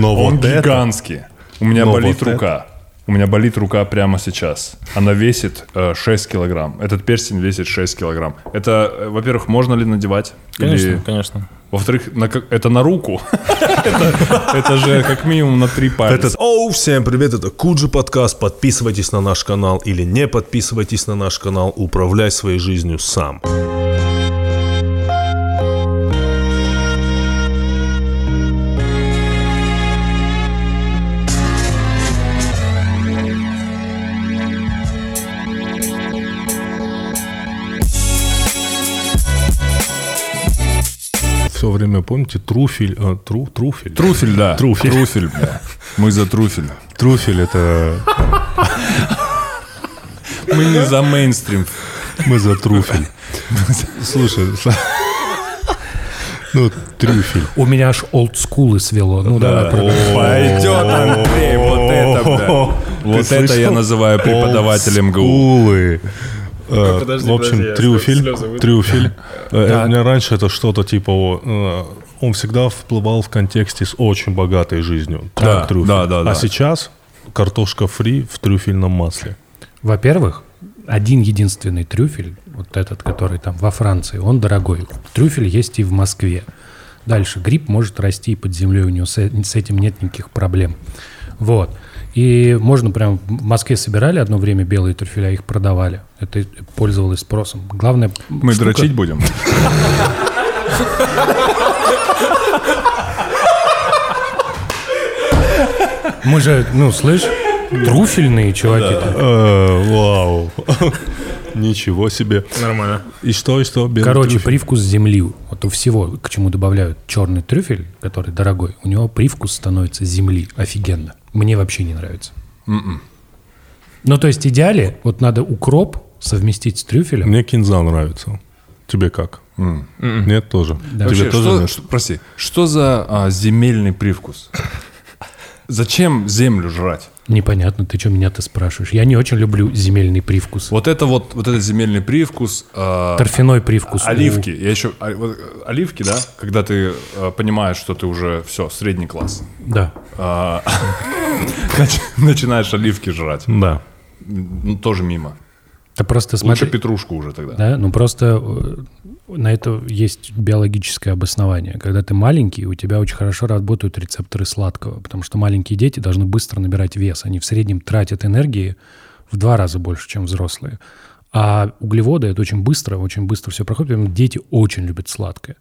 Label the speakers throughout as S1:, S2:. S1: Но
S2: Он
S1: вот это-
S2: гигантский. У меня
S1: Но
S2: болит
S1: вот это-
S2: рука. У меня болит рука прямо сейчас. Она весит э, 6 килограмм. Этот перстень весит 6 килограмм. Это, э, во-первых, можно ли надевать?
S3: Конечно,
S2: Или-
S3: конечно.
S2: Во-вторых, на как- это на руку. это, это же как минимум на три пальца.
S1: Этот, оу, всем привет, это Куджи подкаст. Подписывайтесь на наш канал или не подписывайтесь на наш канал. Управляй своей жизнью сам.
S4: Все время, помните, труфель, а, тру, труфель?
S2: Труфель, да.
S4: Труфель.
S2: Труфель, бля. Мы за труфель.
S4: Труфель это
S2: Мы не за мейнстрим.
S4: мы за труфель. Слушай, с- ну трюфель.
S5: У меня аж олдскулы свело. Ну да,
S2: Пойдет, Андрей, вот это, бля. Вот это я
S4: слышал?
S2: называю преподавателем ГУ.
S4: Скулы. Э,
S3: подожди,
S4: в общем,
S3: подожди, я
S4: трюфель,
S3: слезы выдал.
S4: трюфель. Э, э, У меня раньше это что-то типа, о, э, он всегда вплывал в контексте с очень богатой жизнью.
S2: Да,
S4: трюфель.
S2: да, да, да.
S4: А сейчас картошка фри в трюфельном масле.
S5: Во-первых, один единственный трюфель, вот этот, который там во Франции, он дорогой. Трюфель есть и в Москве. Дальше гриб может расти и под землей, у него с, э- с этим нет никаких проблем. Вот. И можно прям в Москве собирали одно время белые трюфеля, их продавали. Это пользовалось спросом. Главное,
S2: Мы дрочить будем?
S5: мы же, ну, слышь, трюфельные чуваки.
S4: Э, Вау. Ничего себе.
S3: Нормально.
S4: И что, и что? белый
S5: Короче,
S4: Э, трюфель?
S5: привкус земли. Вот у всего, к чему добавляют черный трюфель, который дорогой, у него привкус становится земли. Офигенно. Мне вообще не нравится. Ну, то есть, в идеале, вот надо укроп совместить с трюфелем.
S4: Мне кинза нравится. Тебе как? Нет, тоже. Тебе
S2: Вообще,
S4: тоже
S2: что-
S4: нравится?
S2: что- прости, что за а, земельный привкус? Зачем землю жрать?
S5: Непонятно, ты что меня-то спрашиваешь? Я не очень люблю земельный привкус.
S2: Вот это вот, вот этот земельный привкус, а,
S5: Торфяной привкус. у-
S2: оливки. Я еще а, вот, э, оливки, да? Когда ты э, понимаешь, что ты уже все средний класс,
S5: Да.
S2: А, нач- начинаешь оливки жрать.
S4: Да.
S2: Ну, тоже мимо.
S5: Это просто
S2: Лучше
S5: смотри.
S2: петрушку уже тогда.
S5: Да, ну просто э, на это есть биологическое обоснование. Когда ты маленький, у тебя очень хорошо работают рецепторы сладкого, потому что маленькие дети должны быстро набирать вес. Они в среднем тратят энергии в два раза больше, чем взрослые. А углеводы это очень быстро, очень быстро все проходит. Поэтому дети очень любят сладкое.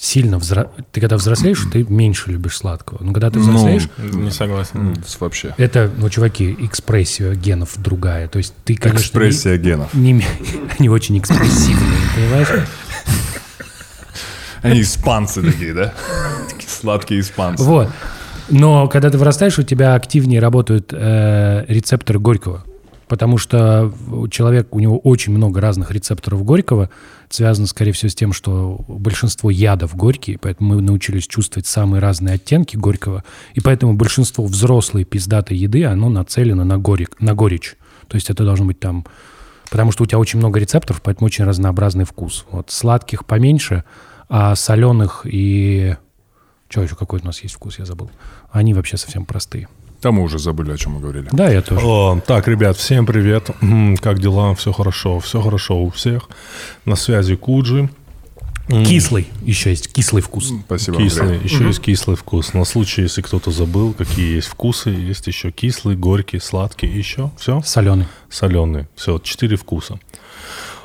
S5: Сильно взра... Ты когда взрослеешь, ты меньше любишь сладкого. Но когда ты взрослеешь,
S3: Не согласен.
S2: С- Вообще.
S5: это, ну, чуваки, экспрессия генов другая. То есть ты, конечно... не-
S2: Экспрессия генов.
S5: не ме- Они очень экспрессивные, понимаешь?
S2: Они испанцы такие, да? Такие Сладкие испанцы.
S5: Вот. Но когда ты вырастаешь, у тебя активнее работают э, рецепторы горького. Потому что у человека, у него очень много разных рецепторов горького. Это связано, скорее всего, с тем, что большинство ядов горькие, поэтому мы научились чувствовать самые разные оттенки горького. И поэтому большинство взрослой пиздатой еды, оно нацелено на, горек, на горечь. То есть это должно быть там... Потому что у тебя очень много рецепторов, поэтому очень разнообразный вкус. Вот сладких поменьше, а соленых и Че еще какой у нас есть вкус, я забыл. Они вообще совсем простые.
S2: Там мы уже забыли, о чем мы говорили.
S5: Да, я тоже.
S4: О, так, ребят, всем привет. М, Как дела? Все хорошо, все хорошо у всех. На связи Куджи.
S5: Кислый еще есть, кислый вкус.
S2: Спасибо,
S4: Кислый,
S2: Андрей.
S4: еще есть кислый вкус. На случай, если кто-то забыл, какие есть вкусы, есть еще кислый, горький, сладкий, еще все.
S5: Соленый.
S4: соленый. Все, четыре вкуса.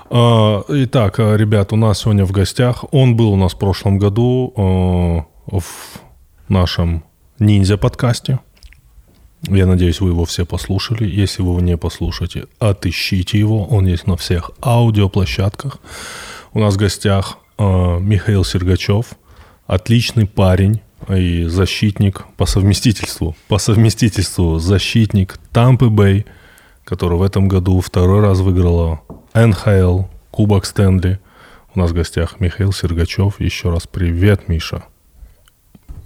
S4: А, Итак, а, ребят, у нас сегодня в гостях. Он был у нас в прошлом году э, в нашем ниндзя-подкасте. Я надеюсь, вы его все послушали. Если вы его не послушаете, отыщите его. Он есть на всех аудиоплощадках. У нас в гостях э, Михаил Сергачев. Отличный парень и защитник по совместительству. По совместительству защитник Тампы Бэй, который в этом году второй раз выиграла НХЛ, Кубок Стэнли. У нас в гостях Михаил Сергачев. Еще раз привет, Миша.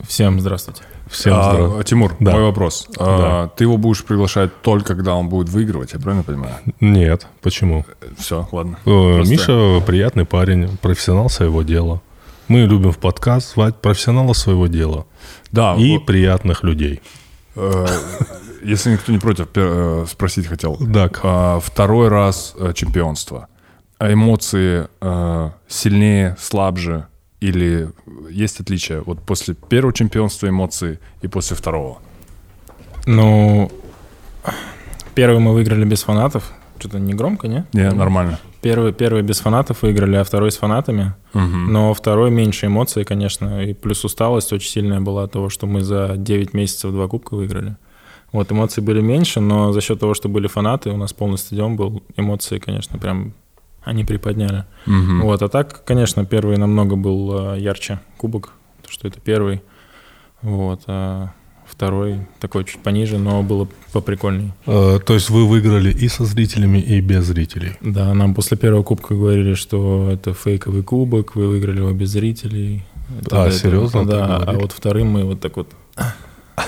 S3: Всем здравствуйте.
S4: Всем
S2: А,
S4: здра-
S2: Тимур,
S4: Да.
S2: мой вопрос. А, Ты его будешь приглашать только, когда он будет выигрывать, я правильно понимаю?
S4: Нет, почему?
S2: Все, ладно.
S4: Э,
S2: э, Просто-
S4: Миша приятный парень, профессионал своего дела. Мы любим в подкаст звать профессионала своего дела
S2: Да,
S4: и
S2: А вот,
S4: приятных людей.
S2: э, если никто не против, пер- э, спросить хотел.
S4: Так.
S2: А, Второй раз э, чемпионство. А Эмоции э, сильнее, слабже или есть отличия вот после первого чемпионства эмоций и после второго?
S3: Ну, первый мы выиграли без фанатов. Что-то не громко, не?
S2: Не, нормально.
S3: Первый, первый без фанатов выиграли, а второй с фанатами.
S2: Мгм.
S3: Но второй меньше эмоций, конечно, и плюс усталость очень сильная была от того, что мы за 9 месяцев два кубка выиграли. Вот, эмоций были меньше, но за счет того, что были фанаты, у нас полный стадион был, эмоции, конечно, прям они приподняли.
S2: Мгм.
S3: Вот, а так, конечно, первый намного был э, ярче кубок, то, что это первый. Вот, а второй такой чуть пониже, но было поприкольней.
S4: Э, То есть вы выиграли и со зрителями, и без зрителей.
S3: Да, нам после первого кубка говорили, что это фейковый кубок, вы выиграли его без зрителей. И т.д.
S4: А,
S3: и т.п.
S4: серьезно? Так
S3: Да, а
S4: говорили?
S3: вот вторым мы вот так вот...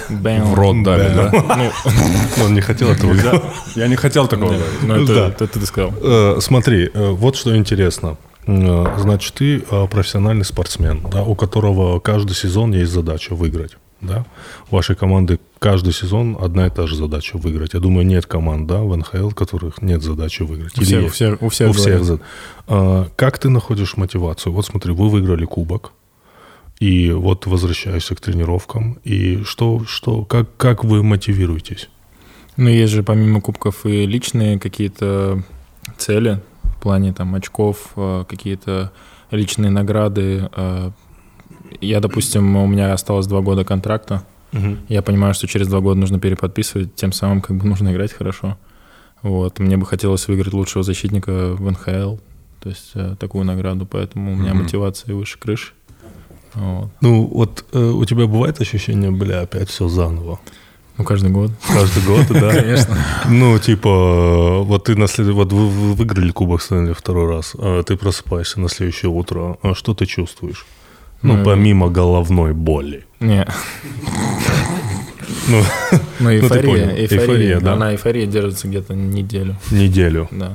S3: Бэм.
S2: В рот дали, да?
S3: Ну,
S4: Он не хотел этого говорить.
S2: Я- Я не хотел такого.
S3: да,
S2: говорить.
S3: ну, это
S4: Да.
S3: это ты сказал.
S4: Э, Смотри, э, вот что интересно. Э, Значит, ты э, профессиональный спортсмен, да, у которого каждый сезон есть задача выиграть. Да? У вашей команды каждый сезон одна и та же задача выиграть. Я думаю, нет команд да, в НХЛ, которых нет задачи выиграть.
S3: У
S4: Или
S3: всех-
S4: есть?
S3: у всех- у всех
S4: У всех
S3: задача.
S4: зад- А, Как ты находишь мотивацию? Вот смотри, вы выиграли кубок, и вот возвращаешься к тренировкам. И что, что, как, как вы мотивируетесь?
S3: Ну, есть же помимо кубков и личные какие-то цели в плане там очков, э, какие-то личные награды. э. Я, допустим, у меня осталось два года контракта. Я понимаю, что через два года нужно переподписывать, тем самым как бы нужно играть хорошо. Вот. Мне бы хотелось выиграть лучшего защитника в НХЛ, то есть э, такую награду, поэтому у меня
S2: Мгм.
S3: мотивация выше крыш. Вот.
S4: Ну, вот э, у тебя бывает ощущение, бля, опять все заново?
S3: Ну, каждый год.
S4: Каждый год, да? Конечно. Ну, типа, э, вот ты на след- вот вы вы выиграли Кубок Стэнли второй раз, а ты просыпаешься на следующее утро, а что ты чувствуешь? Ну,
S3: Ну,
S4: помимо головной боли.
S3: Не.
S4: Ну,
S3: Ну,
S4: ты
S3: эйфория,
S4: понял.
S3: эйфория,
S4: Эйфория, да.
S3: Она эйфория держится где-то неделю,
S4: неделю.
S3: да.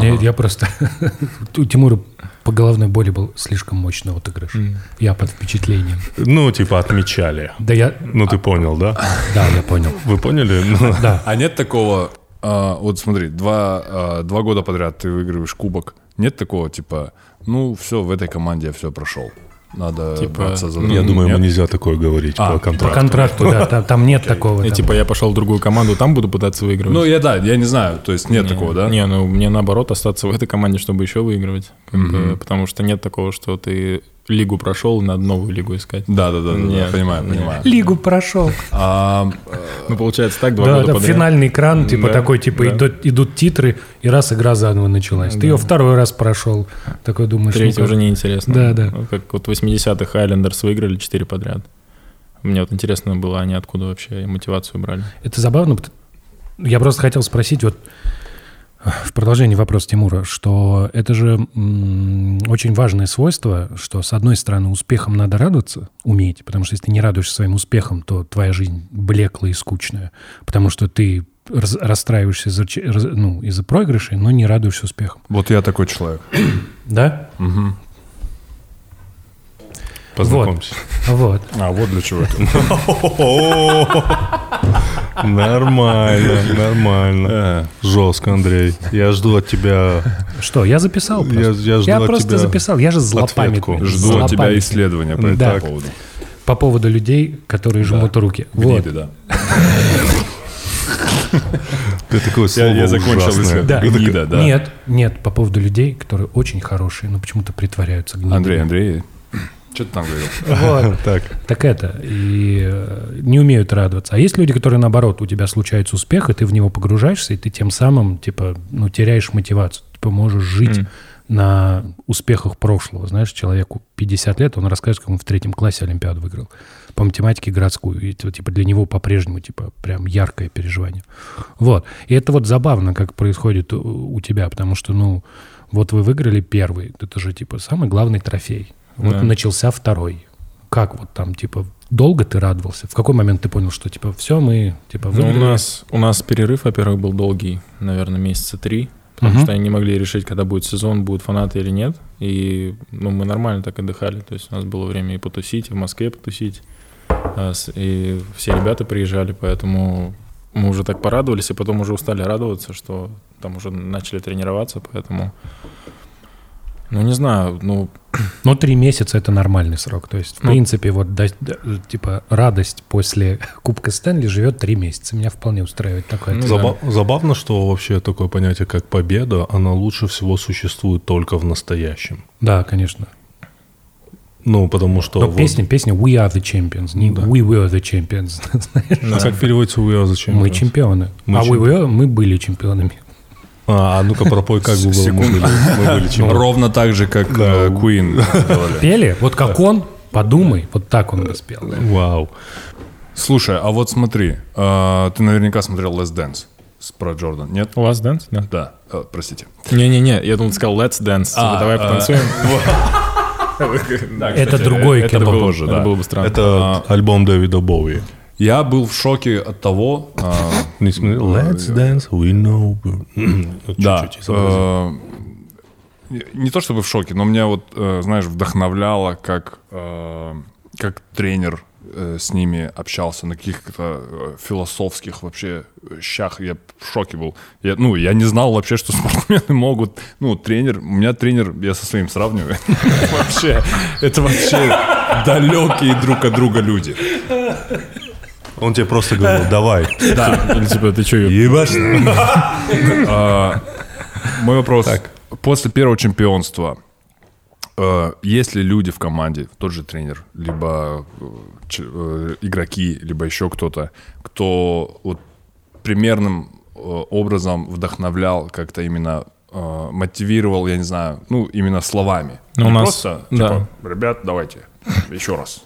S5: Я, я просто... У Тимура по головной боли был слишком мощный отыгрыш. Я под впечатлением.
S4: Ну, типа, отмечали.
S5: Да, я...
S4: Ну, ты понял, да?
S5: Да, я понял.
S4: Вы поняли? Ну,
S5: Да.
S2: А нет такого, а, вот смотри, два, а, два года подряд ты выигрываешь кубок, нет такого типа, ну все, в этой команде я все прошел, надо
S3: Типа,
S2: браться за...
S4: Я
S2: Ну,
S4: думаю, ему
S2: нет.
S4: нельзя такое говорить
S2: А,
S4: по
S5: По
S4: контракту.
S5: контракту, да, та- там нет такого.
S3: И
S5: там.
S3: типа я пошел в другую команду, там буду пытаться выигрывать.
S2: Ну я да, я не знаю, то есть нет
S3: Не,
S2: такого, да?
S3: Не, ну мне наоборот остаться в этой команде, чтобы еще выигрывать. как бы, потому что нет такого, что ты лигу прошел и надо новую лигу искать.
S2: Да, да, да, да,
S3: Нет,
S2: да, понимаю,
S3: нет.
S2: понимаю.
S5: Лигу прошел.
S2: А,
S3: Ну, получается так, два
S5: Да,
S3: года
S5: это
S3: подряд.
S5: финальный экран, типа
S3: Да,
S5: такой, типа
S3: да.
S5: идут, идут титры, и раз игра заново началась. Ты ее второй раз прошел, такой думаешь,
S3: Третий
S5: ну-ка.
S3: уже неинтересно.
S5: Да, да.
S3: Ну, как вот в 80-х Айлендерс выиграли 4 подряд. Мне вот интересно было, они откуда вообще мотивацию брали.
S5: Это забавно. пот- Я просто хотел спросить, вот э, в продолжении вопроса Тимура, что это же м, очень важное свойство, что с одной стороны успехом надо радоваться, уметь, потому что если ты не радуешься своим успехам, то твоя жизнь блекла и скучная, потому что ты раз- расстраиваешься из-за, ч- раз- ну, из-за проигрышей, но не радуешься успехам.
S2: вот я такой человек.
S5: Да?
S2: Мгм.
S4: Познакомься.
S5: Вот.
S2: А вот для чего это.
S4: Нормально, нормально.
S2: Э,
S4: Жестко, Андрей. Я жду от тебя
S5: Что, я записал просто.
S4: Я- я жду от
S5: просто
S4: тебя
S5: записал, я же злопамятный.
S2: Жду
S4: ответку.
S2: от тебя
S5: злопамятный.
S2: исследования по
S5: Да.
S2: этому поводу.
S5: По поводу людей, которые жмут руки. Вот.
S2: Гниды, да.
S4: Ты такое
S2: Я,
S4: слово
S2: я закончил
S4: ужасное.
S2: исследование.
S5: Да.
S2: Гнида, да.
S5: Нет, нет, по поводу людей, которые очень хорошие, но почему-то притворяются гнидами.
S2: Андрей, Андрей, что ты там говорил?
S5: Вот.
S4: Так,
S5: Так это, и э, не умеют радоваться. А есть люди, которые, наоборот, у тебя случается успех, и ты в него погружаешься, и ты тем самым, типа, ну, теряешь мотивацию. Типа, можешь жить на успехах прошлого. Знаешь, человеку 50 лет, он расскажет, как он в третьем классе Олимпиаду выиграл. По математике городскую. И, это, типа, для него по-прежнему, типа, прям яркое переживание. Вот. И это вот забавно, как происходит у, у тебя, потому что, ну, вот вы выиграли первый. Это же, типа, самый главный трофей. Вот
S3: Да.
S5: начался второй. Как вот там, типа, долго ты радовался? В какой момент ты понял, что, типа, все, мы, типа,
S3: Ну, у
S5: выиграли?
S3: нас, у нас перерыв, во-первых, был долгий, наверное, месяца три. потому
S5: Мгм.
S3: что они не могли решить, когда будет сезон, будут фанаты или нет. И ну, мы нормально так отдыхали. То есть у нас было время и потусить, и в Москве потусить. А, с- И все ребята приезжали, поэтому мы уже так порадовались, и потом уже устали радоваться, что там уже начали тренироваться, поэтому... Ну, не знаю, ну,
S5: Но три месяца это нормальный срок. То есть, в
S3: Ну.
S5: принципе, вот да- да, типа радость после Кубка Стэнли живет три месяца. Меня вполне устраивает такое.
S3: Ну,
S4: Заба- Забавно, что вообще такое понятие, как победа, она лучше всего существует только в настоящем.
S5: Да, конечно.
S4: Ну, потому что...
S5: Но
S4: вот-
S5: песня, песня We are the champions, не
S4: Да.
S5: We were the champions. Знаешь,
S4: А как переводится «We are the champions»?
S5: мы чемпионы.
S4: Мы
S5: а we
S4: чемпионы.
S5: were, мы были чемпионами.
S4: А, а ну-ка пропой, как бы было, мы
S2: Секунду.
S4: были, мы были чемпионами.
S2: Ровно так же, как э, Queen делали.
S5: Пели, вот как он, подумай, вот так он бы спел.
S4: Вау.
S2: Слушай, а вот смотри, э, ты наверняка смотрел Last Dance с про Джордан, нет?
S3: у вас dance, да?
S2: Да, э, простите.
S3: Не-не-не, я думал, ты сказал let's dance, типа,
S2: А,
S3: давай
S2: а,
S3: потанцуем.
S5: Это другое
S2: это
S5: кино.
S2: было позже,
S3: Это
S2: да.
S3: было бы странно.
S2: А.
S4: Это альбом Дэвида Боуи.
S2: Я был в шоке от того, э,
S4: Не смотрел? Let's dance, we know.
S2: Да.
S4: Чуть-чуть изобразил.
S2: э, Не то чтобы в шоке, но меня вот, э, знаешь, вдохновляло, как, э, как тренер э, с ними общался на каких-то э, философских вообще щах. Я в шоке был. Я, ну, я не знал вообще, что спортсмены могут... Ну, тренер... У меня тренер, я со своим сравниваю. Вообще, это вообще далекие друг от друга люди.
S4: Он тебе просто говорил, давай.
S3: Или типа, ты что,
S4: Ебашь.
S2: Мой вопрос. После первого чемпионства, э, есть ли люди в команде, тот же тренер, либо э, ч- э, игроки, либо еще кто-то, кто вот примерным э, образом вдохновлял как-то именно э, мотивировал, я не знаю, ну, именно словами.
S3: Ну,
S2: Не
S3: у нас-
S2: просто,
S3: да.
S2: типа, ребят, давайте, еще раз.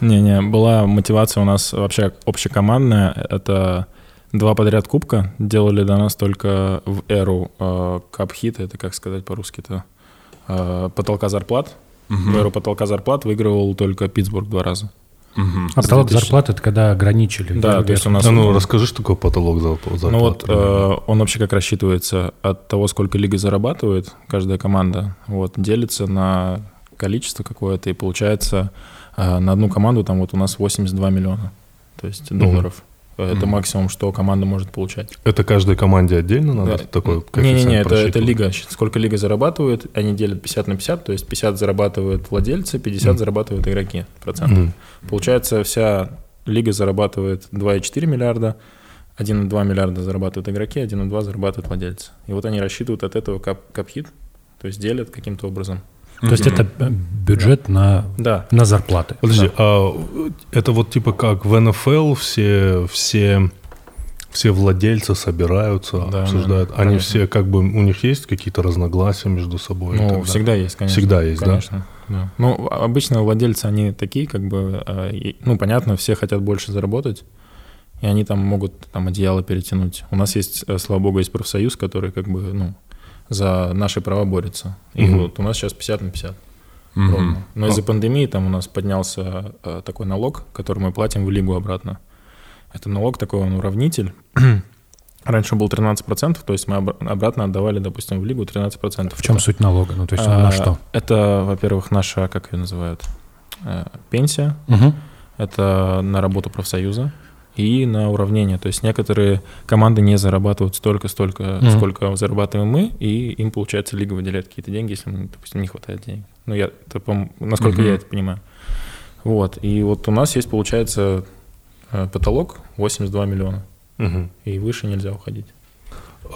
S3: Не-не, была мотивация у нас вообще общекомандная. Это два подряд кубка делали до нас только в эру э, капхита, это как сказать по-русски-то, э, потолка зарплат. В эру потолка зарплат выигрывал только Питтсбург два раза.
S5: А потолок
S3: 2000.
S5: зарплаты это когда ограничили.
S3: Да,
S5: Я-
S3: то есть у
S5: я-
S3: нас...
S4: А ну, расскажи, что такое потолок зарп- зарплаты.
S3: Ну вот, э, он вообще как рассчитывается от того, сколько лига зарабатывает, каждая команда, вот, делится на количество какое-то, и получается э, на одну команду там вот у нас 82 миллиона, то есть долларов. Э, Это максимум, что команда может получать.
S4: Это каждой команде отдельно надо
S3: э, Ну Да.
S4: такой коэффициент
S3: Не-не-не, это, это
S4: просчитывать?
S3: лига. Щ- Сколько лига зарабатывает, они делят 50 на 50, то есть 50 зарабатывают владельцы, 50 зарабатывают игроки процентов.
S4: Мгм.
S3: Получается, вся лига зарабатывает 2,4 миллиарда, 1,2 миллиарда зарабатывают игроки, 1,2 зарабатывают владельцы. И вот они рассчитывают от этого кап- кап-хит, то есть делят каким-то образом.
S5: То есть это э, бюджет на,
S3: Да.
S5: на зарплаты.
S4: Подожди, а это вот типа как в НФЛ все, все, все владельцы собираются,
S3: Да,
S4: обсуждают.
S3: да,
S4: Они
S3: конечно.
S4: все как бы, у них есть какие-то разногласия между собой? и так
S3: Ну,
S4: далее?
S3: всегда есть, конечно.
S4: Всегда есть, да?
S3: конечно. да? Ну, а- обычно владельцы, они такие, как бы, а, и- ну, понятно, все хотят больше заработать, и они там могут там одеяло перетянуть. У нас есть, э, слава богу, есть профсоюз, который, как бы, ну, за наши права борется. И
S4: Мгм.
S3: вот у нас сейчас 50 на 50.
S2: Мгм.
S3: ровно. Но
S5: А.
S3: из-за пандемии там у нас поднялся э, такой налог, который мы платим в лигу обратно. Это налог такой, он уравнитель. Раньше он был 13%, то есть мы обра- обратно отдавали, допустим, в лигу 13%.
S5: В чем суть налога? Ну, то есть
S3: А,
S5: на что?
S3: Это, во-первых, наша, как ее называют, э, пенсия,
S5: Мгм.
S3: это на работу профсоюза и на уравнение. То есть некоторые команды не зарабатывают столько-столько,
S5: Мгм.
S3: сколько зарабатываем мы, и им, получается, лига выделяет какие-то деньги, если, им, допустим, не хватает денег. Ну, я, это, по-моему, насколько я это понимаю. Вот, и вот у нас есть, получается, э, потолок 82 миллиона,
S4: Мгм.
S3: и выше нельзя уходить.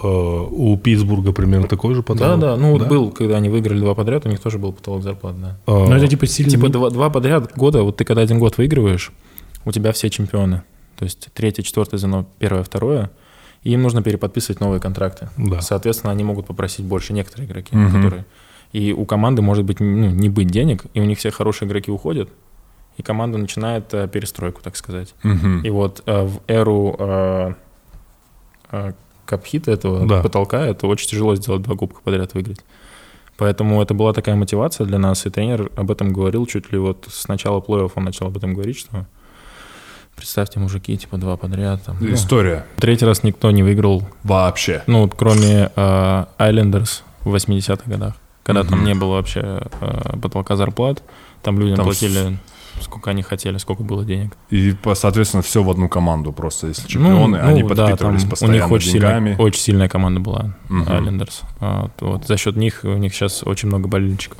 S4: Э, У Питтсбурга примерно такой же потолок?
S3: Да, да, ну вот был, когда они выиграли два подряд, у них тоже был потолок зарплат, да.
S4: Э,
S5: Ну, это типа сильно...
S3: Типа два, два подряд года, вот ты когда один год выигрываешь, у тебя все чемпионы. То есть третье, четвертое звено, первое, второе. И им нужно переподписывать новые контракты.
S4: Да.
S3: Соответственно, они могут попросить больше некоторые игроки,
S2: Мгм.
S3: которые... И у команды может быть ну, не быть денег, и у них все хорошие игроки уходят, и команда начинает э, перестройку, так сказать.
S2: Мгм.
S3: И вот э, в эру э, э, капхита этого
S4: Да.
S3: потолка это очень тяжело сделать два кубка подряд выиграть. Поэтому это была такая мотивация для нас, и тренер об этом говорил чуть ли вот с начала плей-офф он начал об этом говорить, что Представьте, мужики, типа, два подряд. Там, ну.
S2: История.
S3: Третий раз никто не выиграл,
S2: Вообще.
S3: ну, вот кроме э, Islanders в 80-х годах, когда там не было вообще э, потолка зарплат, там людям
S2: Там
S3: платили сколько они хотели, сколько было денег.
S2: И, по- соответственно, все в одну команду просто. Если чемпионы, они
S3: ну, да,
S2: подпитывались
S3: там
S2: постоянно
S3: У них очень,
S2: деньгами.
S3: Сильная, очень сильная команда была,
S2: Мгм.
S3: Айлендерс. вот, за счет них, у них сейчас очень много болельщиков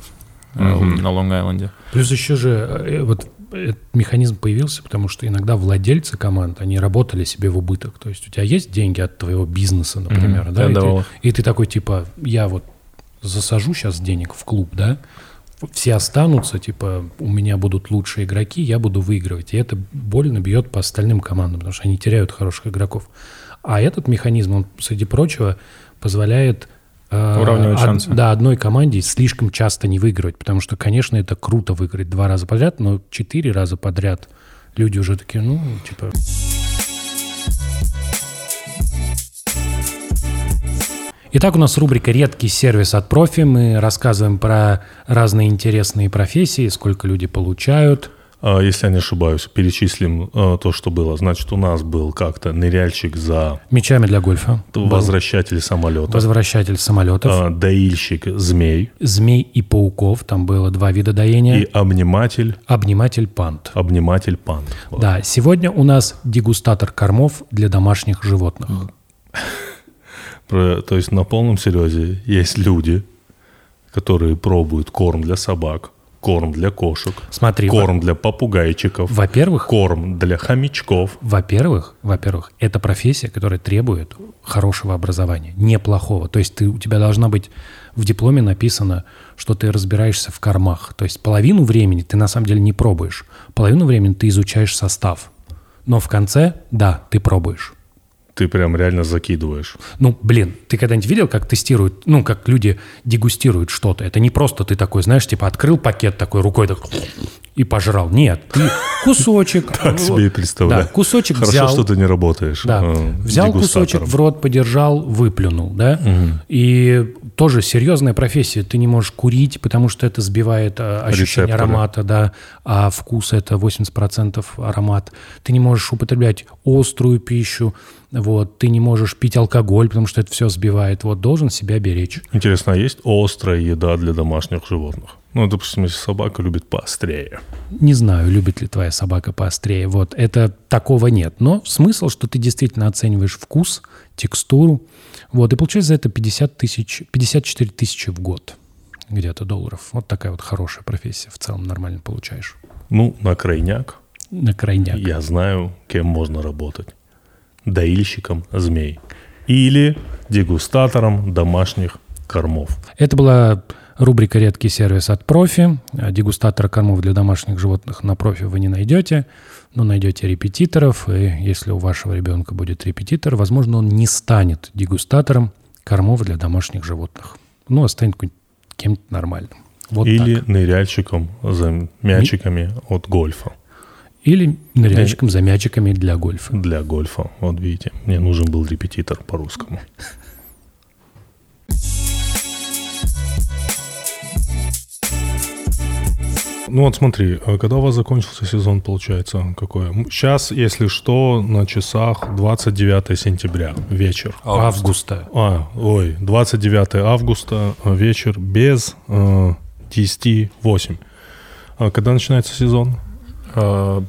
S3: э,
S2: Мгм.
S3: на Лонг-Айленде.
S5: Плюс еще же э, вот этот механизм появился, потому что иногда владельцы команд, они работали себе в убыток. То есть у тебя есть деньги от твоего бизнеса, например,
S3: Мгм.
S5: да?
S3: Ты
S5: и ты-
S3: отдавал их.
S5: И ты такой, типа, я вот засажу сейчас денег в клуб, да, все останутся, типа, у меня будут лучшие игроки, я буду выигрывать. И это больно бьет по остальным командам, потому что они теряют хороших игроков. А этот механизм, он, среди прочего, позволяет э,
S3: Уравнивать
S5: од-
S3: шансы.
S5: да, одной команде слишком часто не выигрывать, потому что, конечно, это круто выиграть два раза подряд, но четыре раза подряд люди уже такие, ну, типа... Итак, у нас рубрика «Редкий сервис от профи». Мы рассказываем про разные интересные профессии, сколько люди получают.
S4: А, Если я не ошибаюсь, перечислим а, то, что было. Значит, у нас был как-то ныряльщик за
S5: Мечами для гольфа.
S4: возвращатель самолета,
S5: Возвращатель самолетов.
S4: а, доильщик змей
S5: Змей и пауков. Там было два вида доения.
S4: и обниматель,
S5: Обниматель панд.
S4: обниматель панд. Вот.
S5: Да, сегодня у нас дегустатор кормов для домашних животных.
S4: Про- То есть на полном серьезе есть люди, которые пробуют корм для собак, корм для кошек,
S5: Смотри, во-
S4: корм для попугайчиков,
S5: во-первых,
S4: корм для хомячков.
S5: Во-первых, во-первых, это профессия, которая требует хорошего образования, неплохого. То есть ты, у тебя должна быть в дипломе написано, что ты разбираешься в кормах. То есть половину времени ты на самом деле не пробуешь, половину времени ты изучаешь состав. Но в конце, да, ты пробуешь.
S4: Ты прям реально закидываешь.
S5: Ну, блин, ты когда-нибудь видел, как тестируют, ну, как люди дегустируют что-то? Это не просто ты такой, знаешь, типа открыл пакет такой рукой так и пожрал. Нет, ты кусочек.
S4: Так себе и представляю.
S5: Да, кусочек
S4: Хорошо,
S5: взял.
S4: что ты не работаешь.
S5: Да.
S4: э,
S5: Взял кусочек
S4: дегустатором.
S5: в рот, подержал, выплюнул, да. И тоже серьезная профессия. Ты не можешь курить, потому что это сбивает э, ощущение
S4: Рецепторы.
S5: аромата, да, а вкус это 80% аромат. Ты не можешь употреблять острую пищу, вот. Ты не можешь пить алкоголь, потому что это все сбивает. Вот должен себя беречь.
S4: Интересно, а есть острая еда для домашних животных? Ну, допустим, если собака любит поострее.
S5: Не знаю, любит ли твоя собака поострее. Вот это такого нет. Но смысл, что ты действительно оцениваешь вкус, текстуру. Вот, и получаешь за это 50 тысяч, 54 тысячи в год где-то долларов. Вот такая вот хорошая профессия. В целом нормально получаешь.
S4: Ну, на крайняк
S5: На крайняк.
S4: я знаю, кем можно работать. Доильщиком змей. Или дегустатором домашних кормов.
S5: Это была рубрика «Редкий сервис от профи». Э, Дегустатора кормов для домашних животных на профи вы не найдете, но найдете репетиторов. И если у вашего ребенка будет репетитор, возможно, он не станет дегустатором кормов для домашних животных. Ну, а станет какой- кем-то нормальным. Вот
S4: Или
S5: так.
S4: ныряльщиком за мячиками от гольфа.
S5: Или ныряльщиком за мячиками для гольфа.
S4: Для гольфа. Вот видите, мне нужен был репетитор по-русскому. Ну вот смотри, а когда у вас закончился сезон, получается, какой? Сейчас, если что, на часах 29 сентября, вечер.
S5: Августа.
S4: А, ой, 29 августа, а, вечер, без э, 10-8. А когда начинается сезон?
S3: Э,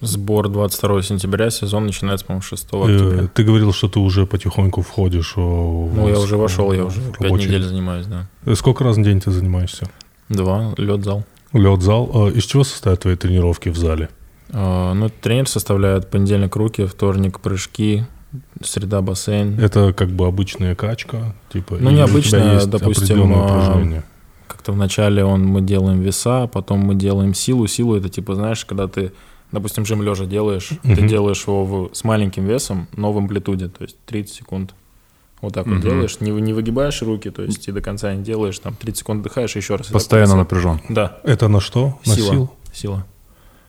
S3: Сбор 22 сентября, сезон начинается, по-моему, 6
S4: Э,
S3: октября.
S4: ты говорил, что ты уже потихоньку входишь э, в...
S3: Ну, я уже вошел, я уже
S4: в
S3: 5
S4: рабочий.
S3: недель занимаюсь, да.
S4: Э, Сколько раз в день ты занимаешься?
S3: Два, лед зал.
S4: Лед зал. Э, Из чего состоят твои тренировки в зале?
S3: Э, Ну, тренер составляет понедельник руки, вторник прыжки, среда бассейн.
S4: Это как бы обычная качка, типа.
S3: Ну,
S4: или
S3: не
S4: у тебя
S3: обычная,
S4: есть
S3: допустим,
S4: определенные
S3: а,
S4: упражнения?
S3: Как-то вначале он, мы делаем веса, потом мы делаем силу. Силу это типа, знаешь, когда ты, допустим, жим лежа делаешь, ты
S4: Мгм.
S3: делаешь его в- с маленьким весом, но в амплитуде, то есть 30 секунд. Вот так
S2: Мгм.
S3: вот делаешь, не, вы- не выгибаешь руки, то есть и до конца не делаешь, там 30 секунд отдыхаешь, еще раз. и до
S2: Постоянно
S3: конца.
S2: напряжен.
S3: Да,
S4: Это на что? На
S3: Сила.
S4: силу?
S3: сила.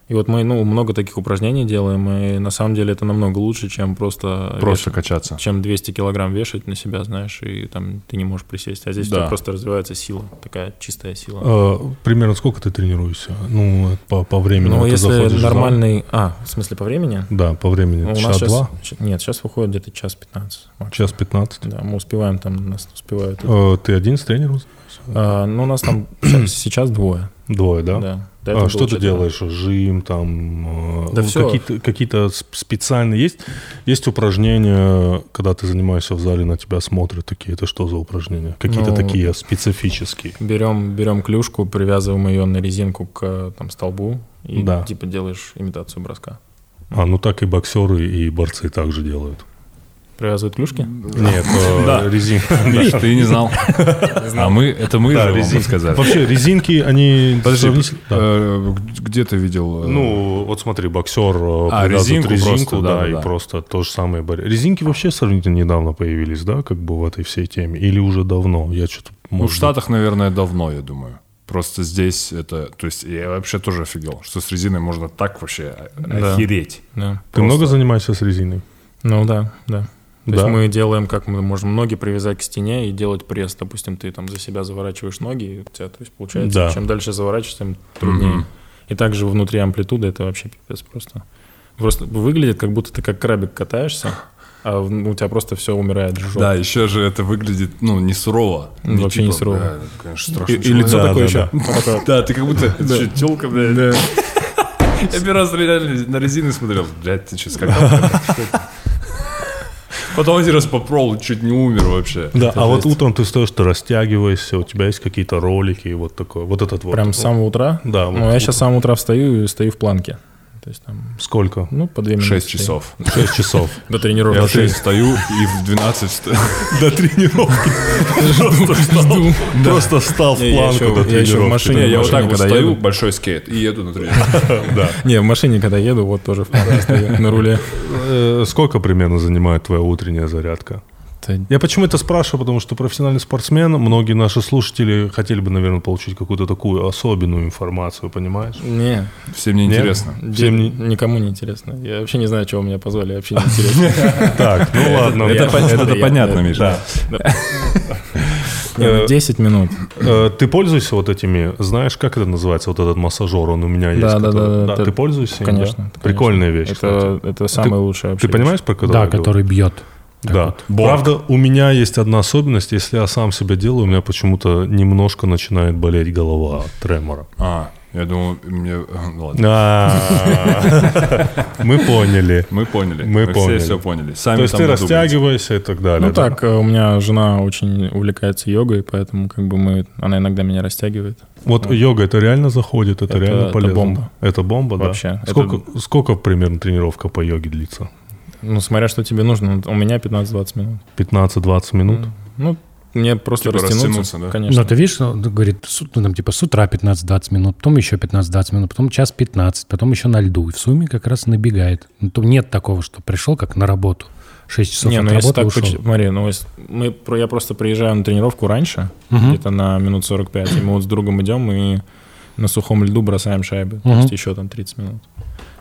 S3: И вот мы, ну, много таких упражнений делаем, и на самом деле это намного лучше, чем просто,
S2: Просто
S3: вешать-
S2: качаться.
S3: чем 200 килограмм вешать на себя, знаешь, и там ты не можешь присесть. А здесь у
S2: Да.
S3: тебя просто развивается сила, такая чистая сила.
S4: Э, Примерно сколько ты тренируешься? Ну, это по, по времени.
S3: Ну,
S4: Ты
S3: если
S4: заходишь в зал.
S3: нормальный... А, в смысле по времени?
S4: Да, по
S3: Ну,
S4: времени.
S3: у нас
S4: Часа
S3: сейчас...
S4: два,
S3: Нет, сейчас выходит где-то час 15. максимум.
S4: час 15.
S3: Да, мы успеваем там, нас успевают.
S4: Э, Ты один с тренером?
S3: А, ну, у нас там щас- сейчас двое.
S4: Двое, да?
S3: Да. До
S4: А
S3: этого было
S4: что ты
S3: четверо.
S4: делаешь? Жим, там э,
S3: Да
S4: ну,
S3: всё.
S4: какие-то, какие-то сп- специальные есть? Есть упражнения, когда ты занимаешься в зале, на тебя смотрят такие. Это что за упражнения? Какие-то
S3: Ну,
S4: такие специфические.
S3: Берем, берем клюшку, привязываем ее на резинку к э, там, столбу и
S4: Да.
S3: типа делаешь имитацию броска.
S4: А, ну так и боксеры, и борцы также делают.
S3: Привязывают клюшки?
S4: Нет, э,
S2: Да.
S4: резин-
S2: Миш, ты не знал. А мы, это мы
S4: Да,
S2: же вам
S4: резинки.
S2: рассказали.
S4: Вообще, резинки, они...
S2: Подожди,
S4: сравнительно- Да.
S2: э, где ты видел? э,
S4: Ну, вот смотри, боксер э,
S2: А,
S4: привязывает
S2: резинку просто,
S4: да,
S2: да-да-да.
S4: и просто то же самое. барь- Резинки вообще сравнительно недавно появились, да, как бы в этой всей теме? Или уже давно? Я что-то...
S2: Ну, в Штатах, наверное, давно, я думаю. Просто здесь это... То есть я вообще тоже офигел, что с резиной можно так вообще о-
S3: Да.
S2: охереть.
S3: Да.
S4: Ты много занимаешься с резиной?
S3: Ну да, да. То
S4: Да.
S3: есть мы делаем, как мы можем ноги привязать к стене и делать пресс. Допустим, ты там за себя заворачиваешь ноги, и у тебя, то есть получается,
S4: Да.
S3: чем дальше заворачиваешь, тем труднее.
S2: Мгм.
S3: И также внутри амплитуды это вообще пипец просто. Просто выглядит, как будто ты как крабик катаешься, а в- у тебя просто все умирает жжет.
S2: Да, еще же это выглядит, ну, не сурово.
S3: Ну, вообще не сурово.
S2: «Бля, конечно,
S3: И,
S2: страшно.
S3: и лицо
S4: Да,
S3: такое
S4: да,
S3: еще. такое.
S2: Да, ты как будто... Че, тёлка, блядь? Я первый раз реально на резину смотрел. Блядь, ты что, скакал? Потом один раз попробовал, чуть не умер вообще.
S4: Да, а вот
S3: жесть.
S4: утром ты стоишь, ты растягиваешься, у тебя есть какие-то ролики и вот такое. Вот этот вот. Ну,
S3: Прям с самого утра.
S4: Да, вот
S3: Ну, я сейчас с самого утра встаю и стою в планке. То есть там,
S4: Сколько?
S3: ну, по две минуты.
S2: Шесть
S3: стою.
S2: часов.
S4: Шесть часов.
S3: До
S2: Я
S3: тренировки.
S2: в 6 встаю и в 12 встаю.
S4: До тренировки. Просто встал. Просто встал в
S3: Не, я ещё-
S4: планку до
S3: я ещё в
S4: тренировки.
S3: машине,
S2: Не, я
S3: машине,
S2: вот так вот
S3: когда
S2: стою,
S3: еду.
S2: большой скейт, и еду на тренировку.
S3: Не, в машине, когда еду, вот тоже в планке стою на руле.
S4: Э, Сколько примерно занимает твоя утренняя зарядка?
S3: Это
S4: Я почему это спрашиваю, потому что профессиональный спортсмен, многие наши слушатели хотели бы, наверное, получить какую-то такую особенную информацию, понимаешь?
S3: Не,
S2: Всем мне
S4: Нет?
S2: интересно.
S4: Всем
S3: де- никому не интересно. Я вообще не знаю, чего меня позвали, вообще не интересно.
S4: Так, ну ладно.
S3: это
S4: Я-
S3: пон-
S2: Это
S3: Да, я-
S2: понятно,
S3: да,
S2: Миша.
S3: Не, ну, 10 минут.
S4: Э, Ты пользуешься вот этими, знаешь, как это называется, вот этот массажер, он у меня есть.
S3: Да, да,
S4: который-
S3: да, да,
S4: Ты
S3: это-
S4: пользуешься? им, да?
S3: Конечно. конечно.
S4: Прикольная вещь, кстати.
S3: Это, это самое лучшее вообще.
S4: Ты понимаешь, про который
S5: Да,
S4: я говорю?
S5: который бьет.
S4: Да. Правда, у меня есть одна особенность. Если я сам себя делаю, у меня почему-то немножко начинает болеть голова от тремора.
S2: А, я думал, мне... э, ну Ладно.
S3: А.
S4: Мы поняли.
S2: Мы поняли.
S4: Мы
S2: все
S4: поняли.
S2: все поняли. Сами
S4: То есть
S2: там
S4: ты
S2: додумайтесь.
S4: растягиваешься и так далее.
S3: Ну
S4: да?
S3: так, э, у меня жена очень увлекается йогой, поэтому как бы мы... Она иногда меня растягивает.
S4: Вот йога, это реально заходит, это,
S3: Это-
S4: реально
S3: это
S4: полезно.
S3: бомба.
S4: Это бомба, да?
S3: Вообще, это-
S4: Сколько, сколько примерно тренировка по йоге длится?
S3: Ну, смотря что тебе нужно. У меня 15-20 минут.
S4: 15-20 минут?
S3: Ну, мне просто
S2: Типа
S3: растянуться.
S2: растянуться, да?
S3: Конечно.
S5: Но ты видишь, ну, говорит, с- ну, там типа с утра 15-20 минут, потом еще 15-20 минут, потом час 15, потом еще на льду. И в сумме как раз набегает. Ну, то нет такого, что пришел как на работу. 6 часов
S3: Не,
S5: от
S3: ну если
S5: работы
S3: так,
S5: ушел.
S3: поч- смотри, ну если мы, про- я просто приезжаю на тренировку раньше,
S5: Мгм.
S3: где-то на минут 45, и мы вот с другом идем и на сухом льду бросаем шайбы, то
S5: Мгм.
S3: есть еще там 30 минут.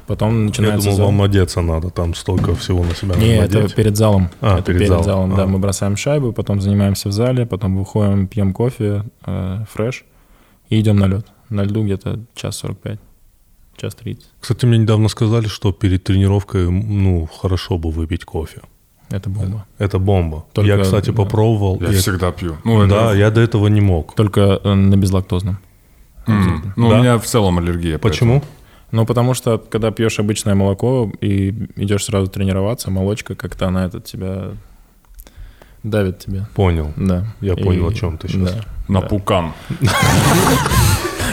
S3: Потом
S4: Я
S3: начинается...
S4: думал,
S3: зал.
S4: вам одеться надо, там столько всего на себя
S3: Не,
S4: надо
S3: это
S4: надеть.
S3: перед залом.
S4: А,
S3: это
S4: перед
S3: перед,
S4: залом.
S3: залом. да.
S4: А.
S3: Мы бросаем шайбы, потом занимаемся в зале, потом выходим, пьем кофе, э, фреш, и идем на лед. На льду где-то час 45, час 30.
S4: Кстати, мне недавно сказали, что перед тренировкой, ну, хорошо бы выпить кофе.
S3: Это бомба.
S4: Это бомба.
S3: Только-
S4: я, кстати,
S3: да.
S4: попробовал.
S2: Я
S4: Я-
S2: всегда пью. Ну, это-
S4: Да, я до этого не мог.
S3: Только э, на безлактозном.
S2: М. Ну,
S4: Да.
S2: у меня в целом аллергия.
S4: Почему?
S3: Ну, потому что, когда пьешь обычное молоко и идешь сразу тренироваться, молочка как-то она этот тебя давит тебя.
S4: Понял.
S3: Да.
S4: Я
S3: И-
S4: понял, о чем ты сейчас.
S3: Да.
S2: поэтому. На пукан.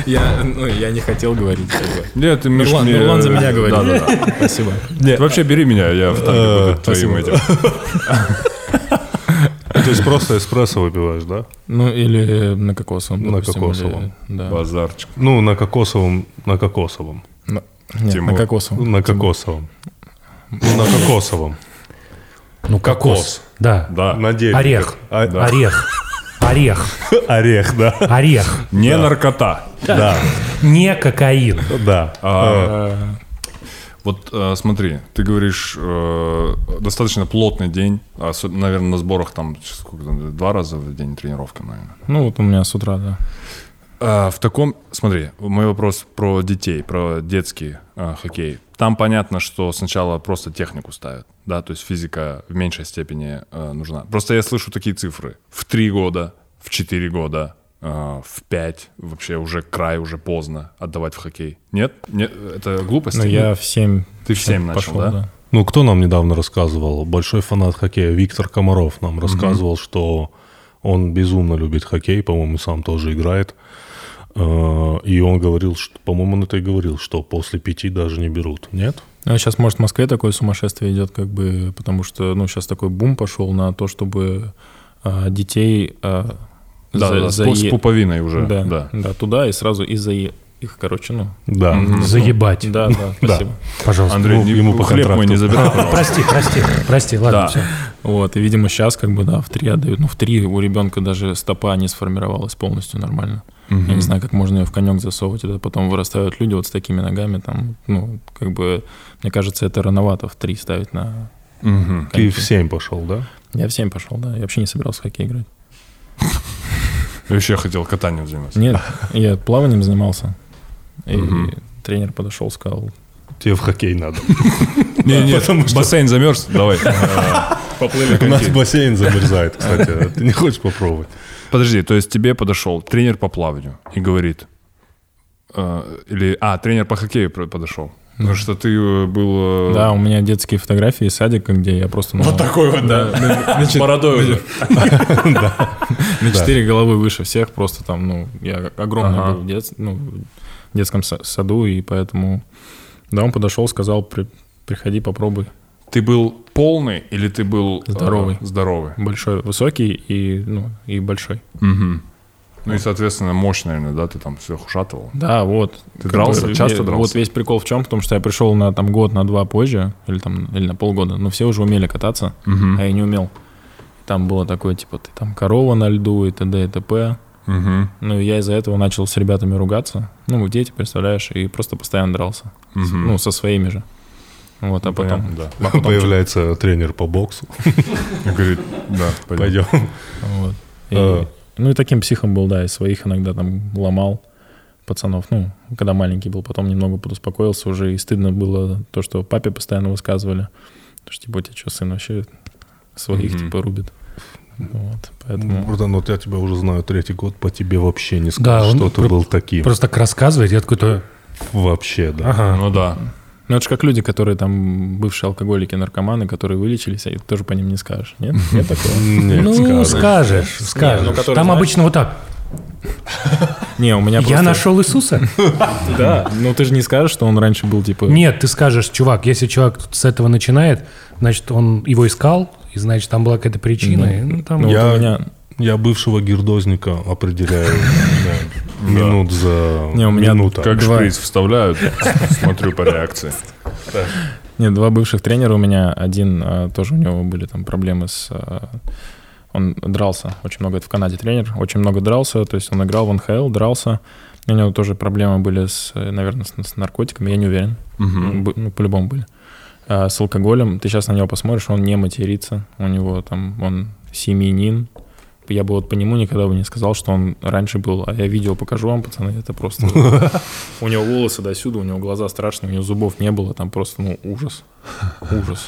S3: Я, ну, я не хотел говорить. как бы.
S2: Нет, ты, Миш,
S3: Нурлан,
S2: мне- э,
S3: Нурлан за меня говорит.
S2: Да-да-да.
S3: Спасибо.
S2: Ты Вообще бери меня, я в танке буду твоим
S3: спасибо.
S2: этим.
S4: Ну, То есть просто эспрессо выпиваешь, да?
S3: Ну, или на кокосовом.
S4: На
S3: допустим,
S4: кокосовом.
S3: или- Да.
S2: Базарчик.
S4: Ну, на кокосовом, на кокосовом. Ну,
S3: На, нет,
S2: Тимур.
S3: на кокосовом.
S4: На кокосовом. На кокосовом.
S5: Ну, кокос. Да.
S2: Да.
S4: На дереве.
S5: Орех.
S4: А-
S5: Орех. Орех.
S4: Орех, да.
S5: Орех.
S2: Не наркота.
S4: Да.
S5: не кокаин.
S4: Да.
S2: А, Вот э, смотри, ты говоришь, э, достаточно плотный день, особенно, наверное, на сборах там, сейчас сколько там, два раза в день тренировка, наверное.
S3: Ну, вот у меня с утра, да.
S2: А, в таком, смотри, мой вопрос про детей, про детский э, хоккей. Там понятно, что сначала просто технику ставят, да, то есть физика в меньшей степени э, нужна. Просто я слышу такие цифры. В три года, в четыре года, э, в пять вообще уже край, уже поздно отдавать в хоккей. Нет? Нет? Это глупость?
S3: Но
S2: Ну,
S3: я в 7
S2: Ты в семь начал, да?
S4: Ну, кто нам недавно рассказывал? Большой фанат хоккея Виктор Комаров нам рассказывал, что он безумно любит хоккей, по-моему, сам тоже играет. Э, И он говорил, что, по-моему, он это и говорил, что после пяти даже не берут. Нет?
S3: Ну, сейчас, может, в Москве такое сумасшествие идет, как бы, потому что, ну, сейчас такой бум пошел на то, чтобы а, детей... а,
S2: Да,
S3: за-
S2: да,
S3: за
S2: с, пу- с
S3: е-
S2: пуповиной уже.
S3: да,
S2: Да.
S3: да. туда и сразу из-за е- их, короче, ну...
S4: Да.
S5: Заебать.
S3: Да, да, спасибо.
S5: Пожалуйста.
S2: Андрей,
S4: Ну,
S2: не-
S4: ему по
S2: хлеб мой
S4: контракту.
S2: не забирай.
S3: а.
S2: пожалуйста.
S5: Прости, прости, прости, ладно,
S2: Да.
S5: все.
S3: Вот, и, видимо, сейчас, как бы, да, в три отдают. Ну, в три у ребенка даже стопа не сформировалась полностью нормально. Я не знаю, как можно ее в конек засовывать. Это потом вырастают люди вот с такими ногами, там, ну, как бы, мне кажется, это рановато в три ставить на...
S2: Мгм.
S4: Ты
S3: коньки.
S4: в семь пошел, да?
S3: Я в семь пошел, да, я вообще не собирался в хоккей играть.
S2: Я Вообще хотел катанием заниматься.
S3: Нет, я плаванием занимался. И
S2: Мгм.
S3: тренер подошел, сказал,
S4: Тебе в хоккей надо.
S2: Не, не, бассейн замерз, давай. Э, Поплыли
S4: У нас
S2: коньки.
S4: бассейн замерзает, кстати. Ты не хочешь попробовать?
S2: Подожди, то есть тебе подошел тренер по плаванию и говорит, э, или, а, тренер по хоккею про- подошел. Потому что ты э, был... э,
S3: да, у меня детские фотографии из садика, где я просто... ну, Вот
S2: такой вот, да. С бородой уже.
S3: На четыре головы выше всех, просто там, ну, я огромный
S2: Ага.
S3: был в, дет- ну, в детском са- саду, и поэтому... Да, он подошел, сказал, «При- приходи, попробуй.
S2: Ты был полный или ты был... э,
S3: Здоровый.
S2: Здоровый.
S3: Большой, высокий и, ну, и большой.
S2: Мгм. Ну и, соответственно, мощь, наверное, да, ты там все ушатывал.
S3: Да, вот.
S2: Ты дрался? Часто
S3: э,
S2: дрался?
S3: Вот весь прикол в чем, потому что я пришел на там год, на два позже, или там, или на полгода, но все уже умели кататься,
S2: Мгм.
S3: а я не умел. Там было такое, типа, ты там корова на льду и т.д. и т.п.
S2: Мгм.
S3: Ну, и я из-за этого начал с ребятами ругаться. Ну, вы дети, представляешь, и просто постоянно дрался. С-
S2: Мгм.
S3: Ну, со своими же. Вот, а потом...
S2: Понятно, да.
S3: а потом
S4: Появляется тренер по боксу.
S2: И Говорит, да, пойдем.
S4: Пойдем.
S3: чё- вот. И-
S2: А.
S4: Э.
S3: Ну, и таким психом был, да, и своих иногда там ломал пацанов. Ну, когда маленький был, потом немного подуспокоился уже, и стыдно было то, что папе постоянно высказывали. Потому что, типа, у тебя что, сын вообще своих,
S2: Мгм.
S3: типа, рубит. Вот, поэтому...
S4: Братан, вот я тебя уже знаю третий год, по тебе вообще не
S5: Да,
S4: скажешь,
S5: он
S4: что ты
S5: про-
S4: был таким.
S5: Просто так рассказывает, я такой-то...
S4: Вообще, да.
S5: Ага.
S2: Ну да.
S3: Ну, это же как люди, которые там бывшие алкоголики, наркоманы, которые вылечились, а и тоже по ним не скажешь. Нет? Нет такого?
S4: Нет,
S5: Ну,
S4: скажешь.
S5: скажешь,
S3: Не, ну,
S5: скажешь.
S3: который
S5: Там
S3: знаешь.
S5: обычно вот так.
S3: Не, у меня
S5: Я
S3: просто-
S5: нашел Иисуса.
S3: Да, ну ты же не скажешь, что он раньше был типа...
S5: Нет, ты скажешь, чувак, если человек тут с этого начинает, значит, он его искал, и значит, там была какая-то причина. и, ну, там-
S3: Ну, вот
S4: Я-
S3: у меня...
S4: Я бывшего гердозника определяю да, минут за
S3: Не, у меня
S4: минута.
S2: Как
S3: Два.
S2: шприц вставляют, смотрю по реакции.
S3: Нет, два бывших тренера у меня. Один а, тоже у него были там проблемы с... а, Он дрался очень много, это в Канаде тренер, очень много дрался, то есть он играл в НХЛ, дрался. И У него тоже проблемы были, с, э, наверное, с, с наркотиками, я не уверен.
S2: Мгм.
S3: Б- Ну, по-любому были. А, с алкоголем, ты сейчас на него посмотришь, он не матерится, у него там, он семьянин. Я бы вот по нему никогда бы не сказал, что он раньше был. А я видео покажу вам, пацаны, это просто... У него волосы до сюда, у него глаза страшные, у него зубов не было, там просто, ну, ужас. Ужас.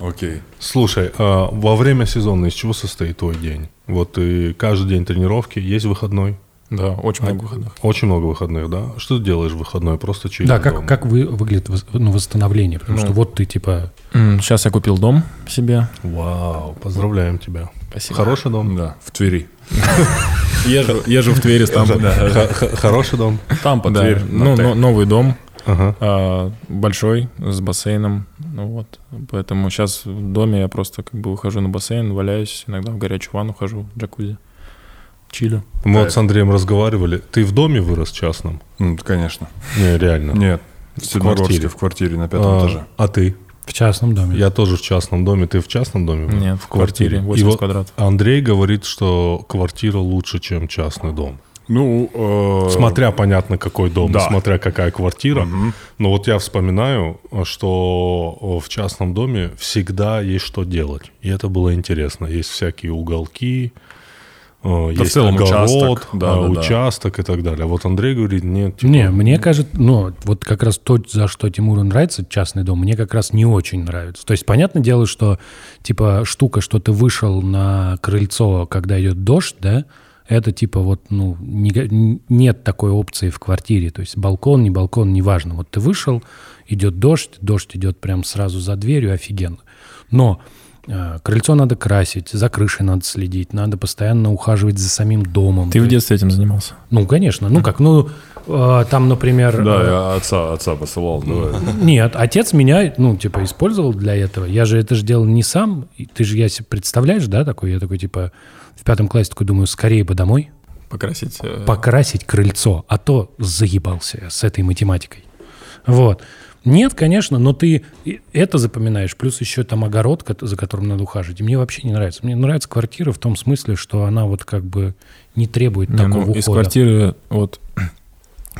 S2: Окей.
S4: Слушай, а во время сезона из чего состоит твой день? Вот ты каждый день тренировки, есть выходной?
S3: Да, очень много выходных.
S4: Очень много выходных, да? Что ты делаешь в выходной? Просто чилишь
S5: Да, как,
S4: дома?
S5: как вы, выглядит вос- ну, восстановление? Потому
S3: Ну.
S5: что вот ты типа...
S3: Сейчас я купил дом себе.
S4: Вау, поздравляем тебя.
S3: Спасибо.
S4: Хороший дом?
S2: Да, в Твери.
S3: Езжу, езжу в Твери, там,
S4: Х- х- Хороший дом?
S2: Там по
S3: Да,
S2: Тверь.
S3: ну, но- новый дом,
S4: Ага.
S3: а, большой, с бассейном, ну вот. Поэтому сейчас в доме я просто как бы выхожу на бассейн, валяюсь, иногда в горячую ванну хожу, в джакузи, чилю.
S4: Мы
S2: Да.
S4: вот с Андреем разговаривали. Ты в доме вырос частном?
S2: Ну, конечно.
S4: Не, реально.
S2: Нет, в Седмогорске,
S4: типа. квартире.
S2: в квартире на пятом
S4: а,
S2: этаже.
S4: а ты?
S5: В частном доме.
S4: Я тоже в частном доме. Ты в частном доме? был?
S3: Нет, в квартире,
S4: И
S3: 80
S4: вот
S3: квадратов.
S4: Андрей говорит, что квартира лучше, чем частный дом.
S2: Ну, э,
S4: Смотря, понятно, какой дом,
S2: да.
S4: смотря какая квартира. Но вот я вспоминаю, что в частном доме всегда есть что делать. И это было интересно. Есть всякие уголки, э,
S2: в
S4: есть
S2: целом
S4: огород,
S2: участок. Да,
S4: э,
S2: да, да.
S4: участок и так далее. А Вот Андрей говорит, нет, типа,
S5: Не, мне кажется, ну, вот как раз то, за что Тимуру нравится частный дом, мне как раз не очень нравится. То есть, понятное дело, что, типа, штука, что ты вышел на крыльцо, когда идет дождь, да, это, типа, вот, ну, не га- н- нет такой опции в квартире. То есть, балкон, не балкон, неважно. Вот ты вышел, идет дождь, дождь идет прям сразу за дверью, офигенно. Но э, крыльцо надо красить, за крышей надо следить, надо постоянно ухаживать за самим домом.
S3: Ты
S5: То
S3: в
S5: есть-
S3: детстве этим занимался?
S5: ну, конечно. Ну, как, ну, э, там, например...
S2: Да,
S5: э,
S2: я отца, отца посылал. давай.
S5: Нет, отец меня, ну, типа, использовал для этого. Я же это же делал не сам. И Ты же, я себе представляешь, да, такой, я такой, типа, в пятом классе такой думаю, скорее бы домой
S3: Покрасить? э,
S5: покрасить крыльцо, а то заебался я с этой математикой. Вот. Нет, конечно, но ты и это запоминаешь, плюс еще там огород, кот- за которым надо ухаживать. И мне вообще не нравится. Мне нравится квартира в том смысле, что она вот как бы не требует
S3: Не,
S5: такого
S3: ну,
S5: ухода.
S3: из квартиры, вот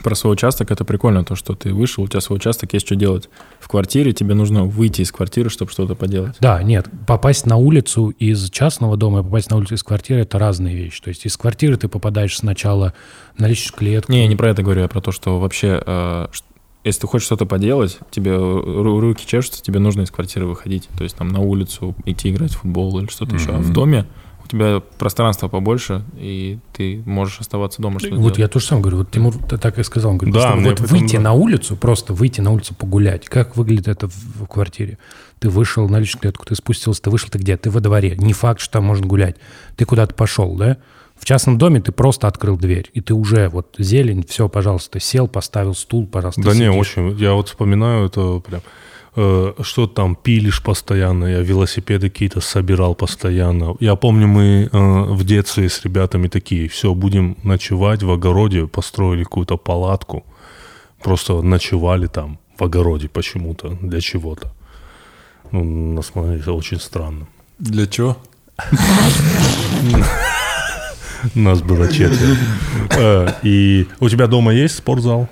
S3: про свой участок, это прикольно, то, что ты вышел, у тебя свой участок, есть что делать. В квартире тебе нужно выйти из квартиры, чтобы что-то поделать.
S5: Да, нет, попасть на улицу из частного дома и попасть на улицу из квартиры – это разные вещи. То есть из квартиры ты попадаешь сначала на личную клетку.
S3: Не, я не про это говорю, я про то, что вообще, э, ш- если ты хочешь что-то поделать, тебе ру- руки чешутся, тебе нужно из квартиры выходить, то есть там на улицу идти играть в футбол или что-то еще. А в
S2: Мгм.
S3: доме у тебя пространство побольше, и ты можешь оставаться дома. что-то
S5: Вот
S3: делать.
S5: я тоже сам говорю, вот Тимур т- так и сказал, он говорит,
S4: Да,
S5: что
S4: мне
S5: вот
S4: об этом
S5: выйти
S4: да.
S5: на улицу, просто выйти на улицу погулять, как выглядит это в в квартире? Ты вышел на личную клетку, ты спустился, ты вышел, ты где? Ты во дворе, не факт, что там можно гулять. Ты куда-то пошел, да? В частном доме ты просто открыл дверь, и ты уже вот зелень, все, пожалуйста, сел, поставил стул, пожалуйста,
S4: Да не,
S5: сидишь.
S4: очень. Я вот вспоминаю это прям. э, Что там, пилишь постоянно, я велосипеды какие-то собирал постоянно. Я помню, мы э, в детстве с ребятами такие, все, будем ночевать в огороде, построили какую-то палатку, просто ночевали там в огороде почему-то, для чего-то. Ну, на самом деле, это очень странно.
S2: Для чего?
S4: Нас было четверо. Э, И у тебя дома есть спортзал?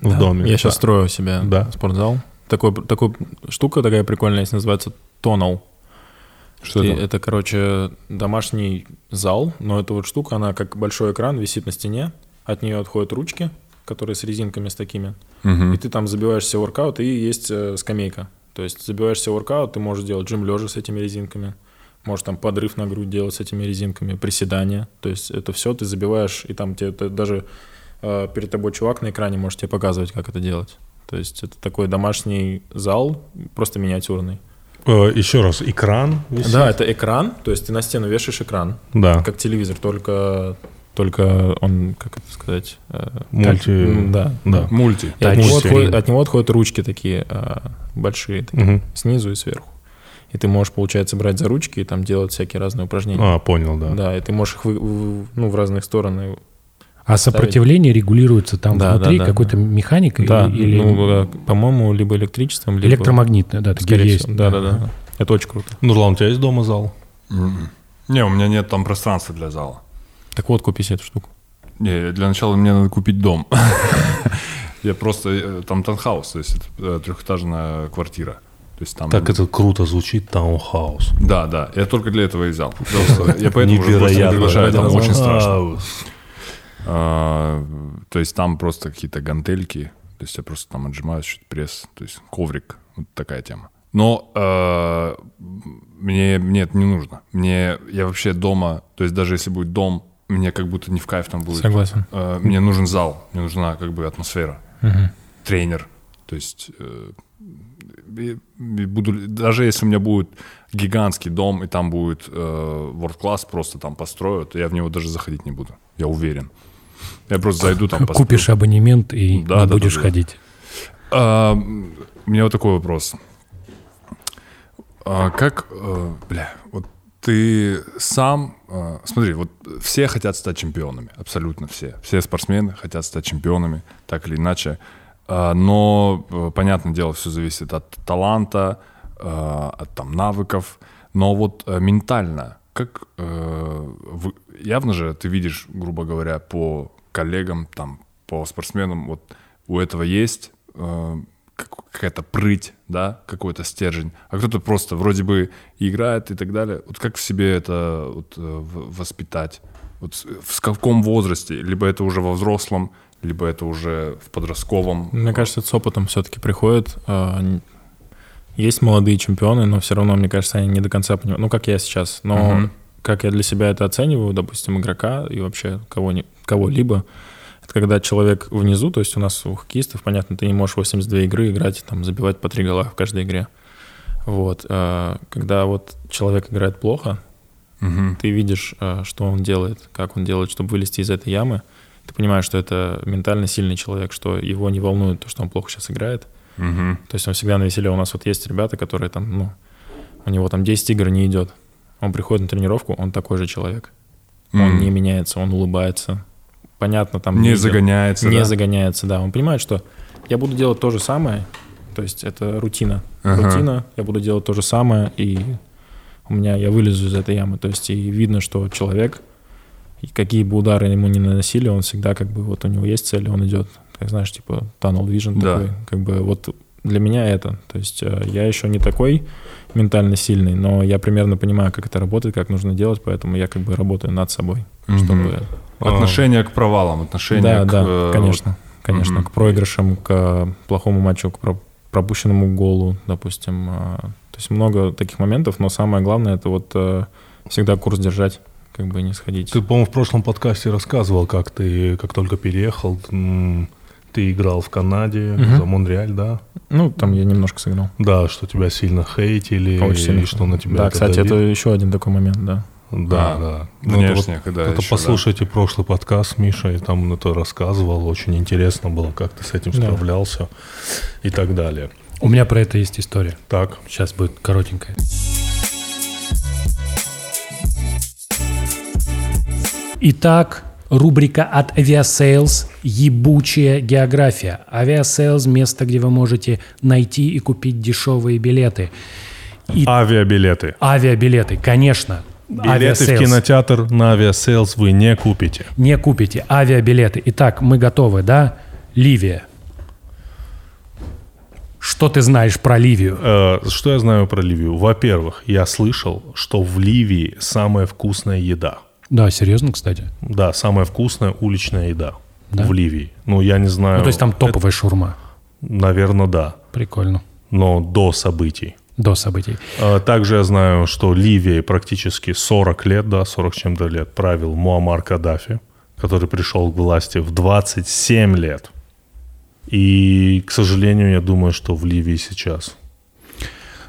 S4: В доме?
S3: Я сейчас строю себе
S4: Да.
S3: спортзал. Такой, такой штука такая прикольная, есть, называется тонал.
S2: Что
S3: Ты-
S2: это?
S3: Это, короче, домашний зал, но эта вот штука, она как большой экран, висит на стене, от нее отходят ручки, которые с резинками с такими, и ты там забиваешься воркаут, и есть э, скамейка. То есть забиваешься воркаут, ты можешь делать жим лежа с этими резинками, можешь там подрыв на грудь делать с этими резинками, приседания. То есть это все ты забиваешь, и там тебе это даже э, перед тобой чувак на экране может тебе показывать, как это делать. То есть это такой домашний зал, просто миниатюрный.
S4: Э, Еще раз, экран? висит?
S3: Да, это экран, то есть ты на стену вешаешь экран,
S4: Да.
S3: как телевизор, только только он, как это сказать, э,
S4: Мульти-
S3: м, да,
S4: ну, Да.
S2: Мульти.
S3: И от, него
S4: Мультсерий.
S3: отходят, от него отходят ручки такие э, большие, такие,
S4: Мгм.
S3: снизу и сверху. И ты можешь, получается, брать за ручки и там делать всякие разные упражнения.
S4: А, понял, да.
S3: Да, и ты можешь их вы- в- ну, в разных стороны.
S5: А сопротивление регулируется там
S3: Да,
S5: внутри
S3: да, да,
S5: какой-то механикой
S3: Да,
S5: или
S3: ну, э, по-моему, либо электричеством, либо...
S5: электромагнитная, да, такие
S3: скорее
S5: есть.
S3: всего. Да, да, да. Это очень круто.
S4: Нурлан, Ну, у тебя есть дома зал?
S2: Мгм. Не, у меня нет там пространства для зала.
S3: Так вот, купи себе эту штуку.
S2: Не, для начала мне надо купить дом. Я просто... э, Там таунхаус, то есть это, э, трехэтажная квартира. То есть там...
S4: Так это круто звучит, таунхаус.
S2: Да, да. Я только для этого и взял. Просто Я поэтому уже просто не
S4: Невероятно.
S2: приглашаю, там очень страшно.
S4: Таунхаус.
S2: А, То есть там просто какие-то гантельки, то есть я просто там отжимаюсь, чуть пресс, то есть коврик, вот такая тема. Но э, мне, мне это не нужно. Мне, я вообще дома, то есть даже если будет дом, мне как будто не в кайф там будет.
S3: Согласен.
S2: Э, Мне нужен зал, мне нужна как бы атмосфера,
S3: Мгм.
S2: тренер. То есть э, и- и буду, даже если у меня будет гигантский дом и там будет э, world class просто там построю, то я в него даже заходить не буду. Я уверен. Я просто зайду там. посмотрю.
S5: Купишь абонемент и
S2: Да, да,
S5: не будешь
S2: да, да.
S5: ходить.
S2: А, м, у меня вот такой вопрос. А, как, э, бля, вот ты сам, э, смотри, вот все хотят стать чемпионами, абсолютно все. Все спортсмены хотят стать чемпионами, так или иначе. А, но, э, понятное дело, все зависит от таланта, э, от там навыков. Но вот э, ментально, как э, э, вы- явно же ты видишь, грубо говоря, по коллегам, там, по спортсменам, вот у этого есть э, как- какая-то прыть, да, какой-то стержень, а кто-то просто вроде бы играет и так далее. Вот как в себе это вот, э, в- воспитать? Вот с- в каком возрасте? Либо это уже во взрослом, либо это уже в подростковом.
S3: Мне кажется, это с опытом все-таки приходит. А, н- Есть молодые чемпионы, но все равно, мне кажется, они не до конца понимают. Ну, как я сейчас. Но
S2: Мгм.
S3: как я для себя это оцениваю, допустим, игрока и вообще кого-ни- кого-либо, это когда человек внизу, то есть у нас у хоккеистов, понятно, ты не можешь 82 игры играть, и там, забивать по три гола в каждой игре. Вот. А, Когда вот человек играет плохо,
S2: Мгм.
S3: ты видишь, а, что он делает, как он делает, чтобы вылезти из этой ямы. Ты понимаешь, что это ментально сильный человек, что его не волнует то, что он плохо сейчас играет.
S2: Мгм.
S3: То есть он всегда на веселе. У нас вот есть ребята, которые там, ну, у него там 10 игр не идет. Он приходит на тренировку, он такой же человек. Он
S2: Мгм.
S3: не меняется, он улыбается. Понятно, там...
S2: не
S3: видео-
S2: загоняется.
S3: Не
S2: да?
S3: загоняется, да. Он понимает, что я буду делать то же самое. То есть это рутина.
S2: Ага.
S3: Рутина, я буду делать то же самое, и у меня, я вылезу из этой ямы. То есть и видно, что человек, и какие бы удары ему не наносили, он всегда как бы, вот у него есть цель, и он идет. Как знаешь, типа tunnel vision
S2: Да.
S3: такой. Как бы вот для меня это. То есть э, я еще не такой ментально сильный, но я примерно понимаю, как это работает, как нужно делать, поэтому я как бы работаю над собой,
S2: Мгм. А.
S3: чтобы
S2: Отношение к провалам, отношение
S3: да,
S2: к...
S3: да,
S2: э,
S3: конечно, конечно,
S2: Мгм.
S3: к проигрышам, к э, плохому матчу, к про- пропущенному голу, допустим. э, То есть много таких моментов, но самое главное это вот э, всегда курс держать, как бы не сходить.
S4: Ты, по-моему, в прошлом подкасте рассказывал, как ты, как только переехал, м, ты играл в Канаде,
S3: Мгм.
S4: за Монреаль, да?
S3: Ну, там я немножко сыграл.
S4: Да, что тебя сильно хейтили,
S3: Очень сильно.
S4: и что на тебя
S3: Да,
S4: это
S3: кстати,
S4: давило.
S3: это еще один такой момент, да.
S4: Да,
S2: А,
S4: да.
S2: вот
S4: Ну, это вот-
S2: внешне, когда
S4: это
S2: еще,
S4: послушайте прошлый подкаст Миша, и там он это рассказывал, очень интересно было, как ты с этим
S3: Да.
S4: справлялся и так далее.
S5: У меня про это есть история.
S4: Так,
S5: Сейчас будет коротенькая. Итак, рубрика от Aviasales «Ебучая география». Aviasales – место, где вы можете найти и купить дешевые билеты. И
S4: авиабилеты.
S5: авиабилеты, конечно.
S4: Билеты в
S5: Aviasales.
S4: кинотеатр на авиасейлс вы не купите.
S5: Не купите авиабилеты. Итак, мы готовы, да? Ливия. Что ты знаешь про Ливию?
S4: Э, Что я знаю про Ливию? Во-первых, я слышал, что в Ливии самая вкусная еда.
S5: Да, серьезно, кстати. Ну,
S4: Да, самая вкусная уличная еда в Ливии. Ну, я не знаю.
S5: Ну, то есть там топовая шурма.
S4: Наверное, да.
S5: Прикольно.
S4: Но до событий.
S5: До событий.
S4: Э, Также я знаю, что Ливией практически 40 лет, да, 40 с чем-то лет правил Муаммар Каддафи, который пришел к власти в 27 лет. И, к сожалению, я думаю, что в Ливии сейчас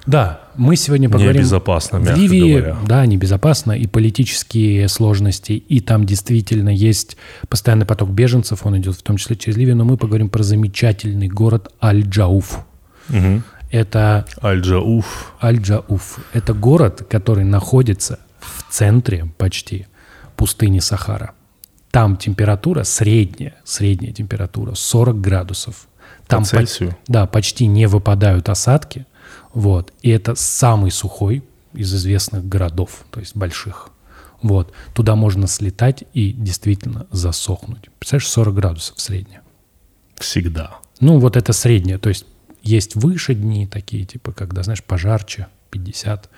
S5: Да, мы сегодня поговорим...
S4: небезопасно,
S5: в
S4: мягко
S5: Ливии,
S4: говоря.
S5: да, небезопасно, и политические сложности, и там действительно есть постоянный поток беженцев, он идет в том числе через Ливию, но мы поговорим про замечательный город Аль-Джауф. Это
S4: Аль-Джауф.
S5: Аль-Джауф. Это город, который находится в центре почти пустыни Сахара. Там температура средняя, средняя температура 40 градусов. Там по-
S4: Цельсию?
S5: да, почти не выпадают осадки. Вот. И это самый сухой из известных городов, то есть больших. Вот. Туда можно слетать и действительно засохнуть. Представляешь, 40 градусов средняя.
S4: Всегда.
S5: Ну, вот это среднее. То есть есть выше дни такие, типа, когда, знаешь, пожарче, 50.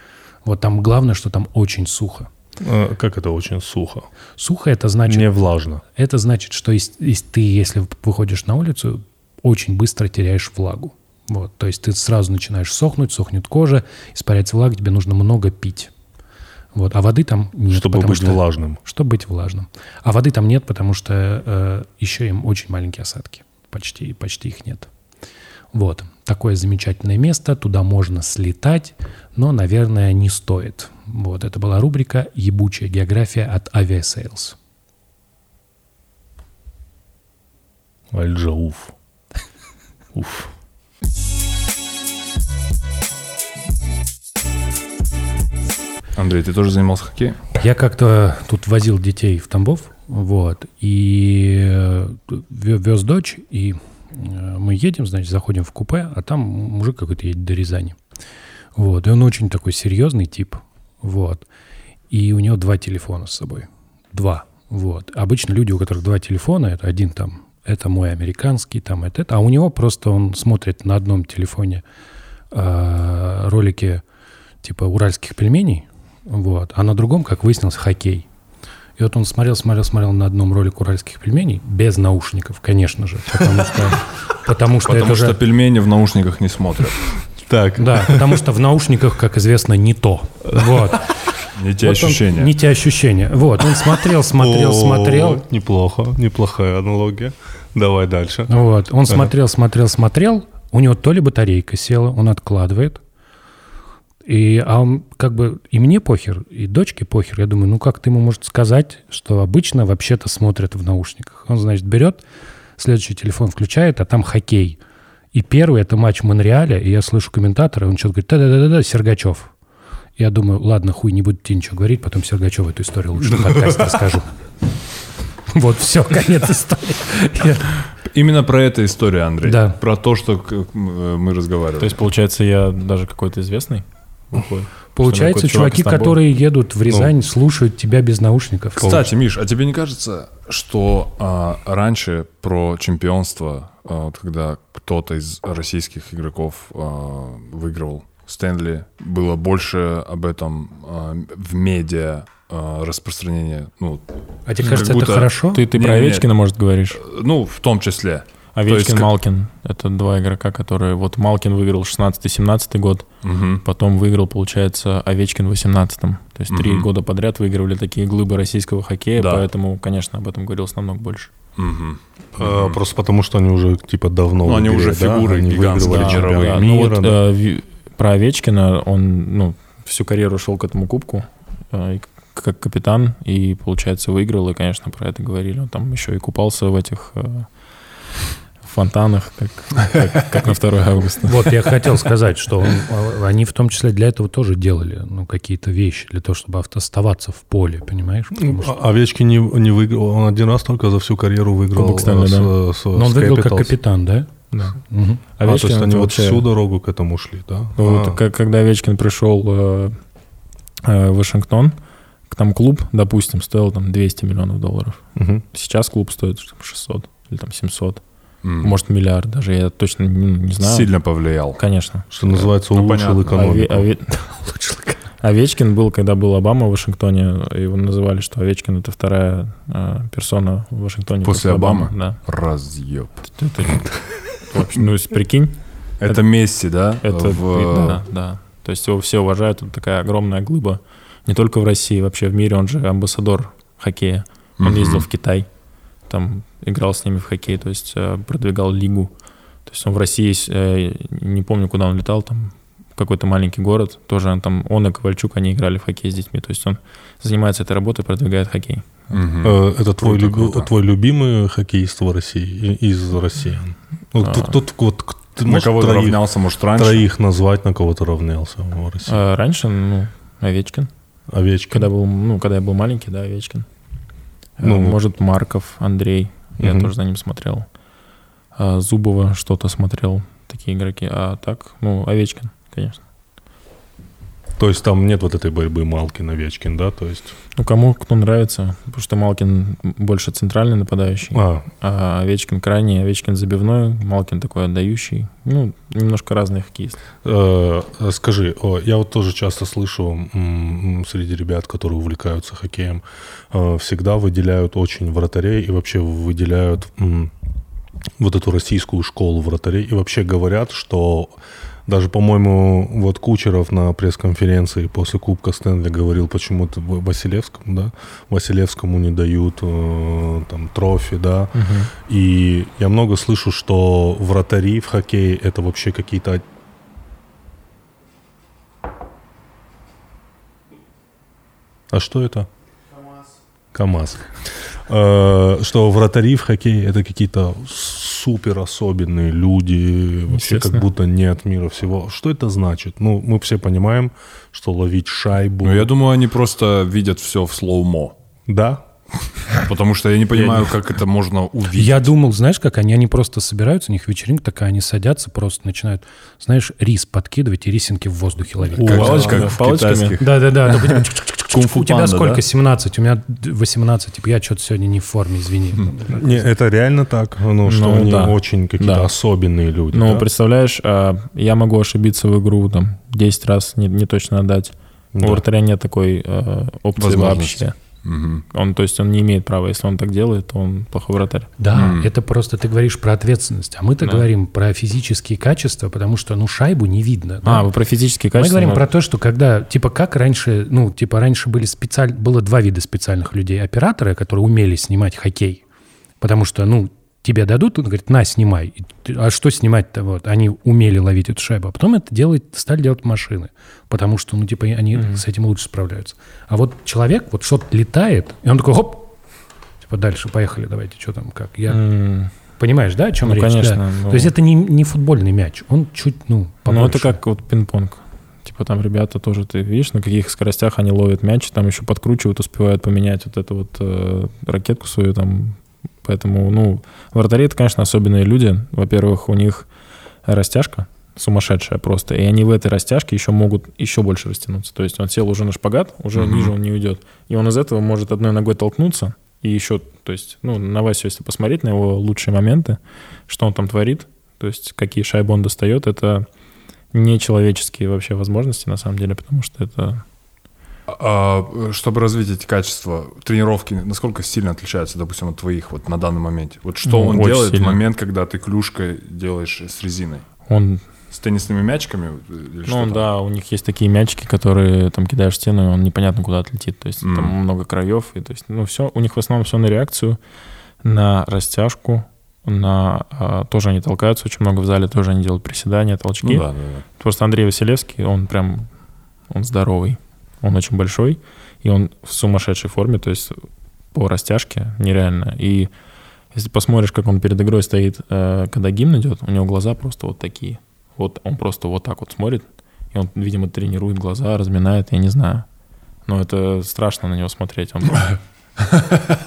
S5: Вот там главное, что там очень сухо.
S4: Э, Как это очень сухо.
S5: Сухо это значит,
S4: Не влажно.
S5: это значит, что ес- ес- ты, если выходишь на улицу, очень быстро теряешь влагу. Вот, то есть ты сразу начинаешь сохнуть, сохнет кожа, испаряется влага, тебе нужно много пить. Вот, а воды там нет.
S4: чтобы
S5: потому
S4: быть
S5: что-
S4: влажным.
S5: чтобы быть влажным. А воды там нет, потому что э, еще им очень маленькие осадки. Почти, почти их нет. Вот. Такое замечательное место. Туда можно слетать, но, наверное, не стоит. Вот. Это была рубрика «Ебучая география» от Aviasales.
S4: Аль-Джауф. Уф.
S2: Андрей, ты тоже занимался хоккеем?
S5: Я как-то тут возил детей в Тамбов, вот, и э, ве- вез дочь, и э, мы едем, значит, заходим в купе, а там мужик какой-то едет до Рязани. Вот, и он очень такой серьезный тип, вот. и у него два телефона с собой. Два. Вот. Обычно люди, у которых два телефона, это один там, это мой американский, там это, это. А у него просто он смотрит на одном телефоне э, ролики типа уральских пельменей, вот, а на другом, как выяснилось, хоккей. И вот он смотрел, смотрел, смотрел на одном ролик уральских пельменей, без наушников, конечно же, потому что, потому что это
S2: Потому что
S5: же...
S2: пельмени в наушниках не смотрят.
S4: Так,
S5: Да, потому что в наушниках, как известно, не то. Вот.
S2: Не те
S5: Вот он-
S2: ощущения.
S5: не те ощущения. Вот, он смотрел, смотрел,
S4: О,
S5: смотрел.
S4: Неплохо, неплохая аналогия. Давай дальше.
S5: Вот, он смотрел, смотрел, смотрел. У него то ли батарейка села, он откладывает. И, а он как бы и мне похер, и дочке похер. Я думаю, ну как ты ему может сказать, что обычно вообще-то смотрят в наушниках. Он, значит, берет, следующий телефон включает, а там хоккей. И первый это матч Монреаля, и я слышу комментатора, он что-то говорит, да-да-да-да, Сергачев. Я думаю, ладно, хуй, не буду тебе ничего говорить, потом Сергачев эту историю лучше на подкасте расскажу. Вот, все, конец истории. Я-
S2: Именно про эту историю, Андрей.
S5: Да.
S2: Про то, что к- э, мы разговаривали.
S3: То есть, получается, я даже какой-то известный? выходит?
S5: Получается,
S3: Что такой чувак
S5: чуваки,
S3: из Тамбова? Ну.
S5: которые едут в Рязань, слушают тебя без наушников.
S2: Кстати, Миш, а тебе не кажется, что а, раньше про чемпионство, а, вот когда кто-то из российских игроков а, выигрывал Стэнли, было больше об этом а, в медиа а, распространение, ну,
S5: А тебе кажется,
S2: как
S5: это
S2: будто
S5: хорошо?
S3: Ты, ты
S2: Не,
S3: про
S2: не, не.
S3: Овечкина, может, говоришь?
S2: ну, в том числе.
S3: Овечкин,
S2: есть как-
S3: Малкин. Это два игрока, которые... Вот Малкин выиграл 16-17 год,
S2: Мгм.
S3: потом выиграл, получается, Овечкин в 18-м. То есть три
S2: Мгм.
S3: года подряд выигрывали такие глыбы российского хоккея,
S2: Да.
S3: поэтому, конечно, об этом говорилось намного больше.
S2: Мгм.
S4: А, Просто потому, что они уже типа давно
S2: Ну, они
S4: выиграли,
S2: уже
S4: да?
S2: фигуры
S4: Они
S2: гигантские,
S4: выигрывали
S2: да,
S4: чемпионат
S2: да.
S3: Ну
S4: мира,
S3: вот,
S4: да.
S3: э, Ви- про Овечкина он ну, всю карьеру шел к этому кубку э, и к- как капитан и, получается, выиграл. И, конечно, про это говорили. Он там еще и купался в этих э, фонтанах, как, как- как на 2 августа.
S5: Вот я хотел сказать, что он- а, они в том числе для этого тоже делали ну, какие-то вещи, для того, чтобы авто- оставаться в поле, понимаешь?
S3: Ну,
S5: Потому что-
S4: А- Овечкин не, не выиграл, он один раз только за всю карьеру выиграл.
S3: Кубок Стэнли,
S4: э, с-
S3: да.
S4: с-
S5: Но он
S4: с
S5: выиграл как
S4: Capitals.
S5: капитан, да?
S3: а, Да.
S5: Мгм.
S4: А, то есть
S3: Овечкин
S4: они
S3: это
S4: вот
S3: вообще-
S4: всю дорогу к этому шли, да?
S3: Ну,
S4: А,
S3: вот как- когда Овечкин пришел э, э, в Вашингтон, к там клуб, допустим, стоил там 200 миллионов долларов.
S4: мгм.
S3: Сейчас клуб стоит там, 600 или там 700,
S2: М.
S3: может миллиард даже, я точно не, ну, не знаю.
S2: Сильно повлиял.
S3: Конечно.
S4: Что называется,
S2: Ну,
S4: улучшил
S2: понятно.
S4: экономику.
S3: Ове- ове- Овечкин был, когда был Обама в Вашингтоне, его называли, что Овечкин это вторая э, персона в Вашингтоне.
S2: После Обамы?
S3: Да.
S2: Разъеб.
S3: Ты- ты- вообще, Ну, если прикинь,
S2: Это, Месси, да?
S3: это...
S2: в,
S3: Да, да. То есть его все уважают, он такая огромная глыба. Не только в России, вообще в мире, он же амбассадор хоккея. Он
S2: Мгм.
S3: ездил в Китай, там играл с ними в хоккей, то есть э, продвигал лигу. То есть он в России, э, не помню, куда он летал, там в какой-то маленький город, тоже он там, он и Ковальчук, они играли в хоккей с детьми, то есть он занимается этой работой, продвигает хоккей.
S2: Мгм.
S4: Э, Это твой,
S2: Круто,
S4: люби-
S2: круто.
S4: твой любимый хоккеист в России, и- из россиян? Ну,
S3: А.
S4: тут, тут вот к- ты
S2: На
S4: можешь
S2: кого ты
S4: троих,
S2: равнялся, может, раньше?
S4: троих назвать, на кого ты равнялся в России?
S3: А раньше, ну, Овечкин,
S4: Овечкин.
S3: когда был, ну, когда я был маленький, да, Овечкин. Э,
S4: Ну,
S3: Может, Марков, Андрей, я
S4: Мгм.
S3: тоже за ним смотрел. А, Зубова что-то смотрел, такие игроки, а так, ну, Овечкин, конечно.
S4: То есть там нет вот этой борьбы Малкин-Овечкин, да? То есть...
S3: Ну, кому кто нравится, потому что Малкин больше центральный нападающий, а,
S4: А,
S3: Овечкин крайний, Овечкин забивной, Малкин такой отдающий. Ну, немножко разные хоккеисты.
S4: Э, Скажи, о, я вот тоже часто слышу м, среди ребят, которые увлекаются хоккеем, э, всегда выделяют очень вратарей и вообще выделяют м, вот эту российскую школу вратарей и вообще говорят, что даже, по-моему, вот Кучеров на пресс-конференции после Кубка Стэнли говорил почему-то В- Василевскому, да, Василевскому не дают э, там трофи, да, и я много слышу, что вратари в хоккее это вообще какие-то от- А что это? КАМАЗ. Э, Что вратари в хоккее это какие-то супер особенные люди, вообще как
S3: Естественно.
S4: будто не от мира всего. Что это значит? Ну, мы все понимаем, что ловить шайбу.
S2: Ну, я думаю, они просто видят все в слоумо.
S4: Да?
S2: Потому что я не понимаю, как это можно увидеть.
S5: Я думал, знаешь, как они, они просто собираются, у них вечеринка такая, они садятся, просто начинают, знаешь, рис подкидывать и рисинки в воздухе ловить.
S2: Как,
S3: Палочками,
S2: как в
S3: палочками.
S2: китайских.
S5: Да-да-да. только Чук,
S6: Кунг-фу
S5: у тебя
S6: панда,
S5: сколько?
S6: да?
S5: 17, у меня 18. Типа я что-то сегодня не в форме, извини.
S3: Хм.
S4: Не, это реально так, ну, что
S3: Ну,
S4: они
S3: да.
S4: очень какие-то
S3: Да.
S4: особенные люди.
S3: Ну,
S4: да?
S3: представляешь, а, я могу ошибиться в игру там 10 раз, не, не точно отдать.
S4: Да.
S3: У вратаря нет такой э, опции
S2: Возможности.
S3: вообще.
S2: Мгм.
S3: Он, то есть он не имеет права, если он так делает, то он плохой вратарь.
S5: Да,
S2: М.
S5: это просто ты говоришь про ответственность, а мы-то
S3: Да.
S5: говорим про физические качества, потому что, ну, шайбу не видно.
S3: А,
S5: да.
S3: вы про физические
S5: Мы
S3: качества.
S5: говорим
S3: ну,
S5: про то, что когда, типа, как раньше, ну, типа, раньше были специаль... было два вида специальных людей. Операторы, которые умели снимать хоккей, потому что, ну, тебе дадут, он говорит, на, снимай. И ты- А что снимать-то? Вот, они умели ловить эту шайбу. А потом это делает, стали делать машины, потому что, ну, типа, они с этим лучше справляются. А вот человек, вот что-то летает, и он такой, хоп, типа, дальше, поехали, давайте, что там, как. Я...
S3: м,
S5: Понимаешь, да, о чем
S3: Ну,
S5: речь?
S3: конечно,
S5: да.
S3: ну.
S5: То есть это не, не футбольный мяч, он чуть, ну,
S3: Ну, это
S5: побольше.
S3: как вот пинг-понг. Типа там ребята тоже, ты видишь, на каких скоростях они ловят мяч, там еще подкручивают, успевают поменять вот эту вот э, ракетку свою там. Поэтому, ну, вратари это, конечно, особенные люди. Во-первых, у них растяжка сумасшедшая просто, и они в этой растяжке еще могут еще больше растянуться. То есть он сел уже на шпагат, уже
S2: Мгм.
S3: ниже он не уйдет. И он из этого может одной ногой толкнуться, и еще, то есть, ну, на Васю, если посмотреть на его лучшие моменты, что он там творит, то есть какие шайбы он достает, это нечеловеческие вообще возможности, на самом деле, потому что это...
S2: А, чтобы развить эти качества, тренировки насколько сильно отличаются, допустим, от твоих вот на данном моменте? Вот что
S3: Ну,
S2: он
S3: очень
S2: делает в
S3: сильно.
S2: момент, когда ты клюшкой делаешь с резиной?
S3: Он,
S2: С теннисными мячиками? Или что
S3: ну,
S2: там?
S3: да, у них есть такие мячики, которые там кидаешь в стену, и он непонятно куда отлетит. То есть
S2: Мгм.
S3: там много краев, и то есть, ну, все, у них в основном все на реакцию, на растяжку, на... а, тоже они толкаются очень много в зале, тоже они делают приседания, толчки.
S2: Ну да, да, да.
S3: Просто Андрей Василевский, он прям, он здоровый, он очень большой, и он в сумасшедшей форме, то есть по растяжке нереально. И если посмотришь, как он перед игрой стоит, э, когда гимн идет, у него глаза просто вот такие. Вот он просто вот так вот смотрит, и он, видимо, тренирует глаза, разминает, я не знаю. Но это страшно на него смотреть. Он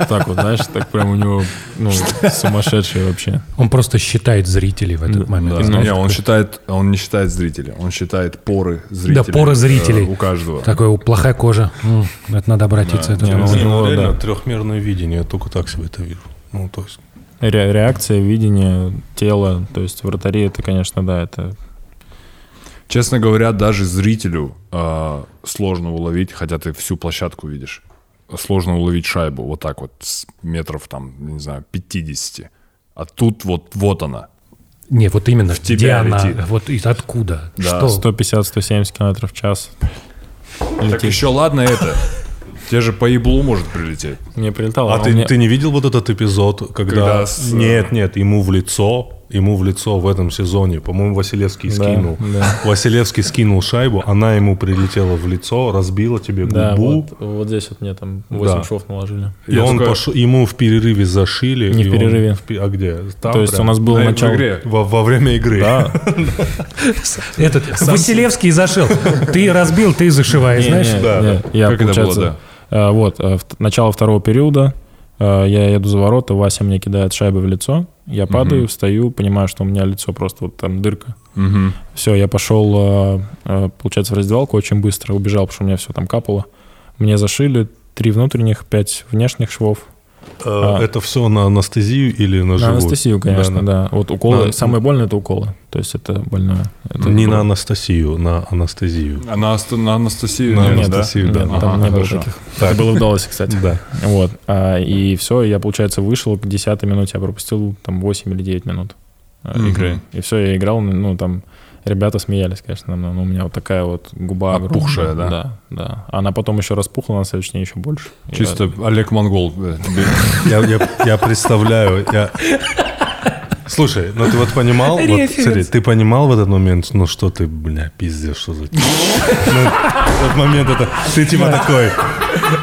S3: так вот, знаешь, так прям у него ну, сумасшедший вообще.
S5: Он просто считает зрителей в этот момент.
S2: Да.
S5: знаешь,
S2: Не, он
S5: такой-
S2: считает, он не считает зрителя, он считает поры зрителей.
S5: поры зрителей.
S2: э, у каждого.
S5: Такой у плохая кожа. М, Это надо обратиться. это
S4: Не,
S5: да.
S4: ну, у
S3: Блин,
S4: него
S3: ну,
S4: реально
S3: да.
S4: трехмерное видение, я только так себе это вижу. Ну, то есть...
S3: Ре- реакция, видение, тело, то есть вратари, это, конечно, да, это
S2: Честно говоря, даже зрителю э, сложно уловить, хотя ты всю площадку видишь. Сложно уловить шайбу вот так вот с метров там, не знаю, 50. А тут вот, вот она.
S5: Не, вот именно.
S2: тебя
S5: где она?
S2: летит.
S5: Вот из откуда?
S2: Да,
S5: что?
S3: 150-170 километров в час.
S2: Так
S3: Летит.
S2: еще ладно это. Те же по еблу может прилететь.
S3: Мне прилетало.
S4: А
S3: но
S4: ты,
S3: мне-
S4: ты не видел вот этот эпизод, когда...
S2: Когда с- э,
S4: Нет, нет, ему в лицо, ему в лицо в этом сезоне, по-моему, Василевский
S3: Да,
S4: скинул.
S3: да.
S4: Василевский скинул шайбу, она ему прилетела в лицо, разбила тебе губу.
S3: Да, вот, вот здесь вот мне там 8
S4: Да.
S3: шов наложили.
S4: И
S2: Я
S4: он
S2: только-
S4: пош- ему в перерыве зашили.
S3: Не в
S4: и он
S3: перерыве.
S4: в пе- А где? Там
S3: То есть у
S4: прям.
S3: нас было
S2: На
S3: начало...
S2: игре.
S4: во, во время игры.
S3: Да,
S5: Этот Василевский зашил. Ты разбил, ты зашивай,
S3: Не,
S5: знаешь?
S3: не,
S4: да,
S3: не, Я,
S2: Как это было,
S3: получается, э, вот, э, в- начало второго периода, э, я еду за ворота, Вася мне кидает шайбы в лицо, я падаю, встаю, понимаю, что у меня лицо просто вот там дырка.
S2: Мгм.
S3: Все, я пошел, э, э, получается, в раздевалку очень быстро, убежал, потому что у меня все там капало. Мне зашили три внутренних, пять внешних швов.
S4: Э,
S3: А.
S4: Это все на анестезию или на
S3: На
S4: живую?
S3: анестезию, конечно,
S4: Да,
S3: да. Вот уколы,
S4: Да.
S3: самое больное это уколы. То есть это больное. Это
S4: Не
S3: было-
S4: на анестезию, на анестезию.
S2: А на, Аст- на Анастасию?
S4: На
S2: нет,
S3: Нет,
S2: да?
S4: Анастасию,
S3: нет,
S4: да.
S3: там
S2: Ага,
S3: не было
S2: хорошо.
S3: таких. Это было в Далласе, кстати.
S4: Да.
S3: Вот. А, и все, я, получается, вышел к 10 минуте, я пропустил там 8 или 9 минут э,
S2: Мгм.
S3: игры. И все, я играл, ну, там, ребята смеялись, конечно, на мной, но у меня вот такая вот губа. огромная.
S2: Опухшая, да?
S3: Да, да. Она потом еще распухла, на следующий день еще больше. И
S2: Чисто Олег Монгол. э, тебе.
S4: Я, я- я представляю, я... Слушай, ну ты вот понимал, вот, смотри, ты понимал в этот момент, ну что ты, бля, пиздец, что за... Ну, этот момент это, ты типа такой,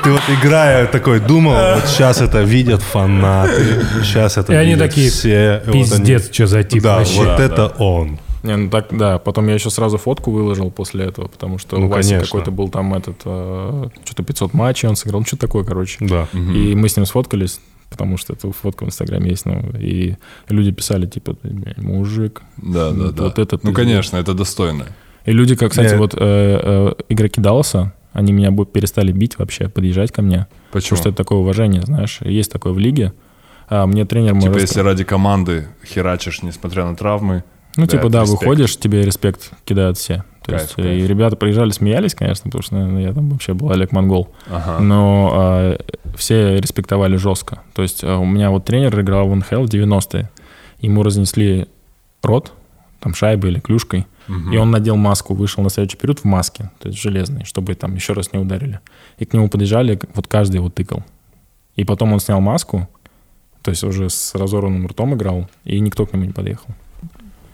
S4: ты вот играя такой думал, вот сейчас это видят фанаты, сейчас это
S5: И они
S4: видят
S5: такие,
S4: все. и вот они-
S5: Пиздец, что за тип
S4: ну, Да,
S5: вообще.
S4: вот это он.
S3: Не, ну так, да. Потом я еще сразу фотку выложил после этого, потому что
S4: Ну,
S3: у Васи
S4: конечно.
S3: какой-то был там этот, э, что-то 500 матчей он сыграл, ну что такое, короче.
S4: Да.
S3: И мы с ним сфоткались, потому что эту фотку в Инстаграме есть, ну, и люди писали, типа, «Бля, мужик.
S2: Да, да, да.
S3: Вот этот
S2: ну,
S3: из-
S2: конечно, это достойно.
S3: И люди, как, кстати,
S4: Не.
S3: вот э, э, игроки Далласа, Они меня бу- перестали бить вообще, подъезжать ко мне.
S2: Почему?
S3: Потому что это такое уважение, знаешь. Есть такое в лиге. А мне тренер мой...
S2: Типа,
S3: раска-
S2: если ради команды херачишь, несмотря на травмы.
S3: Ну,
S2: да,
S3: типа, да,
S2: респект.
S3: выходишь, тебе респект кидают все. То
S2: Кайф,
S3: есть, э,
S2: кайф.
S3: и ребята приезжали, смеялись, конечно, потому что наверное, я там вообще был Олег Монгол.
S2: Ага.
S3: Но а, все респектовали жестко. То есть а, у меня вот тренер играл в НХЛ в 90-е. Ему разнесли рот, там шайбой или клюшкой.
S2: Мгм.
S3: И он надел маску, вышел на следующий период в маске, то есть железной, чтобы там еще раз не ударили. И к нему подъезжали, вот каждый его тыкал. И потом он снял маску, то есть уже с разорванным ртом играл, и никто к нему не подъехал.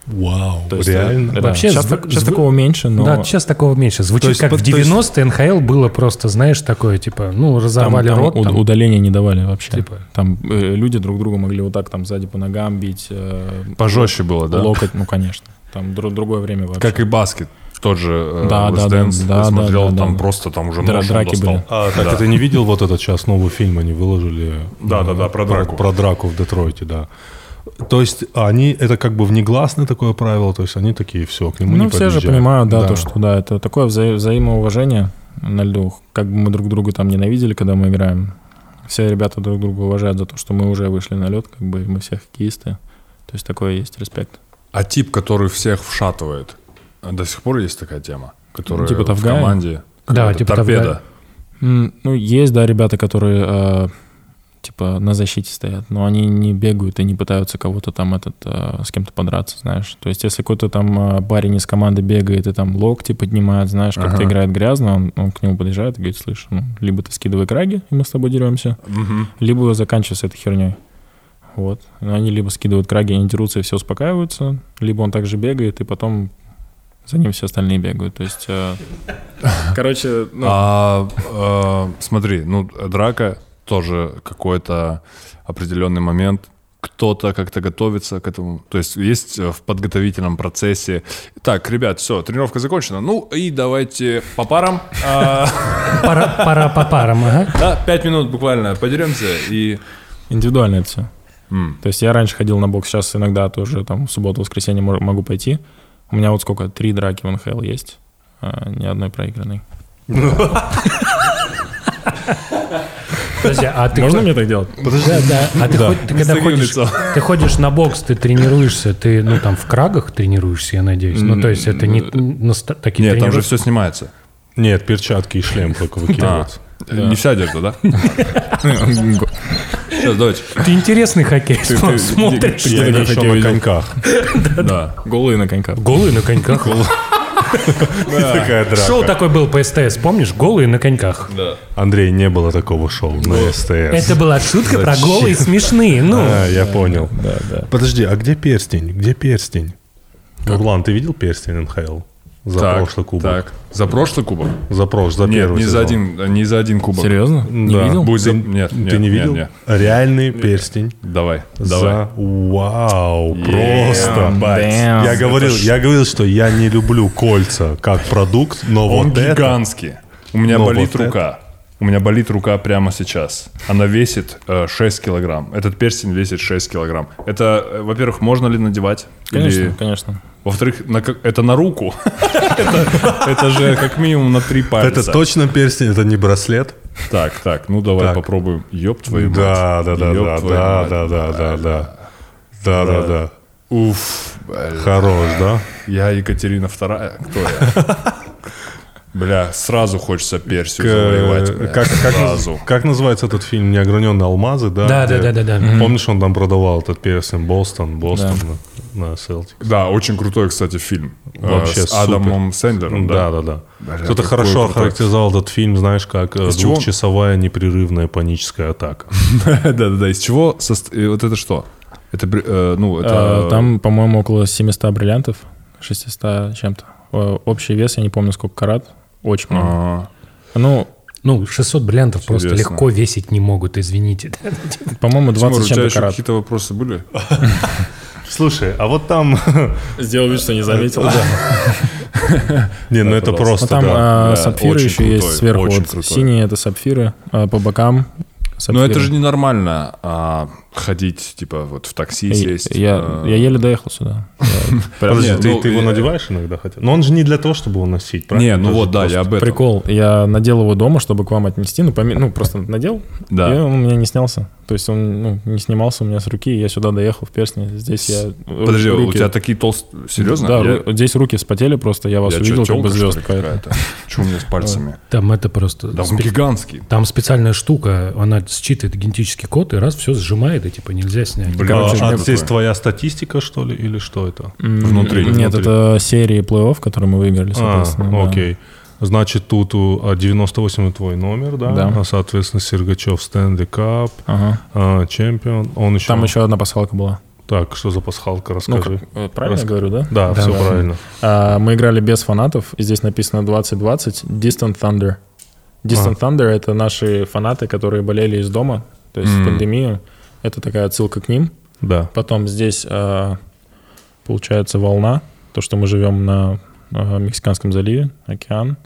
S4: Вау,
S3: То есть,
S4: реально?
S3: э, да.
S5: Вообще
S3: сейчас,
S5: зв-
S3: так- сейчас
S5: зв-
S3: такого меньше, но
S5: Да, сейчас такого меньше. Звучит
S4: есть
S5: как
S4: по-
S5: в
S4: то есть-
S5: 90-е НХЛ было просто, знаешь, такое, типа, ну,
S3: там,
S5: разорвали
S3: там
S5: рот.
S3: уд-
S5: там,
S3: удаления не давали вообще.
S5: типа.
S3: Там э, люди друг друга могли вот так там сзади по ногам бить, э,
S2: Пожестче было, да?
S3: локоть, ну конечно. Там дру- другое время вообще.
S2: Как и баскет. Тот же э,
S3: Да,
S2: Last
S3: да, да,
S2: Dance,
S3: да,
S2: я
S3: да,
S2: смотрел,
S3: да,
S2: там
S3: да.
S2: просто там уже
S3: Дра-
S2: нож он
S3: драки
S2: достал.
S3: были.
S4: А, так,
S2: Да.
S4: а ты не видел вот этот сейчас новый фильм, они выложили?
S2: Да,
S4: э,
S2: да, да, про драку.
S4: Про драку в Детройте, да. То есть они, это как бы внегласное такое правило, то есть они такие, все, к нему
S3: Ну,
S4: не
S3: все же
S4: подъезжай.
S3: понимают, да, то, что да, это такое вза- взаимоуважение на льду. Как бы мы друг друга там ненавидели, когда мы играем. Все ребята друг друга уважают за то, что мы уже вышли на лед, как бы мы все хоккеисты. То есть такое есть респект.
S2: А тип, который всех вшатывает, а до сих пор есть такая тема, которая
S3: Типа
S2: в
S3: Тавгая?
S2: команде.
S5: Да,
S2: какая-то
S5: типа
S2: торпеда.
S3: М, Ну, есть, да, ребята, которые э, типа на защите стоят, но они не бегают и не пытаются кого-то там этот э, с кем-то подраться, знаешь. То есть, если какой-то там э, парень из команды бегает и там локти поднимает, знаешь, как-то
S2: Ага.
S3: играет грязно, он, он к нему подъезжает и говорит, слышь, ну, либо ты скидывай краги, и мы с тобой деремся,
S2: Мгм.
S3: либо заканчивай с этой херней. Вот. Но они либо скидывают краги, они дерутся и все успокаиваются, либо он также бегает, и потом за ним все остальные бегают. То есть, э, короче, ну,
S2: А, э, смотри, ну драка тоже какой-то определенный момент. Кто-то как-то готовится к этому. То есть есть э, в подготовительном процессе. Так, ребят, все, тренировка закончена. Ну и давайте по парам. А,
S5: Пора, пора по парам, ага.
S2: Да, пять минут буквально подеремся и...
S3: индивидуально это все.
S2: М,
S3: То есть я раньше ходил на бокс, сейчас иногда тоже там в субботу, воскресенье мор- могу пойти. У меня вот сколько, три драки в НХЛ есть, а, ни одной проигранной.
S5: Подожди, а ты,
S3: Можно мне так делать?
S5: Да, да. А ты, хоть- ты когда ходишь, ты ходишь на бокс, ты тренируешься, ты, ну, там, в крагах тренируешься, я надеюсь. Ну, то есть это не на ста- такие
S2: Нет, там же
S5: тренировки.
S2: все снимается.
S4: Нет, перчатки и шлем
S3: А,
S4: только выкидывают.
S2: Не вся одежда, да? Сейчас, давайте.
S5: Ты интересный хоккеист,
S3: ты-
S5: смотришь.
S3: ты-
S4: Я
S3: Я
S4: еще
S3: хотел
S4: на
S3: видеть.
S4: коньках.
S2: Да.
S3: Голые на коньках.
S5: Голые на коньках.
S4: Такая драка.
S5: Шоу такое было по СТС, помнишь? Голые на коньках.
S4: Андрей, не было такого шоу
S3: Ну,
S4: на СТС.
S5: Это была шутка про голые смешные. Ну,
S4: А, я понял. Подожди, а где перстень? Где перстень? Нурлан, ты видел перстень НХЛ? За
S2: А. Так,
S4: прошлый кубок.
S2: Так. За прошлый кубок?
S4: За прошлый,
S2: Нет,
S4: за первый
S2: не за
S4: сезон.
S2: один, не за один кубок.
S3: Серьезно? Не
S4: Да.
S3: видел?
S2: Будь за-
S4: Ты-
S2: Нет,
S4: Ты
S2: нет,
S4: не
S2: нет,
S4: видел?
S2: нет.
S4: Реальный перстень.
S2: Давай, давай.
S4: За... Вау, просто.
S3: бать. Damn.
S4: Я говорил, я говорил, что я не люблю кольца как продукт, но
S2: Он
S4: вот это-
S2: гигантский. У меня
S4: Но
S2: болит
S4: вот это-
S2: рука. У меня болит рука прямо сейчас. Она весит э, 6 килограмм. Этот перстень весит 6 килограмм. Это, э, во-первых, можно ли надевать?
S3: Конечно,
S2: Или-
S3: конечно.
S2: Во-вторых, на как- это на руку. Это- Это же как минимум на три пальца.
S4: Это точно перстень, это не браслет.
S2: Так, так, ну давай
S4: Так.
S2: попробуем. Ёб твою мать.
S4: Да, да, да,
S2: Ёб
S4: да,
S2: твою
S4: да,
S2: мать.
S4: да, да, да, да. Да, да, да.
S2: Уф, бля,
S4: Хорош, да?
S2: я Екатерина Вторая. Кто я? Бля, сразу хочется персию завоевать.
S4: Э,
S2: бля,
S4: Как, как, наз-
S2: сразу.
S4: как называется этот фильм «Неограненные алмазы»,
S1: А,
S4: да?
S5: Да, да,
S4: где-
S5: да, да, да.
S4: Помнишь, он там продавал этот перстень Бостон, Бостон на, на Celtics?
S2: Да, очень крутой, кстати, фильм. Э,
S4: Вообще
S2: С Адамом Сэндлером,
S4: Да,
S2: Ну да.
S4: да, да.
S2: Бля,
S4: Кто-то
S2: какой
S4: хорошо
S2: крутой.
S4: охарактеризовал этот фильм, знаешь, как э,
S2: чего он-
S4: двухчасовая непрерывная паническая атака.
S2: Да, да, да. Из чего? сос- и Вот это что? Это, бр- э, ну,
S3: А,
S2: это...
S3: Там, по-моему, около 700 бриллиантов, 600 чем-то. О, Общий вес, я не помню, сколько карат. Очень много.
S2: А,
S3: Ну,
S5: ну 600 бриллиантов просто
S2: Интересно.
S5: легко весить не могут, извините.
S3: по-моему,
S2: Тимур,
S3: 20
S2: у тебя
S3: чем-то
S2: еще
S3: карат.
S2: какие-то вопросы были?
S4: Слушай, а вот там...
S3: Сделал вид, что не заметил.
S4: Не, ну это
S3: Ну,
S4: просто,
S3: там
S4: да.
S3: а,
S2: да,
S3: сапфиры
S2: очень
S3: еще
S2: крутой,
S3: есть сверху.
S2: очень
S3: Вот
S2: крутой.
S3: Синие это сапфиры, а по бокам
S2: Ну
S3: сапфиры.
S2: это же ненормально. а, ходить, типа, вот в такси
S3: Я,
S2: сесть.
S3: я,
S2: э,
S3: я еле доехал сюда. Я прям-
S4: Подожди,
S2: Не,
S4: ты,
S2: ну,
S4: ты его
S2: э,
S4: надеваешь иногда хотя? Но он же не для того, чтобы его носить, правильно?
S2: Не, ну
S4: Это
S2: вот,
S4: же
S2: да,
S4: просто-
S2: я об этом.
S3: Прикол. Я надел его дома, чтобы к вам отнести. Ну, поме- ну просто надел,
S2: Да.
S3: и он у меня не снялся. То есть он ну, не снимался у меня с руки, и я сюда доехал в перстне. Здесь я... ру-
S2: Подожди, у
S3: руки-
S2: тебя такие толстые... Серьезно?
S3: Да,
S2: Я-
S3: ру- здесь руки вспотели просто, я вас
S2: я чё,
S3: увидел как
S2: тёлка,
S3: бы
S2: что
S3: звезд.
S2: ли, какая-то? Чё у меня с пальцами?
S5: Там это просто...
S2: Да, он
S5: спе-
S2: гигантский.
S5: Там специальная штука, она считывает генетический код и раз все сжимает, и типа нельзя снять.
S2: Блин,
S3: Короче,
S4: а, а
S2: что
S4: здесь
S2: такое?
S4: твоя статистика, что ли, или что это?
S2: Внутри.
S3: Нет,
S4: Внутри.
S3: это серии плей-офф, которые мы выиграли,
S4: А,
S3: соответственно. да.
S4: окей. Значит, тут у- а, 98 твой номер, да?
S3: Да.
S4: А, соответственно, Сергачев Стэнли Кап,
S3: Ага.
S4: а, чемпион. Он еще...
S3: Там еще одна пасхалка была.
S4: Так, что за пасхалка,
S3: Ну,
S4: расскажи.
S3: как- э, правильно
S4: Рас-
S3: я говорю, да?
S4: Да, все
S5: да.
S4: правильно.
S3: А, мы играли без фанатов, и здесь написано 2020 Distant Thunder. Distant
S4: А.
S3: Thunder — это наши фанаты, которые болели из дома, то есть в
S2: М.
S3: пандемию. Это такая отсылка к ним.
S4: Да.
S3: Потом здесь а, получается волна, то, что мы живем на а, Мексиканском заливе, океан,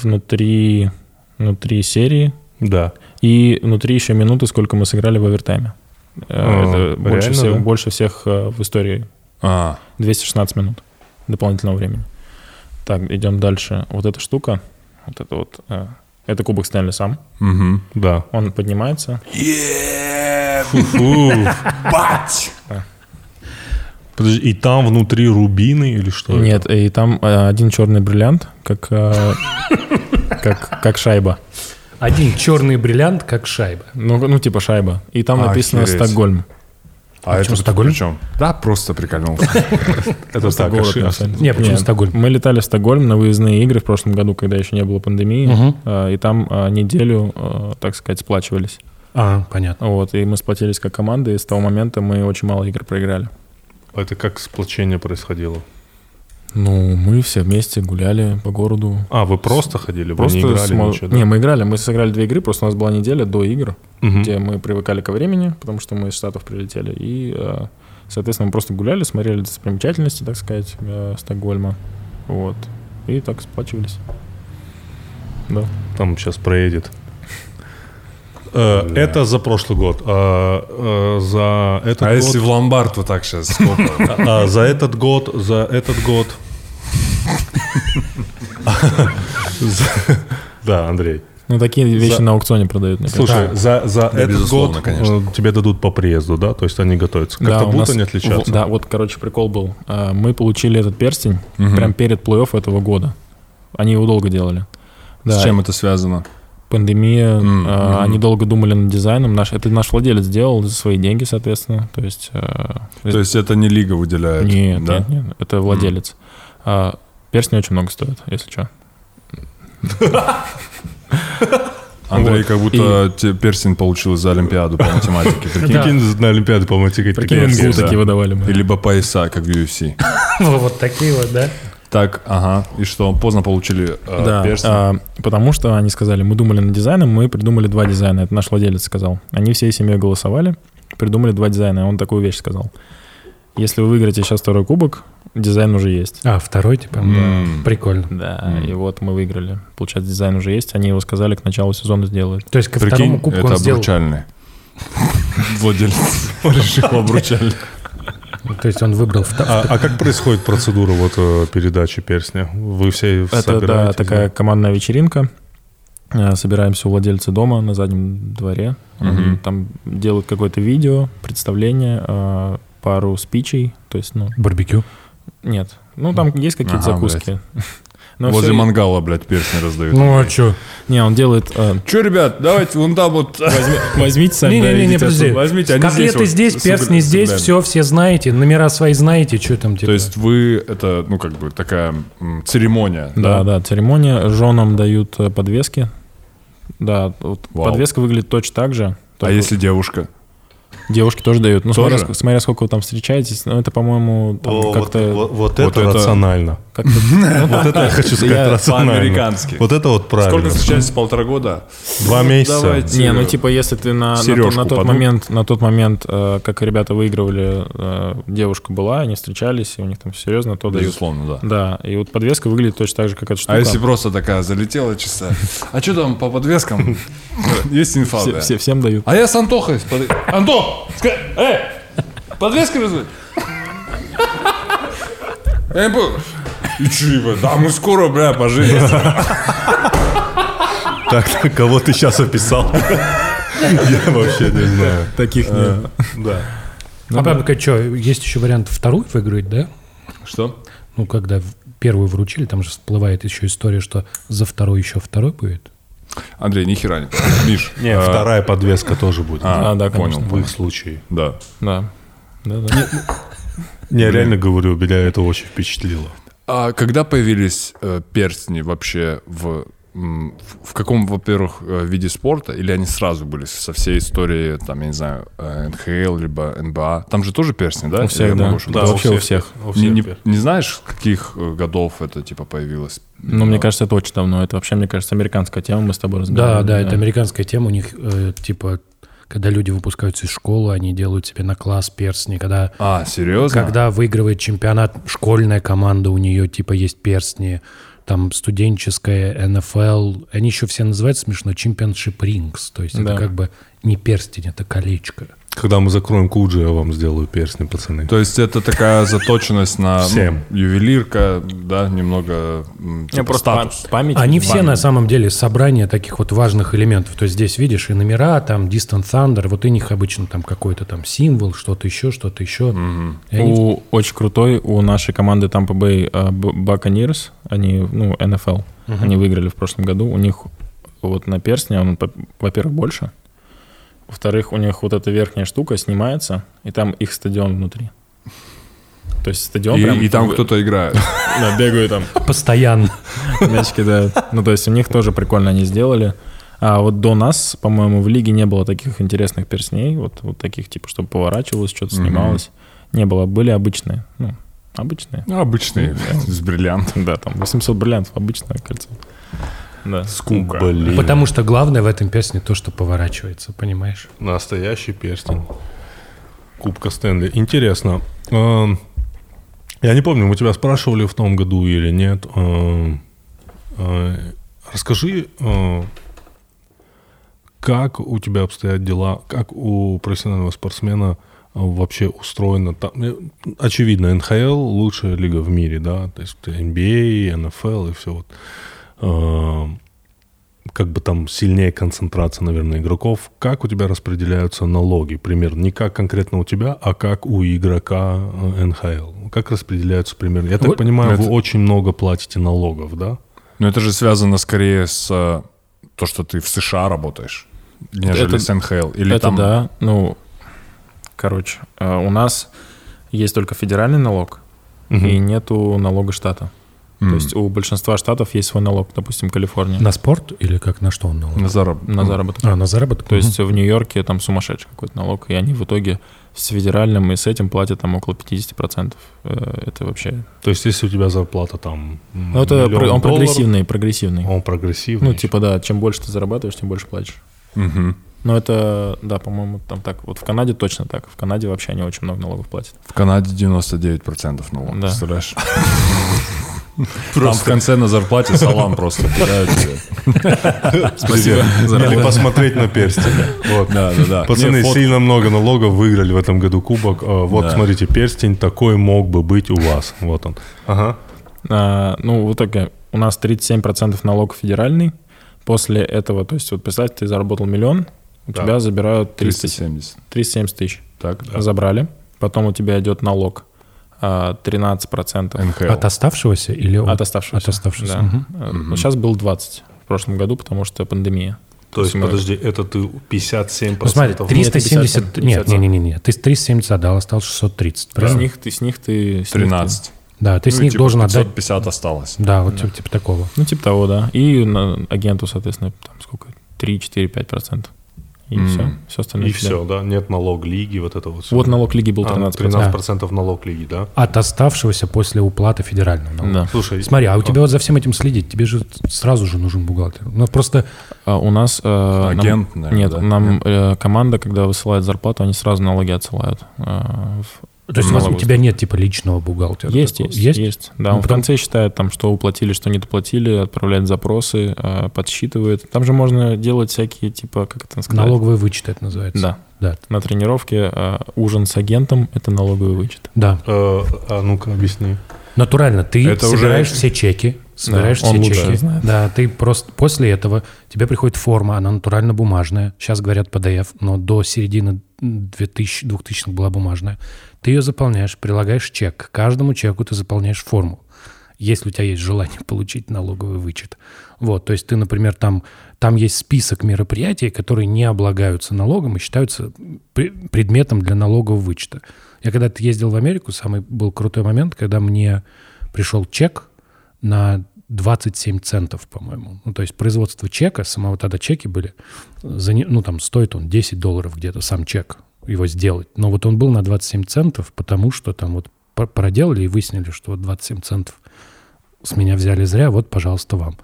S3: внутри, внутри серии,
S4: Да.
S3: и внутри еще минуты, сколько мы сыграли в овертайме. Э,
S4: О,
S3: это больше,
S4: реально,
S3: всех,
S4: да?
S3: больше всех э, в истории
S2: А,
S3: 216 минут дополнительного времени. Так, идем дальше. Вот эта штука, вот это вот, э, это кубок Стэнли сам.
S2: угу.
S4: Да.
S3: Он поднимается.
S4: Фу. Подожди, и там внутри рубины или что? это?
S3: Нет, и там э, один черный бриллиант, как, э, как, как шайба.
S5: Один черный бриллиант, как шайба.
S3: Ну, ну, типа шайба. И там написано
S2: Охереть.
S3: Стокгольм.
S2: А
S5: чё,
S2: это
S5: Стокгольм?
S2: причем? Да, просто прикольнулся.
S4: Это так,
S3: город,
S4: ошибка.
S3: на самом деле.
S5: Не, почему
S3: Нет,
S5: Стокгольм?
S3: Мы летали в Стокгольм на выездные игры в прошлом году, когда еще не было пандемии.
S5: Мгм.
S3: э, и там э, неделю, э, так сказать, сплачивались.
S5: А, понятно.
S3: Вот, и мы сплотились как команда, и с того момента мы очень мало игр проиграли.
S4: Это как сплочение происходило?
S3: Ну, мы все вместе гуляли по городу.
S4: А, вы просто ходили? Вы
S3: Просто
S4: не играли
S3: смо-
S4: ничего, да?
S3: Не, мы играли, мы сыграли две игры, просто у нас была неделя до игр,
S4: Мгм.
S3: где мы привыкали ко времени, потому что мы из Штатов прилетели, и, э, соответственно, мы просто гуляли, смотрели достопримечательности, так сказать, э, Стокгольма, вот, и так сплачивались. Да.
S4: Там сейчас проедет. Э,
S2: Бля.
S4: Это за прошлый год. А, э, за этот
S2: А
S4: год...
S2: если в ломбард вот так сейчас? сколько?
S4: А, за этот год, за этот год. За- Да, Андрей.
S3: Ну, такие вещи
S4: За-
S3: на аукционе продают, мне кажется.
S4: Слушай, за, за этот
S2: безусловно,
S4: год
S2: конечно.
S4: э, тебе дадут по приезду, да? То есть они готовятся.
S3: Да,
S4: Как-то
S3: у
S4: будут
S3: нас-
S4: они отличаться?
S3: в- Да, вот, короче, прикол был. Э, Мы получили этот перстень прям перед плей-офф этого года. Они его долго делали. Да,
S2: С чем это связано?
S3: пандемия,
S2: М,
S3: э,
S2: мгм.
S3: они долго думали над дизайном. Наш, это наш владелец сделал за свои деньги, соответственно. То есть... э,
S2: То есть это не лига выделяет?
S3: нет,
S2: да?
S3: нет, нет, это владелец. А, перстни очень много стоят, если что.
S2: Андрей как будто те- перстень получил за Олимпиаду по математике. прикинь?
S4: Прикинь, на Олимпиаду, по-моему, тягать
S3: Прикинь,
S4: перья.
S3: МГУ
S2: да.
S3: такие выдавали мы.
S2: И Либо пояса, как в UFC.
S5: Вот такие вот, да?
S2: Так, ага. И что, поздно получили э,
S3: Да,
S2: перстень?
S3: а, потому что они сказали, мы думали над дизайном, мы придумали два дизайна, это наш владелец сказал. Они всей семьей голосовали, придумали два дизайна, он такую вещь сказал. Если вы выиграете сейчас второй кубок, дизайн уже есть.
S5: А, второй типа?
S2: М.
S5: Прикольно.
S3: Да,
S2: М.
S3: и вот мы выиграли. Получается, дизайн уже есть, они его сказали, к началу сезона сделают.
S5: То есть ко
S2: Прикинь,
S5: второму кубку
S2: это
S5: он сделал...
S2: обручальный. Владелец решил обручальный.
S5: То есть он выбрал... вто-
S4: А, а как происходит процедура вот э, передачи перстня? Вы все
S3: Это
S4: собираетесь?
S3: да, такая командная вечеринка. Э, Собираемся у владельца дома на заднем дворе.
S2: Мгм.
S3: Они Там делают какое-то видео, представление, э, пару спичей. То есть, ну,
S5: Барбекю.
S3: Нет. Ну, там есть какие-то
S2: Ага,
S3: закуски. Но
S2: Возле
S3: всё-
S2: мангала, блядь, перстень раздают.
S5: Ну а что?
S3: Не, он делает... э,
S2: Че, ребят, давайте вон там вот...
S3: Возьмите сами, да,
S5: Не-не-не,
S3: идите
S5: подожди.
S3: отсюда.
S2: Возьмите, они здесь
S5: Котлеты
S2: вот
S5: здесь,
S2: с
S5: перстни
S2: угля- с
S5: здесь,
S2: углями.
S5: все, все знаете, номера свои знаете, что там типа.
S2: То есть вы, это, ну, как бы такая м, церемония.
S3: Да, да, церемония. Женам дают э, подвески. Да, вот
S2: Вау.
S3: подвеска выглядит точно так же.
S2: А
S3: только
S2: если девушка?
S3: Девушки тоже дают. Ну, смотря,
S2: Тоже?
S3: ск- смотря сколько вы там встречаетесь, ну, это, по-моему, там
S4: О, вот,
S3: как-то...
S4: вот-
S2: вот
S4: вот это,
S2: это-
S4: рационально.
S3: как-то-
S4: Вот это я хочу сказать рационально.
S2: По-американски.
S4: Вот это вот
S2: Сколько
S4: правильно.
S2: встречаетесь? Полтора года?
S4: Два
S2: Ну,
S4: месяца.
S2: давайте.
S3: Не, ну типа, если ты на, на, то-
S2: Сережку
S3: на тот
S2: подуй.
S3: момент, на тот момент, э, как ребята выигрывали, э, девушка была, они встречались, и у них там все серьезно, то дают.
S2: Безусловно, да.
S3: Да, и вот подвеска выглядит точно так же, как эта штука.
S2: А если просто такая залетела часа? А что там по подвескам? Есть инфа,
S3: все,
S2: да?
S3: все- всем дают?
S2: А я с Антохой. спод- Антох! Ска- Э! По-английски разве? Я не понял. И че, бля, да, мы скоро, бля, поженимся.
S1: Так, кого ты сейчас описал? Я вообще не знаю.
S4: Таких нет.
S2: ну
S5: а прям такая, что, есть еще вариант вторую выиграть, да?
S2: Что?
S5: Ну, когда в- первую вручили, там же всплывает еще история, что за второй еще второй будет.
S2: Андрей, ни хера не понял. Миш.
S4: Не,
S2: а,
S4: вторая подвеска тоже будет.
S2: А,
S3: А, да,
S2: понял.
S3: конечно.
S1: В их случае.
S2: Да.
S3: Да. Да, да.
S4: Не, реально говорю, меня это очень впечатлило.
S2: А когда появились э, перстни вообще в м, в в каком, во-первых, э, виде спорта, или они сразу были со всей историей, там, я не знаю, э, НХЛ, либо НБА? Там же тоже перстни, да?
S3: У всех,
S2: Или я
S3: да.
S2: могу ошибаться?
S3: Да, вообще у всех.
S4: у
S2: Не,
S4: всех
S2: не-
S4: пер-
S2: не знаешь, каких э, годов это, типа, появилось?
S3: Ну, мне кажется, это очень давно. Это вообще, мне кажется, американская тема, мы с тобой
S5: Да,
S3: разговаривали.
S5: да, это американская тема. У них, э, типа, когда люди выпускаются из школы, они делают себе на класс перстни. Когда,
S2: А, серьезно?
S5: когда выигрывает чемпионат, школьная команда, у нее, типа, есть перстни. Там студенческая, НФЛ. Они еще все называют смешно чемпионшип рингс. То есть это
S3: Да.
S5: как бы не перстень, это колечко.
S4: Когда мы закроем Куджи, я вам сделаю перстни, пацаны.
S2: То есть это такая заточенность на ну,
S4: Всем.
S2: ювелирка, да, немного м, типа,
S3: Я просто
S2: статус.
S3: пам- память.
S5: Они все
S3: память.
S5: на самом деле собрание таких вот важных элементов. То есть здесь видишь и номера, там Distant Thunder, вот у них обычно там какой-то там символ, что-то еще, что-то еще. И они
S3: У очень крутой, у нашей команды Tampa Bay э, Б- Buccaneers, они, ну, НФЛ, они выиграли в прошлом году. У них вот на перстне он, по- во-первых, больше. Во-вторых, у них вот эта верхняя штука снимается, и там их стадион внутри. То есть стадион
S2: И,
S3: прям...
S2: и там
S3: в-
S2: кто-то играет.
S3: Да, бегают там.
S5: Постоянно.
S3: Мячики, да. Ну, то есть у них тоже прикольно они сделали. А вот до нас, по-моему, в лиге не было таких интересных персней, вот, вот таких, типа, чтобы поворачивалось, что-то
S2: Мгм.
S3: снималось. Не было, были обычные, ну, обычные.
S2: Ну, обычный, с бриллиантом.
S3: Да, там 800 бриллиантов, обычное кольцо. Да.
S2: Скука.
S4: Блин.
S5: Потому что главное в этом перстне то, что поворачивается, понимаешь?
S4: Настоящий перстень. Кубка Стэнли. Интересно. эм, Я не помню, мы тебя спрашивали в том году или нет. эм, э, Расскажи, э, как у тебя обстоят дела, как у профессионального спортсмена э, вообще устроено там. э, Очевидно, НХЛ лучшая лига в мире, да, то есть NBA, НФЛ и все вот. Эм, как бы там сильнее концентрация, наверное, игроков. Как у тебя распределяются налоги? Примерно не как конкретно у тебя, а как у игрока э, НХЛ. Как распределяются примерно? Я так
S5: Вот
S4: понимаю, вы
S2: это-
S4: очень много платите налогов, да?
S2: Но это же связано скорее с э, то, что ты в США работаешь, нежели
S3: Это-
S2: с НХЛ. Или
S3: это
S2: там...
S3: да, ну, короче, э, у нас есть только федеральный налог, и нету налога штата.
S2: М,
S3: То есть у большинства штатов есть свой налог, допустим, Калифорния,
S5: На спорт или как на что он наложен?
S2: на зараб-
S3: на заработок.
S5: А, на заработок.
S3: То есть в Нью-Йорке там сумасшедший какой-то налог, и они в итоге с федеральным и с этим платят там около 50%. Э, Это вообще...
S4: То есть, если у тебя зарплата там... м,
S3: Ну, это
S4: миллион
S3: про- он
S4: долларов,
S3: прогрессивный, прогрессивный.
S4: Он прогрессивный.
S3: Ну, типа, да, чем больше ты зарабатываешь, тем больше платишь.
S2: Мгм.
S3: Но это, да, по-моему, там так. Вот в Канаде точно так. В Канаде вообще они очень много налогов платят.
S2: В Канаде 99% налог.
S3: Да.
S2: Представляешь? Там в конце на зарплате салам просто кидают тебе.
S3: Спасибо. за
S4: Или
S3: работу.
S4: посмотреть на перстень. Вот.
S2: ну, Да, да, да.
S4: Пацаны
S2: Не, фот-
S4: сильно много налогов выиграли в этом году кубок. А, Вот, смотрите, перстень такой мог бы быть у вас. Вот он. Ага.
S3: А, ну, в итоге у нас 37% налог федеральный. После этого, то есть, вот представь, ты заработал миллион, у
S4: Да.
S3: тебя забирают 300,
S2: 370.
S3: 370 тысяч.
S2: Так, да.
S3: Забрали. Потом у тебя идет налог а, 13%
S2: НХЛ.
S5: От оставшегося или
S3: от оставшегося. Э,
S5: От оставшегося, мгм.
S3: Сейчас был 20 в прошлом году, потому что пандемия.
S4: То есть,
S3: мы-
S4: подожди, это ты 57%?
S5: Ну, смотри,
S4: процентов-
S5: 370...
S3: 50,
S5: Нет,
S3: 50.
S5: не-не-не, не. ты с 370 отдал, осталось 630.
S3: Ты с
S5: правильно?
S3: них, ты с них ты... с них ты-
S2: 13.
S5: Да, ты с
S2: Ну,
S5: них
S2: типа,
S5: должен отдать...
S2: 550 осталось.
S5: Да, вот типа- типа такого.
S3: Ну, типа того, да. И на- агенту, соответственно, там сколько? 3, 4, 5 процентов. И
S2: М.
S3: все. Все остальное.
S4: И
S3: всегда.
S4: все, да? Нет налог лиги, вот это вот. всё.
S3: Вот налог лиги был
S4: А,
S3: 13
S4: 13% налог лиги, да?
S5: От оставшегося после уплаты федерального налога.
S3: Да.
S4: Слушай,
S5: Смотри, а у тебя вот за всем этим следить, тебе же сразу же нужен бухгалтер. Ну, просто
S3: А у нас... э, нам-
S2: Агент, наверное,
S3: Нет,
S2: да?
S3: нам э, команда, когда высылает зарплату, они сразу налоги отсылают. э, в-
S5: То есть у, вас- у
S2: Налоговый.
S5: тебя нет типа личного бухгалтера?
S3: Есть,
S5: такого?
S3: есть, есть, Да,
S5: Ну,
S3: он в
S5: потому-
S3: конце считает, там, что уплатили, что не доплатили, отправляет запросы, э, подсчитывает. Там же можно делать всякие, типа, как это сказать?
S5: Налоговый вычет это называется.
S3: Да.
S5: Да.
S3: На тренировке э, ужин с агентом – это налоговый вычет.
S5: Да.
S4: Э, а ну-ка, объясни.
S5: Натурально, ты
S2: Это уже-
S5: собираешь все чеки, собираешь
S3: он
S5: все
S3: лучше
S5: чеки.
S3: знает.
S5: Да, ты просто после этого тебе приходит форма, она натурально бумажная. Сейчас говорят PDF, но до середины 2000, 2000 была бумажная. Ты ее заполняешь, прилагаешь чек. К каждому чеку ты заполняешь форму. Если у тебя есть желание получить налоговый вычет. Вот, то есть ты, например, там, там есть список мероприятий, которые не облагаются налогом и считаются пре- предметом для налогового вычета. Я когда-то ездил в Америку, самый был крутой момент, когда мне пришел чек на 27 центов, по-моему. Ну, то есть производство чека, самого тогда чеки были, за не- ну, там стоит он 10 долларов где-то, сам чек, его сделать. Но вот он был на 27 центов, потому что там вот пр- проделали и выяснили, что вот 27 центов с меня взяли зря, вот, пожалуйста, вам.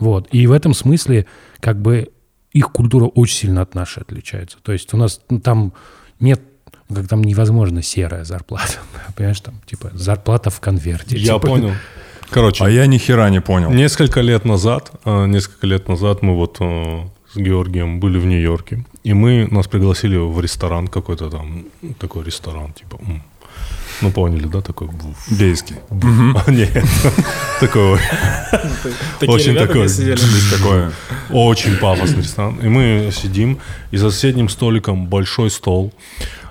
S5: Вот. И в этом смысле как бы их культура очень сильно от нашей отличается. То есть у нас ну, там нет ну, как там невозможно серая зарплата. Понимаешь, там типа зарплата в конверте.
S4: Я
S5: Типа,
S4: понял. Короче,
S2: А я ни хера не понял.
S4: Несколько лет назад, э, несколько лет назад мы вот э, с Георгием были в Нью-Йорке, и мы нас пригласили в ресторан какой-то там ну, такой ресторан типа, м. ну поняли, да, такой. буф.
S2: Гейский.
S4: Нет, такой очень такой
S2: Такое.
S4: очень пафосный ресторан. И мы сидим, и за соседним столиком большой стол.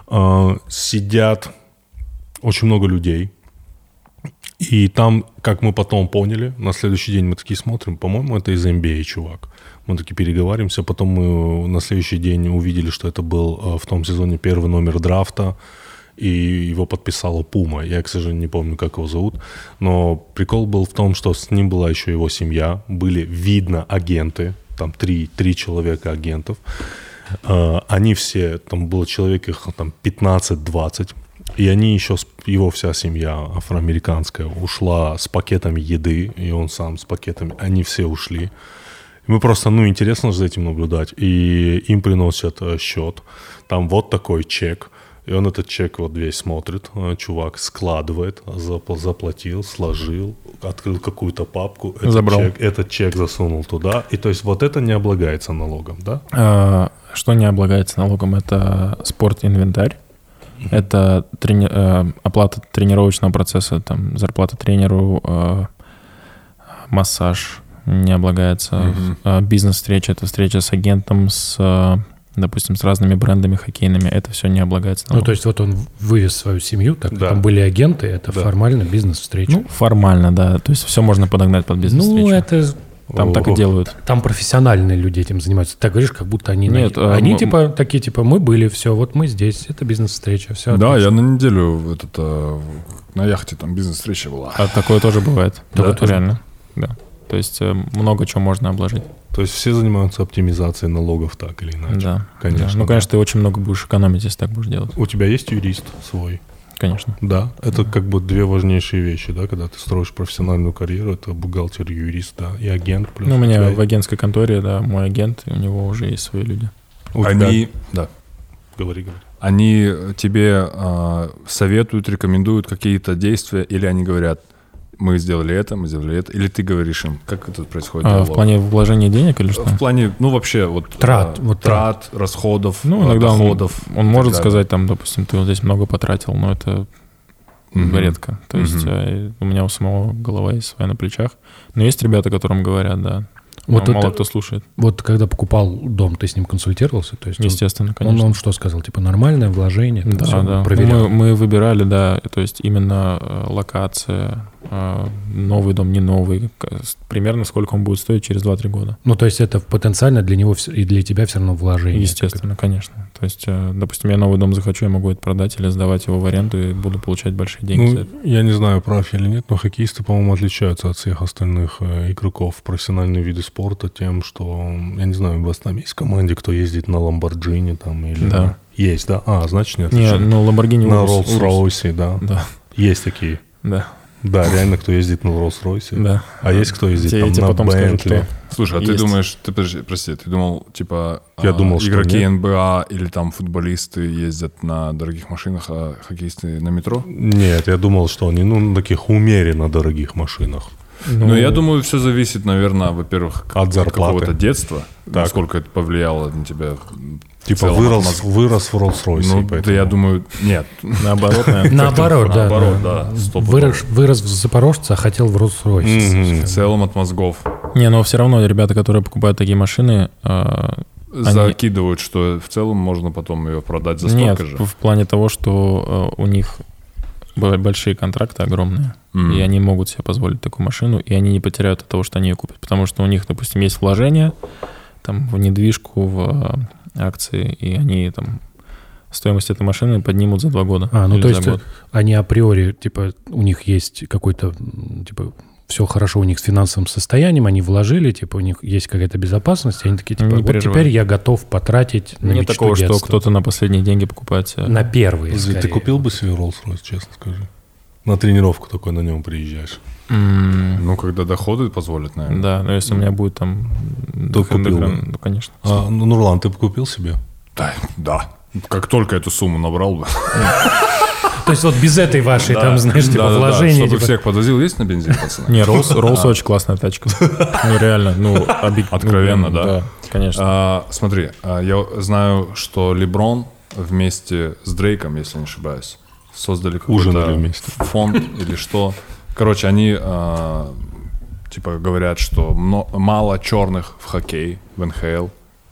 S4: э, Сидят очень много людей. И там, как мы потом поняли, на следующий день мы такие смотрим, по-моему, это из NBA, чувак. Мы такие переговариваемся, потом мы на следующий день увидели, что это был э, в том сезоне первый номер драфта, и его подписала Пума. Я, к сожалению, не помню, как его зовут. Но прикол был в том, что с ним была еще его семья, были, видно, агенты, там три, три человека агентов. Э, Они все, там было человек их там 15-20, и они еще, с- его вся семья афроамериканская ушла с пакетами еды, и он сам с пакетами, они все ушли. Мы просто, ну, интересно же за этим наблюдать. И им приносят э, счет. Там вот такой чек. И он этот чек вот весь смотрит. э, Чувак складывает, зап- заплатил, сложил, открыл какую-то папку. Этот
S3: Забрал.
S4: Чек, этот чек засунул туда. И то есть вот это не облагается налогом, да?
S3: А, Что не облагается налогом, это спорт и инвентарь. Это трени- э, оплата тренировочного процесса, там, зарплата тренеру, э, массаж не облагается.
S2: Мгм.
S3: А, Бизнес-встреча, это встреча с агентом, с, э, допустим, с разными брендами хоккейными, это все не облагается
S5: Ну,
S3: налогом.
S5: то есть вот он вывез свою семью, так
S4: Да.
S5: там были агенты, это
S4: Да.
S5: формально бизнес-встреча.
S3: Ну, формально, да. То есть все можно подогнать под бизнес-встречу.
S5: Ну, это
S3: Там так и
S4: Ого.
S3: делают.
S5: там профессиональные люди этим занимаются. Ты так говоришь, как будто они... на-
S3: Нет, а,
S5: они
S3: м-
S5: типа такие, типа, мы были, все, вот мы здесь, это бизнес-встреча, все.
S2: Да, я на неделю этот, э, на яхте там бизнес-встреча была.
S3: А такое тоже бывает.
S5: Такое
S3: Да,
S5: тоже.
S3: реально. Да. То есть э, много чего можно обложить.
S4: То есть все занимаются оптимизацией налогов так или иначе.
S3: Да.
S4: Конечно,
S3: Да.
S4: да.
S3: Ну, конечно, ты очень много будешь экономить, если так будешь делать.
S4: У тебя есть юрист свой?
S3: Конечно.
S4: Да, это как бы две важнейшие вещи, да, когда ты строишь профессиональную карьеру, это бухгалтер, юрист, да, и агент. Плюс
S3: Ну, у
S4: тебя-
S3: меня в агентской конторе, да, мой агент, и у него уже есть свои люди.
S4: у тебя-
S2: Они, да.
S4: Говори, говори.
S2: Они тебе а, советуют, рекомендуют какие-то действия, или они говорят, мы сделали это, мы сделали это, или ты говоришь им, как это происходит?
S3: А, в
S2: диалог?
S3: плане вложения денег или что?
S2: В плане, ну вообще вот
S5: Трат,
S2: а,
S5: вот
S2: трат, расходов,
S3: Ну,
S2: а,
S3: иногда он,
S2: доходов.
S3: он
S2: и
S3: может
S2: так далее.
S3: сказать, там, допустим, ты вот здесь много потратил, но это
S2: Мгм.
S3: редко. То есть
S2: Мгм.
S3: э, у меня у самого голова есть своя на плечах. Но есть ребята, которым говорят, да.
S5: Вот
S3: Вот
S5: это-
S3: мало кто слушает.
S5: Вот когда покупал дом, ты с ним консультировался? То есть он-
S3: Естественно,
S5: он,
S3: конечно.
S5: он что сказал? Типа, нормальное вложение? там
S3: Да,
S5: всё
S3: да. Ну,
S5: Проверял.
S3: Мы, мы выбирали, да, то есть именно э, локация, э, новый дом, не новый, к- с- примерно сколько он будет стоить через 2-3 года.
S5: Ну, то есть это потенциально для него всё- и для тебя все равно вложение.
S3: Естественно, конечно. То есть, э, допустим, я новый дом захочу, я могу это продать или сдавать его в аренду и буду получать большие деньги за это.
S4: Ну, я не знаю, прав я или нет, но хоккеисты, по-моему, отличаются от всех остальных э, игроков в профессиональные виды спорта тем, что, м, я не знаю, у вас там есть в команде, кто ездит на Ламборджини там или...
S3: Да.
S4: Есть, да? А, значит, не
S3: Не,
S4: отличают.
S3: ну, Ламборгини
S4: на
S3: Урус, Урус.
S4: Роллс-Ройсе, да.
S3: Да,
S4: Есть такие.
S3: да.
S4: Да, реально, кто ездит на Rolls-Royce.
S3: Да.
S4: А есть кто ездит
S3: Те-
S4: там,
S3: я тебе
S4: на
S3: потом скажу,
S4: Bentley?
S2: Слушай, а ты
S3: Есть.
S2: думаешь, ты подожди, прости, ты думал, типа,
S4: Я
S2: а,
S4: думал, что
S2: игроки
S4: нет.
S2: НБА или там футболисты ездят на дорогих машинах, а хоккеисты на метро?
S4: Нет, я думал, что они ну, на таких умеренно дорогих машинах.
S2: Ну, я думаю, все зависит, наверное, во-первых, к-
S4: От зарплаты.
S2: какого-то детства,
S4: Так.
S2: насколько это повлияло на тебя.
S4: Типа
S2: целом
S4: вырос,
S2: мозг.
S4: вырос в Rolls-Royce.
S2: Ну,
S4: и
S2: да
S4: поэтому-
S2: я думаю, нет.
S3: Наоборот, наверное.
S5: Наоборот, да.
S2: Наоборот, да, стоп.
S5: Вырос, вырос в Запорожце, а хотел в Роллс-Ройс.
S4: Мгм.
S2: В целом от мозгов
S3: Не, но все равно ребята, которые покупают такие машины, э,
S2: закидывают, что в целом можно потом ее продать за
S3: нет,
S2: столько же.
S3: в плане того, что э, у них б- большие контракты огромные,
S2: Мгм.
S3: и они могут себе позволить такую машину, и они не потеряют от того, что они ее купят, потому что у них, допустим, есть вложения там в недвижку, в э, акции, и они там стоимость этой машины поднимут за два года.
S5: А, ну
S3: или
S5: то
S3: за
S5: есть
S3: год.
S5: они априори, типа, у них есть какой-то, м, типа, все хорошо у них с финансовым состоянием, они вложили, типа, у них есть какая-то безопасность, и они такие, типа,
S3: Не
S5: вот
S3: переживай.
S5: теперь я готов потратить на
S3: Нет
S5: мечту
S3: такого, что
S5: ну, детства.
S3: кто-то на последние деньги э, покупает себе.
S5: На первые,
S4: Ты
S5: скорее.
S4: купил бы себе Rolls-Royce, честно скажи? На тренировку такой на нем приезжаешь.
S3: М,
S2: Ну, когда доходы позволят, наверное.
S3: Да, но если у меня будет там... м,
S4: То
S3: доход-
S4: купил бы.
S3: дохрен- Ну, конечно.
S4: А, ну, Нурлан, ты бы купил себе?
S2: Да. да. Как только эту сумму набрал бы.
S5: То есть вот без этой вашей, там, знаешь, типа,
S2: Да-да-да,
S5: вложения,
S2: Чтобы
S5: типа,
S2: всех подвозил, есть на бензин, пацаны?
S3: Не, Rolls, Rolls очень классная тачка. Ну, реально, А. ну, обид- ну,
S2: Откровенно,
S3: прям,
S2: да?
S3: конечно.
S2: А, Смотри, а, я знаю, что Леброн вместе с Дрейком, если не ошибаюсь, создали
S4: Ужинали
S2: какой-то
S4: вместе.
S2: фонд или что. Короче, они а, типа говорят, что мно- мало черных в хоккей, в НХЛ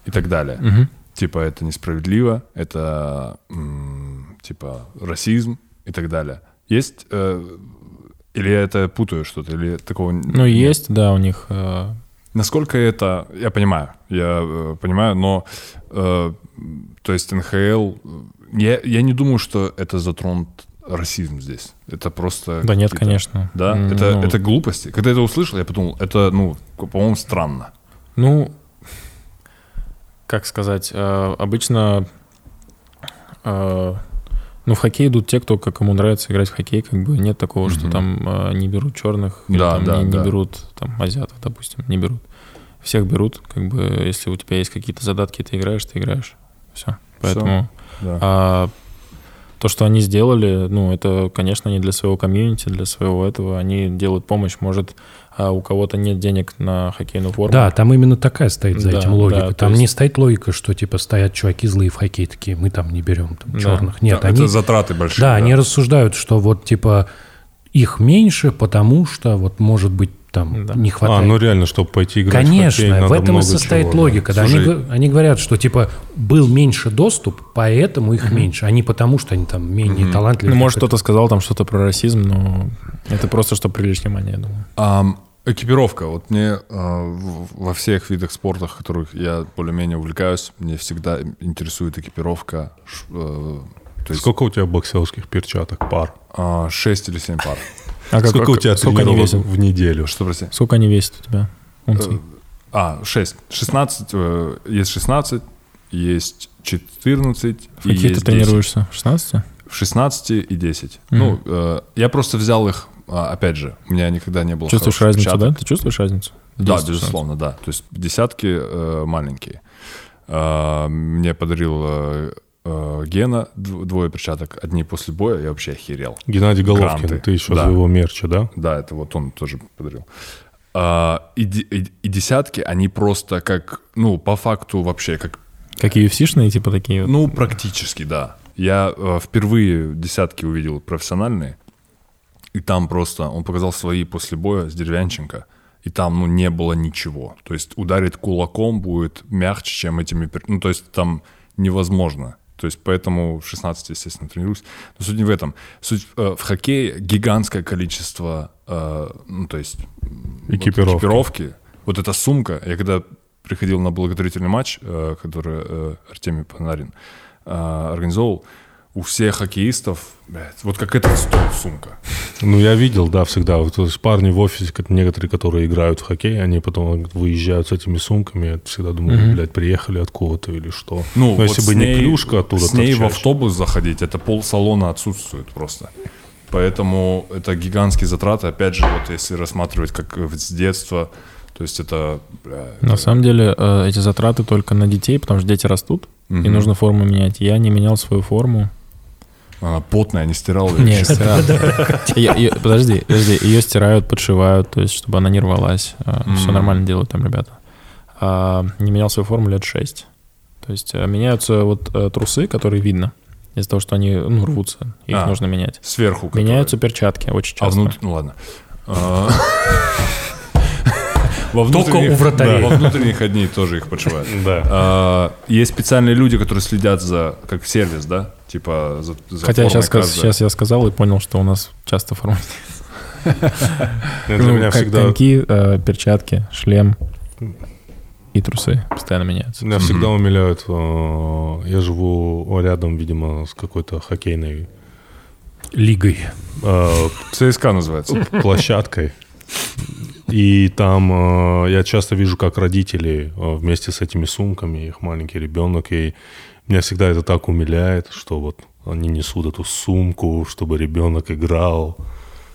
S2: и так далее. Типа это несправедливо, это м, типа расизм и так далее. Есть э, или я это путаю что-то, или такого н-
S3: Ну,
S2: нет?
S3: есть, да, у них... э,
S2: Насколько это, я понимаю, я э, понимаю, но, э, то есть НХЛ, э, я, я не думаю, что это затронут расизм здесь. Это просто...
S3: Да нет,
S2: какие-то-
S3: конечно.
S2: Да,
S3: М,
S2: это,
S3: ну,
S2: это глупости. Когда я это услышал, я подумал, это, ну, по-моему, странно.
S3: Ну, как сказать, э, обычно... э, Ну, в хоккей идут те, кто, как ему нравится играть в хоккей, как бы нет такого, что
S2: Мгм.
S3: там э, не берут черных, или
S2: Да,
S3: там
S2: да,
S3: не, не
S2: да.
S3: берут там азиатов, допустим, не берут. Всех берут, как бы, если у тебя есть какие-то задатки, ты играешь, ты играешь. Все. Поэтому...
S2: Да.
S3: А то, что они сделали, ну, это, конечно, не для своего комьюнити, для своего этого. Они делают помощь. Может, а у кого-то нет денег на хоккейную форму.
S5: Да, там именно такая стоит за
S3: Да,
S5: этим
S3: да,
S5: логика.
S3: то
S5: Там
S3: есть-
S5: не стоит логика, что типа стоят чуваки злые в хоккей такие, мы там не берем там,
S3: Да.
S5: черных. Нет,
S2: Да,
S5: они,
S2: Это затраты большие.
S5: да, они рассуждают, что вот типа их меньше, потому что вот может быть там
S3: Да.
S5: не
S4: А,
S5: хватает.
S4: ну реально, чтобы пойти играть в
S5: Конечно,
S4: хоккей,
S5: в
S4: надо
S5: этом и
S4: много
S5: состоит
S4: чего, да.
S5: логика. да. Они,
S2: Слушай-
S5: г- они говорят, что типа был меньше доступ, поэтому их меньше, а не потому, что они там менее
S3: Ну,
S5: талантливые.
S3: может,
S5: Как это-
S3: кто-то сказал там что-то про расизм, но это просто, чтобы привлечь внимание, я думаю.
S2: Ам, экипировка. Вот мне а, в- во всех видах спорта, которых я более-менее увлекаюсь, мне всегда интересует экипировка. ш- э, то есть
S4: Сколько у тебя боксерских перчаток пар?
S2: а, шесть или семь пар.
S3: А как-
S4: сколько у
S3: как-
S4: тебя
S3: сколько они
S4: тренировок
S3: весят?
S4: в неделю?
S2: Что, прости?
S3: Сколько они весят у тебя? Унций?
S2: А, 6. 16, э, есть 16, есть 14.
S3: В
S2: и
S3: какие ты
S2: есть 10.
S3: тренируешься? В 16?
S2: В 16 и 10. Ну, э, я просто взял их, а, опять же, у меня никогда не было
S3: Чувствуешь
S2: хороших
S3: разницу,
S2: перчаток.
S3: да? Ты чувствуешь разницу?
S2: Да,
S3: 10, 16.
S2: безусловно, да. То есть десятки э, маленькие. А, мне подарил э, э, Гена дв- двое перчаток. Одни после боя, я вообще охерел.
S4: Геннадий Головкин,
S2: Гранты.
S4: ты еще
S2: Да.
S4: за его мерча, да?
S2: Да, это вот он тоже подарил. А, и, де- и- и десятки, они просто как, ну, по факту вообще как
S3: Как UFC-шные, типа такие? вот?
S2: Ну, практически, да. Я э, впервые десятки увидел профессиональные, и там просто он показал свои после боя с Деревянченко, и там, ну, не было ничего. То есть ударит кулаком будет мягче, чем этими... пер- Ну, то есть там невозможно. То есть поэтому в 16, естественно, тренируюсь. Но суть не в этом. Суть э, в хоккее гигантское количество, э, ну, то есть... м, вот
S4: Экипировки.
S2: экипировки. Вот эта сумка. Я когда приходил на благотворительный матч, э, который э, Артемий Панарин э, организовал, у всех хоккеистов, блядь, вот как этот стол сумка.
S4: Ну, я видел, да, всегда. Вот, то есть парни в офисе, как некоторые, которые играют в хоккей, они потом выезжают с этими сумками. Я всегда думаю, блядь, приехали от кого-то или что.
S2: Ну,
S4: Но
S2: вот
S4: если
S2: с
S4: бы не
S2: ней-
S4: клюшка оттуда
S2: С ней в
S4: торчащая.
S2: автобус заходить, это пол салона отсутствует просто. Поэтому это гигантские затраты. Опять же, вот если рассматривать как э, с детства, то есть это... бля,
S3: На
S2: это-
S3: самом деле э, эти затраты только на детей, потому что дети растут, и
S2: Мгм.
S3: нужно форму менять. Я не менял свою форму.
S2: Она потная, не стирала. её
S3: Не,
S2: чисто.
S3: стирают. Я- я- Подожди, подожди. Ее стирают, подшивают, то есть, чтобы она не рвалась. Все
S2: М.
S3: нормально делают там ребята. А, Не менял свою форму лет 6. То есть э, меняются вот э, трусы, которые видно. Из-за того, что они ну, рвутся, их
S2: А.
S3: нужно менять.
S2: Сверху. которая.
S3: Меняются перчатки очень
S2: А
S3: часто.
S2: внут- Ну ладно. А, во
S5: Только
S2: внутренних-
S5: у вратарей.
S2: да, Во внутренних одни тоже их подшивают.
S4: Да.
S2: А, Есть специальные люди, которые следят за, как сервис, да? Типа за, за
S3: Хотя
S2: формой
S3: сейчас, сказ-
S2: каждой.
S3: сейчас я сказал и понял, что у нас часто форма.
S4: Для Ну, меня
S3: Ну, как
S4: всегда...
S3: коньки, э, перчатки, шлем и трусы постоянно меняются.
S4: Меня всегда умиляют. э, Я живу рядом, видимо, с какой-то хоккейной
S5: Лигой.
S4: э,
S2: ЦСКА называется.
S4: площадкой. И там э, я часто вижу, как родители э, вместе с этими сумками, их маленький ребенок, и меня всегда это так умиляет, что вот они несут эту сумку, чтобы ребенок играл.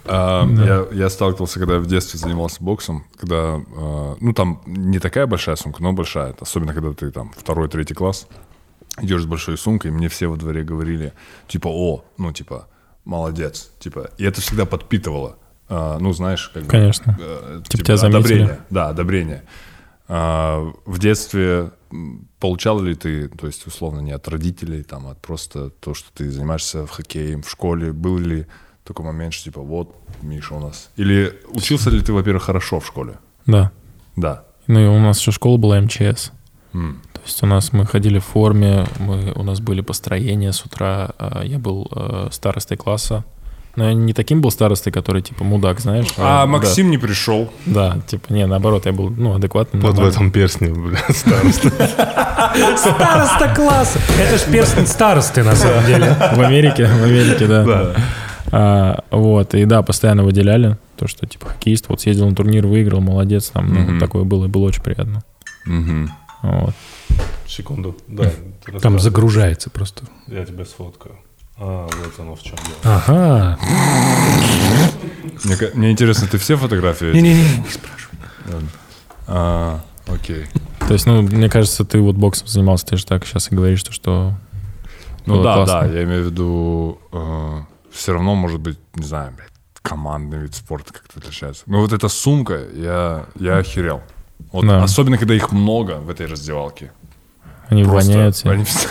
S2: А, я, я сталкивался, когда я в детстве занимался боксом, когда, а, ну, там не такая большая сумка, но большая, особенно когда ты там второй-третий класс, идешь с большой сумкой, и мне все во дворе говорили, типа, о, ну, типа, молодец, типа, и это всегда подпитывало, а, ну, знаешь, как бы,
S3: Конечно.
S2: э,
S3: Типа тебя заметили.
S2: одобрение, да, одобрение. А, в детстве м, получал ли ты, то есть, условно, не от родителей, там, от просто то, что ты занимаешься в хоккее, в школе, был ли такой момент, что типа, вот, Миша у нас. Или учился ли ты, во-первых, хорошо в школе?
S3: Да.
S2: Да.
S3: Ну и у нас еще школа была МЧС.
S2: М.
S3: То есть у нас мы ходили в форме, мы, у нас были построения с утра. а, Я был э, старостой класса. Но я не таким был старостой, который типа мудак, знаешь.
S2: А
S3: да.
S2: Максим не пришел.
S3: Да, типа, не, наоборот, я был, ну, адекватный.
S4: Вот в
S3: нормальный.
S4: этом перстне, бля, староста.
S5: Староста класса! Это ж перстень старосты, на самом деле.
S3: В Америке, в Америке, да. А, вот, и да, постоянно выделяли то, что типа хоккеист, вот съездил на турнир, выиграл, молодец, там, ну,
S2: Мгм.
S3: такое было, и было очень приятно. Вот.
S4: Секунду, да. ты
S5: Там
S4: рассказывай.
S5: загружается просто.
S4: Я тебя сфоткаю. А, вот оно в чем дело.
S5: Ага.
S2: Мне, ка- мне интересно, ты все фотографии? эти?
S5: Не-не-не.
S2: А, окей.
S3: То есть, ну, мне кажется, ты вот боксом занимался, ты же так сейчас и говоришь, то, что...
S2: Ну
S3: было
S2: да,
S3: классно.
S2: да, я имею в виду, все равно, может быть, не знаю, блядь, командный вид спорта как-то отличается. Но вот эта сумка, я, я охерел. Вот,
S3: Да.
S2: Особенно, когда их много в этой раздевалке.
S3: Они
S2: Просто
S3: воняют все.
S2: они все-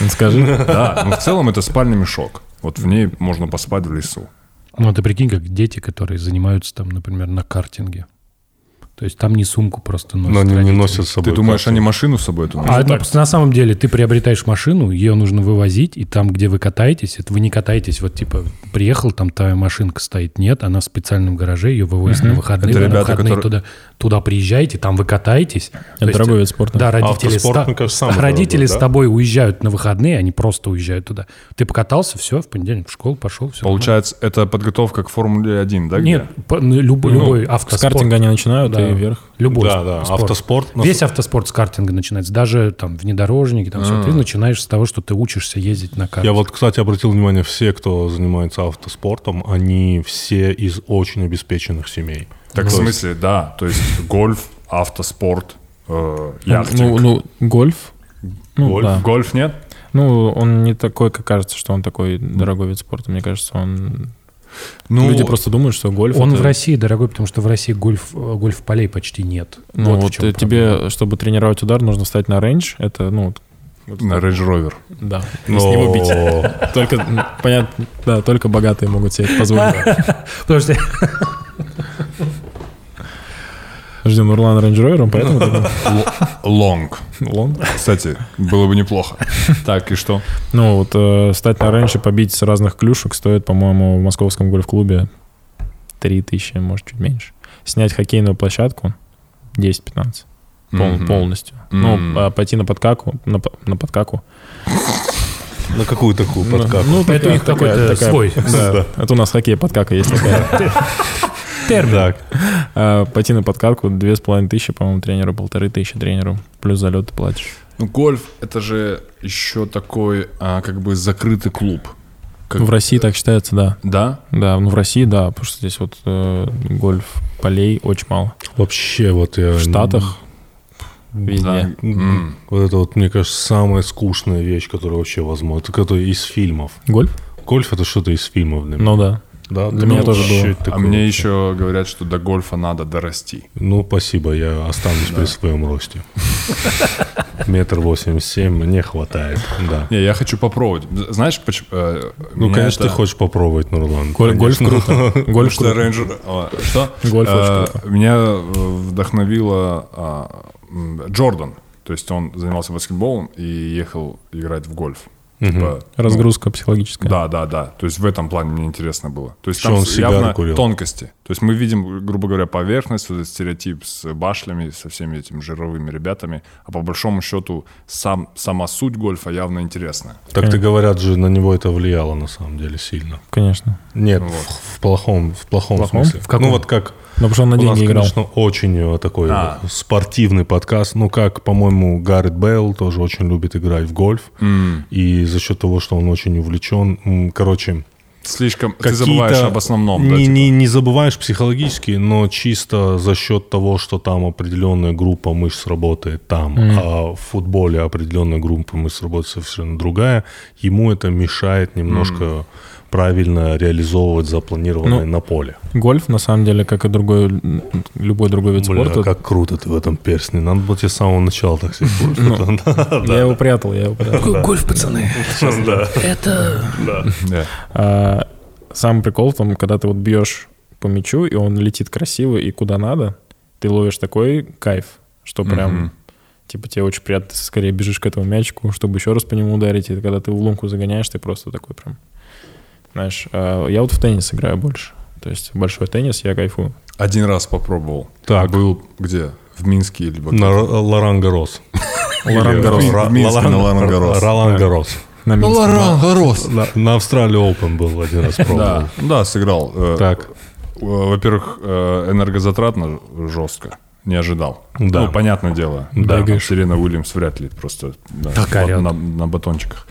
S3: Ну, Скажи.
S2: Да, ну в целом это спальный мешок. Вот в ней можно поспать в лесу.
S5: Ну, а ты прикинь, как дети, которые занимаются там, например, на картинге. То есть там не сумку просто носят.
S4: Но они Ну, не
S5: родители.
S4: носят с собой.
S2: Ты думаешь,
S4: карту.
S2: они машину с собой эту
S5: А
S2: носят?
S5: ну, просто на самом деле ты приобретаешь машину, ее нужно вывозить, и там, где вы катаетесь, это вы не катаетесь, вот типа приехал, там твоя машинка стоит, нет, она в специальном гараже, ее вывозят на выходные,
S2: Это
S5: вы на
S2: ребята,
S5: выходные
S2: которые-
S5: туда, туда приезжаете, там вы катаетесь. То
S3: Это
S5: есть,
S3: дорогой вид спорта.
S5: Да, родители,
S4: Автоспорт,
S5: ста-
S4: мне кажется, самый
S5: родители
S4: дорогой,
S5: с
S4: да?
S5: тобой уезжают на выходные, они просто уезжают туда. Ты покатался, все, в понедельник в школу пошел, все.
S2: Получается, это подготовка к Формуле 1, да? где?
S5: Нет, по- ну, люб- любой
S3: С
S5: автоспорт.
S3: картинга они начинают,
S5: Да.
S3: и вверх.
S5: Любой
S4: Да, да,
S5: спорт.
S4: автоспорт.
S5: Весь автоспорт с картинга начинается, даже там внедорожники, там
S3: А.
S5: все. Ты начинаешь с того, что ты учишься ездить на карте.
S4: Я вот, кстати, обратил внимание, все, кто занимается автоспортом, они все из очень обеспеченных семей.
S2: Так в смысле, да. То есть гольф, автоспорт, э,
S3: Ну,
S2: яхтинг.
S3: ну, гольф. Ну,
S2: Гольф?
S3: да.
S2: Гольф нет?
S3: Ну, он не такой, как кажется, что он такой дорогой вид спорта. Мне кажется, он...
S2: Ну,
S3: Люди просто думают, что гольф...
S5: Он
S3: это-
S5: в России дорогой, потому что в России гольф, э, гольф-полей почти нет.
S3: Ну,
S5: в
S3: вот,
S5: чем
S3: э, тебе, чтобы тренировать удар, нужно встать на рейндж. Это, ну, вот,
S2: на Range Rover.
S3: да.
S4: Но...
S3: С него бить. Только, м, понятно, да, только богатые могут себе это позволить.
S5: Потому что
S3: Ждем Урлан Рейндж Ровером, поэтому... так,
S2: Лонг.
S3: ну, лон.
S2: Кстати, было бы неплохо. Так, и что?
S3: Ну, вот э, встать на рейндж и побить с разных клюшек стоит, по-моему, в московском гольф-клубе 3000, может, чуть меньше. Снять хоккейную площадку 10-15 пол-
S2: Мгм.
S3: полностью.
S2: Мгм.
S3: Ну, а пойти на подкаку, на, п- на подкаку.
S4: На какую такую подкаку?
S3: Ну,
S5: это у них какой-то свой
S3: Да, это у нас хоккей подкака есть такая.
S5: термин.
S4: Так,
S3: А, Пойти на подкатку две с половиной тысячи, по-моему, тренеру, полторы тысячи тренеру. Плюс залет ты платишь.
S2: Ну, гольф — это же еще такой а, как бы закрытый клуб. как-
S3: В России так считается, да.
S2: Да?
S3: Да, ну в России, да, потому что здесь вот э, гольф-полей очень мало.
S4: Вообще вот я...
S3: В Штатах везде.
S2: Да. М.
S4: Вот это вот, мне кажется, самая скучная вещь, которая вообще возможна. Это которая из фильмов.
S3: Гольф?
S4: Гольф это что-то из фильмов для меня.
S3: Ну да.
S4: да,
S3: для меня тоже
S4: вообще
S3: было.
S4: это
S2: А
S4: такое
S2: мне
S4: вообще.
S2: еще говорят, что до гольфа надо дорасти.
S4: Ну, спасибо, я останусь при своем росте. Метр восемьдесят семь мне хватает, да.
S2: Не, я хочу попробовать. З- Знаешь, почему? э,
S4: Ну,
S2: меня
S4: конечно,
S2: это-
S4: ты хочешь попробовать, Нурлан.
S3: Голь- Гольф
S4: конечно.
S3: круто.
S2: Потому
S3: Гольф
S2: что
S3: круто.
S2: рейнджер... а, Что?
S3: Гольф
S2: Э,
S4: А,
S3: очень круто.
S2: Меня э, вдохновило а, м, Джордан. То есть он занимался баскетболом и ехал играть в гольф. Типа, ну,
S3: Разгрузка психологическая.
S2: Да, да, да. То есть в этом плане мне интересно было. То есть
S4: Что
S2: там
S4: он
S2: с-
S4: сигару
S2: явно
S4: курил?
S2: тонкости. То есть мы видим, грубо говоря, поверхность, вот этот стереотип с башлями, со всеми этими жировыми ребятами, а по большому счету сам, сама суть гольфа явно интересна.
S4: Так ты говорят же, на него это влияло на самом деле сильно.
S3: Конечно.
S4: Нет,
S2: Вот.
S4: в, в плохом, в плохом,
S3: Плохом?
S4: смысле.
S3: В каком?
S4: Ну вот как
S3: Но потому что он на
S4: у нас,
S3: деньги играл.
S4: конечно, очень э, такой
S2: А.
S4: э, спортивный подкаст. Ну как, по-моему, Гаррет Бейл тоже очень любит играть в гольф. И за счет того, что он очень увлечен, м, короче,
S2: Слишком ты
S4: какие-то-
S2: забываешь об основном.
S4: Не,
S2: да, типа.
S4: не, не забываешь психологически, но чисто за счет того, что там определенная группа мышц работает там, а в футболе определенная группа мышц работает совершенно другая, ему это мешает немножко правильно реализовывать запланированное
S3: Ну,
S4: на поле.
S3: Гольф, на самом деле, как и другой, м, любой другой вид
S4: Бля,
S3: спорта.
S4: как круто ты в этом персне. Надо было тебе с самого начала так сказать.
S3: Я его прятал, я его прятал.
S5: Такой гольф, пацаны. Это...
S2: Да.
S3: А, Сам прикол в том, когда ты вот бьешь по мячу, и он летит красиво и куда надо, ты ловишь такой кайф, что прям,
S2: Мгм.
S3: типа, тебе очень приятно, ты скорее бежишь к этому мячику, чтобы еще раз по нему ударить, и когда ты в лунку загоняешь, ты просто такой прям, знаешь, а, я вот в теннис играю больше, то есть большой теннис, я кайфую.
S2: Один раз попробовал.
S4: Так.
S2: Был где? В Минске либо где?
S4: На Лоран Гарос.
S2: Ну,
S3: Лоран Гарос.
S2: В Минске на Лоран Гарос.
S4: Ролан Гарос.
S3: На Минске.
S2: Гарос.
S4: На- На Австралию Open был один раз пробовал.
S2: Да, да, сыграл. Э,
S4: Так.
S2: э, Во-первых, э, энергозатратно ж- жестко. Не ожидал.
S4: Да.
S2: Ну, понятное дело.
S4: Да.
S2: там Серена Уильямс вряд ли просто да,
S5: Так
S2: ба-
S5: орёт.
S2: на, на батончиках.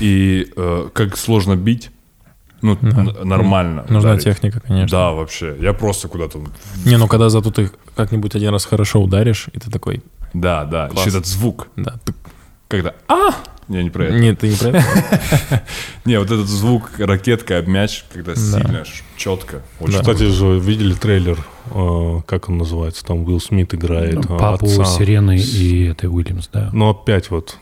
S2: И э, как сложно бить. Ну, н- нормально.
S3: Нужна
S2: ударить.
S3: техника, конечно.
S2: Да, вообще. Я просто куда-то...
S3: Не, ну когда зато ты как-нибудь один раз хорошо ударишь, и ты такой,
S2: Да, да.
S3: Класс.
S2: Еще этот звук.
S3: да, ты-
S2: Когда... А! Я не про это.
S3: нет, ты не про это.
S2: Не, вот этот звук ракеткой об мяч, когда сильно, четко. Очень
S4: Кстати же, видели трейлер, э, как он называется, там Уилл Смит играет э,
S5: Папу
S4: отца.
S5: Сирены и этой Уильямс, да.
S4: Но опять вот,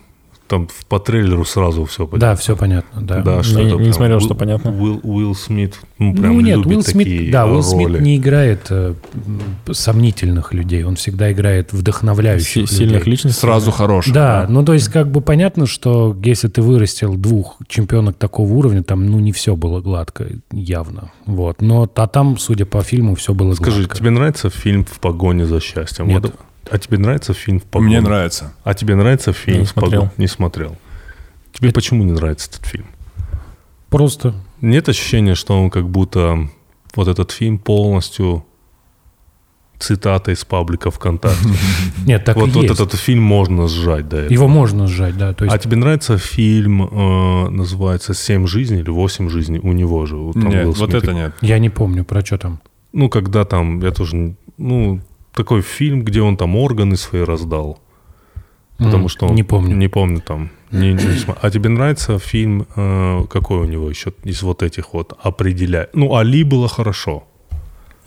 S4: там в- по трейлеру сразу все
S5: Да, все понятно, да.
S4: Да, что
S3: не-
S4: это
S3: не
S4: прям
S3: смотрел,
S4: Уил-
S3: что понятно.
S4: Уилл, Уилл Смит ну, прям
S5: ну нет,
S4: любит
S5: Уилл Смит,
S4: такие
S5: да,
S4: э,
S5: Уилл Смит
S4: роли.
S5: не играет э, м, сомнительных людей, он всегда играет
S3: Си-
S5: вдохновляющих людей.
S3: Сильных личностей.
S2: Сразу хороший.
S5: Да, ну то есть как бы понятно, что если ты вырастил двух чемпионок такого уровня, там ну не все было гладко, явно. Вот. Но а там, судя по фильму, все было
S4: Скажи,
S5: гладко.
S4: тебе нравится фильм «В погоне за счастьем»?
S5: Нет.
S4: Вот, а тебе нравится фильм «В
S2: Мне
S4: погоне»?
S2: нравится.
S4: А тебе нравится фильм
S3: Не
S4: «В погоне»?
S3: смотрел.
S4: Не смотрел. Тебе почему не нравится этот фильм?
S5: Просто
S4: Нет ощущения, что он как будто вот этот фильм полностью цитата из паблика ВКонтакте.
S5: нет, так
S4: Вот,
S5: и
S4: вот
S5: есть.
S4: этот фильм можно сжать до этого.
S5: Его можно сжать, да. То есть
S4: А тебе нравится фильм, э, называется «Семь жизней» или «Восемь жизней»? У него же. вот там
S2: Нет,
S4: Уилл
S2: вот
S4: Смит.
S2: это нет.
S5: я не помню про что там.
S4: Ну, когда там, я тоже, не- ну, такой фильм, где он там органы свои раздал. Потому
S5: М,
S4: что он...
S5: не помню.
S4: Не помню там. Не- не см- а тебе нравится фильм, э, какой у него еще из вот этих вот «Определяй». Ну, «Али» было хорошо.